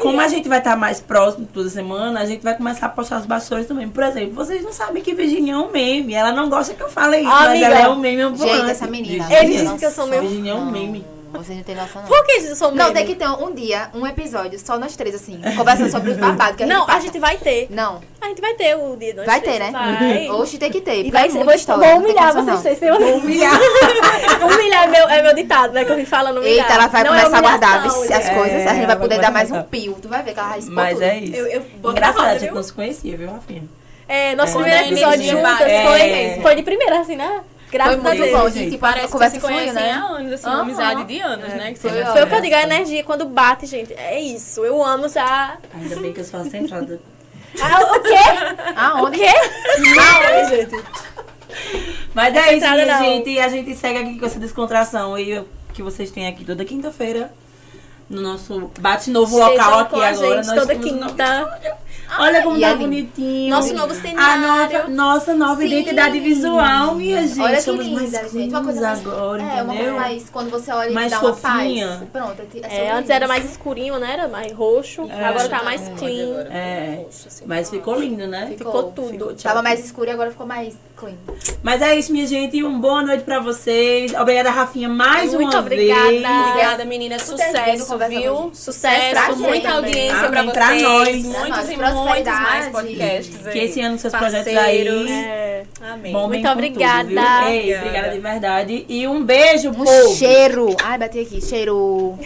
Speaker 2: Como a gente vai estar mais próximo toda semana, a gente vai começar a postar os bastidores também. Por exemplo, vocês não sabem que Virginia é um meme. Ela não gosta que eu fale isso, mas
Speaker 1: Amiga,
Speaker 2: ela é um meme ambulante.
Speaker 3: Gente, essa menina.
Speaker 2: Virginia.
Speaker 1: Ele disse que eu sou
Speaker 3: Nossa,
Speaker 1: meio-
Speaker 2: Virginia é um meme.
Speaker 3: Você não tem noção, não.
Speaker 1: Por que eu sou
Speaker 3: Não,
Speaker 1: meme?
Speaker 3: tem que ter um dia, um episódio, só nós três, assim, conversando sobre os babados que a gente
Speaker 1: Não, a
Speaker 3: passa.
Speaker 1: gente vai ter.
Speaker 3: Não,
Speaker 1: A gente vai ter o dia do
Speaker 3: vai ter, né?
Speaker 1: Vai.
Speaker 3: Hoje tem que ter.
Speaker 1: E
Speaker 3: porque
Speaker 1: vai
Speaker 3: é
Speaker 1: ser.
Speaker 3: muita
Speaker 1: Vou,
Speaker 3: história,
Speaker 1: vou
Speaker 3: não tem
Speaker 1: humilhar
Speaker 3: condição,
Speaker 1: vocês
Speaker 3: não.
Speaker 1: três. Vou humilhar. humilhar é meu, é meu ditado, né? Que eu vim falando humilhar.
Speaker 3: Eita, ela vai
Speaker 1: Não é
Speaker 3: começar a guardar
Speaker 1: humilhação,
Speaker 3: vixe, as
Speaker 1: gente.
Speaker 3: coisas.
Speaker 2: É,
Speaker 3: a gente
Speaker 2: ela
Speaker 3: vai poder
Speaker 2: vai
Speaker 3: dar mais um
Speaker 2: guardar.
Speaker 3: pio. Tu vai ver que ela vai expor
Speaker 2: Mas
Speaker 3: tudo.
Speaker 2: é isso.
Speaker 1: Eu, eu boto
Speaker 2: Engraçado,
Speaker 1: na roda,
Speaker 2: a gente
Speaker 1: viu?
Speaker 2: não se conhecia, viu, Rafinha?
Speaker 1: É, nosso
Speaker 2: Quando
Speaker 1: primeiro
Speaker 4: a energia
Speaker 1: episódio juntas
Speaker 4: bate,
Speaker 1: foi,
Speaker 2: é.
Speaker 1: foi de primeira, assim, né?
Speaker 3: Foi
Speaker 1: Graças a
Speaker 3: muito
Speaker 1: Deus.
Speaker 3: bom,
Speaker 2: gente.
Speaker 3: gente. Tipo,
Speaker 4: Parece
Speaker 3: a
Speaker 4: que vocês
Speaker 3: conversa
Speaker 4: se
Speaker 3: fluiu,
Speaker 4: conhecem há
Speaker 3: né?
Speaker 4: anos, assim,
Speaker 3: Aham.
Speaker 4: uma amizade de anos, né? Que
Speaker 3: Foi
Speaker 4: vocês
Speaker 1: Foi
Speaker 4: já
Speaker 1: o que eu
Speaker 4: conhecem.
Speaker 1: digo, a energia quando bate, gente. É isso, eu amo já.
Speaker 2: Ainda bem que eu sou a centrada.
Speaker 1: Ah, o quê? O
Speaker 3: Aonde?
Speaker 1: quê? Não, gente.
Speaker 2: Mas é isso,
Speaker 1: centrada
Speaker 2: minha
Speaker 1: não.
Speaker 2: gente. E a gente segue aqui com essa descontração. E eu- que vocês têm aqui toda quinta-feira. No nosso bate-novo
Speaker 1: Estejam
Speaker 2: local aqui
Speaker 1: com a
Speaker 2: agora.
Speaker 1: gente
Speaker 2: nós
Speaker 1: toda
Speaker 2: temos um novo
Speaker 1: quinta.
Speaker 2: Olha como
Speaker 3: E
Speaker 2: tá
Speaker 3: ali.
Speaker 2: bonitinho.
Speaker 1: Nosso novo
Speaker 2: A
Speaker 1: cenário.
Speaker 2: nossa, nossa nova
Speaker 3: Sim.
Speaker 2: identidade visual, minha gente.
Speaker 3: Olha que
Speaker 2: Somos mais
Speaker 3: linda, gente. Uma
Speaker 2: queens
Speaker 3: coisa mais.
Speaker 2: agora,
Speaker 3: é, uma coisa
Speaker 2: entendeu?
Speaker 3: mais. Quando você olha e
Speaker 2: Mais
Speaker 3: dá uma
Speaker 2: fofinha.
Speaker 3: paz. Pronto, é, é sobre
Speaker 1: É, antes
Speaker 3: isso.
Speaker 1: era mais escurinho, né? Era mais roxo. Agora tá mais clean.
Speaker 2: É,
Speaker 4: Poxa, assim,
Speaker 2: mas
Speaker 4: tá
Speaker 2: ficou lindo, né?
Speaker 3: Ficou.
Speaker 1: Ficou tudo.
Speaker 2: tchau.
Speaker 3: Tava mais escuro e agora ficou mais clean.
Speaker 2: Mas é isso, minha gente. Uma boa noite pra vocês. Obrigada, Rafinha, mais
Speaker 1: Muito
Speaker 2: uma
Speaker 1: obrigada.
Speaker 2: vez.
Speaker 4: Obrigada, menina.
Speaker 3: Por ter vindo
Speaker 4: Sucesso,
Speaker 3: conversar com a
Speaker 4: viu?
Speaker 3: gente.
Speaker 1: Sucesso pra
Speaker 4: Sucesso, muita
Speaker 3: gente
Speaker 4: audiência
Speaker 2: também.
Speaker 4: pra
Speaker 2: Amém,
Speaker 4: vocês.
Speaker 2: pra nós.
Speaker 3: Pra nós,
Speaker 4: Muitos e muitos
Speaker 3: prosperidade.
Speaker 4: mais podcasts aí.
Speaker 2: Que esse ano seus projetos
Speaker 4: Parceiros.
Speaker 3: né?
Speaker 2: aí.
Speaker 1: É.
Speaker 4: Amém.
Speaker 2: bombem
Speaker 1: Muito
Speaker 2: com
Speaker 1: obrigada.
Speaker 2: tudo, viu? Ei, obrigada de verdade. E um beijo,
Speaker 3: Um
Speaker 2: povo.
Speaker 3: cheiro. Ai, bati aqui. Cheiro.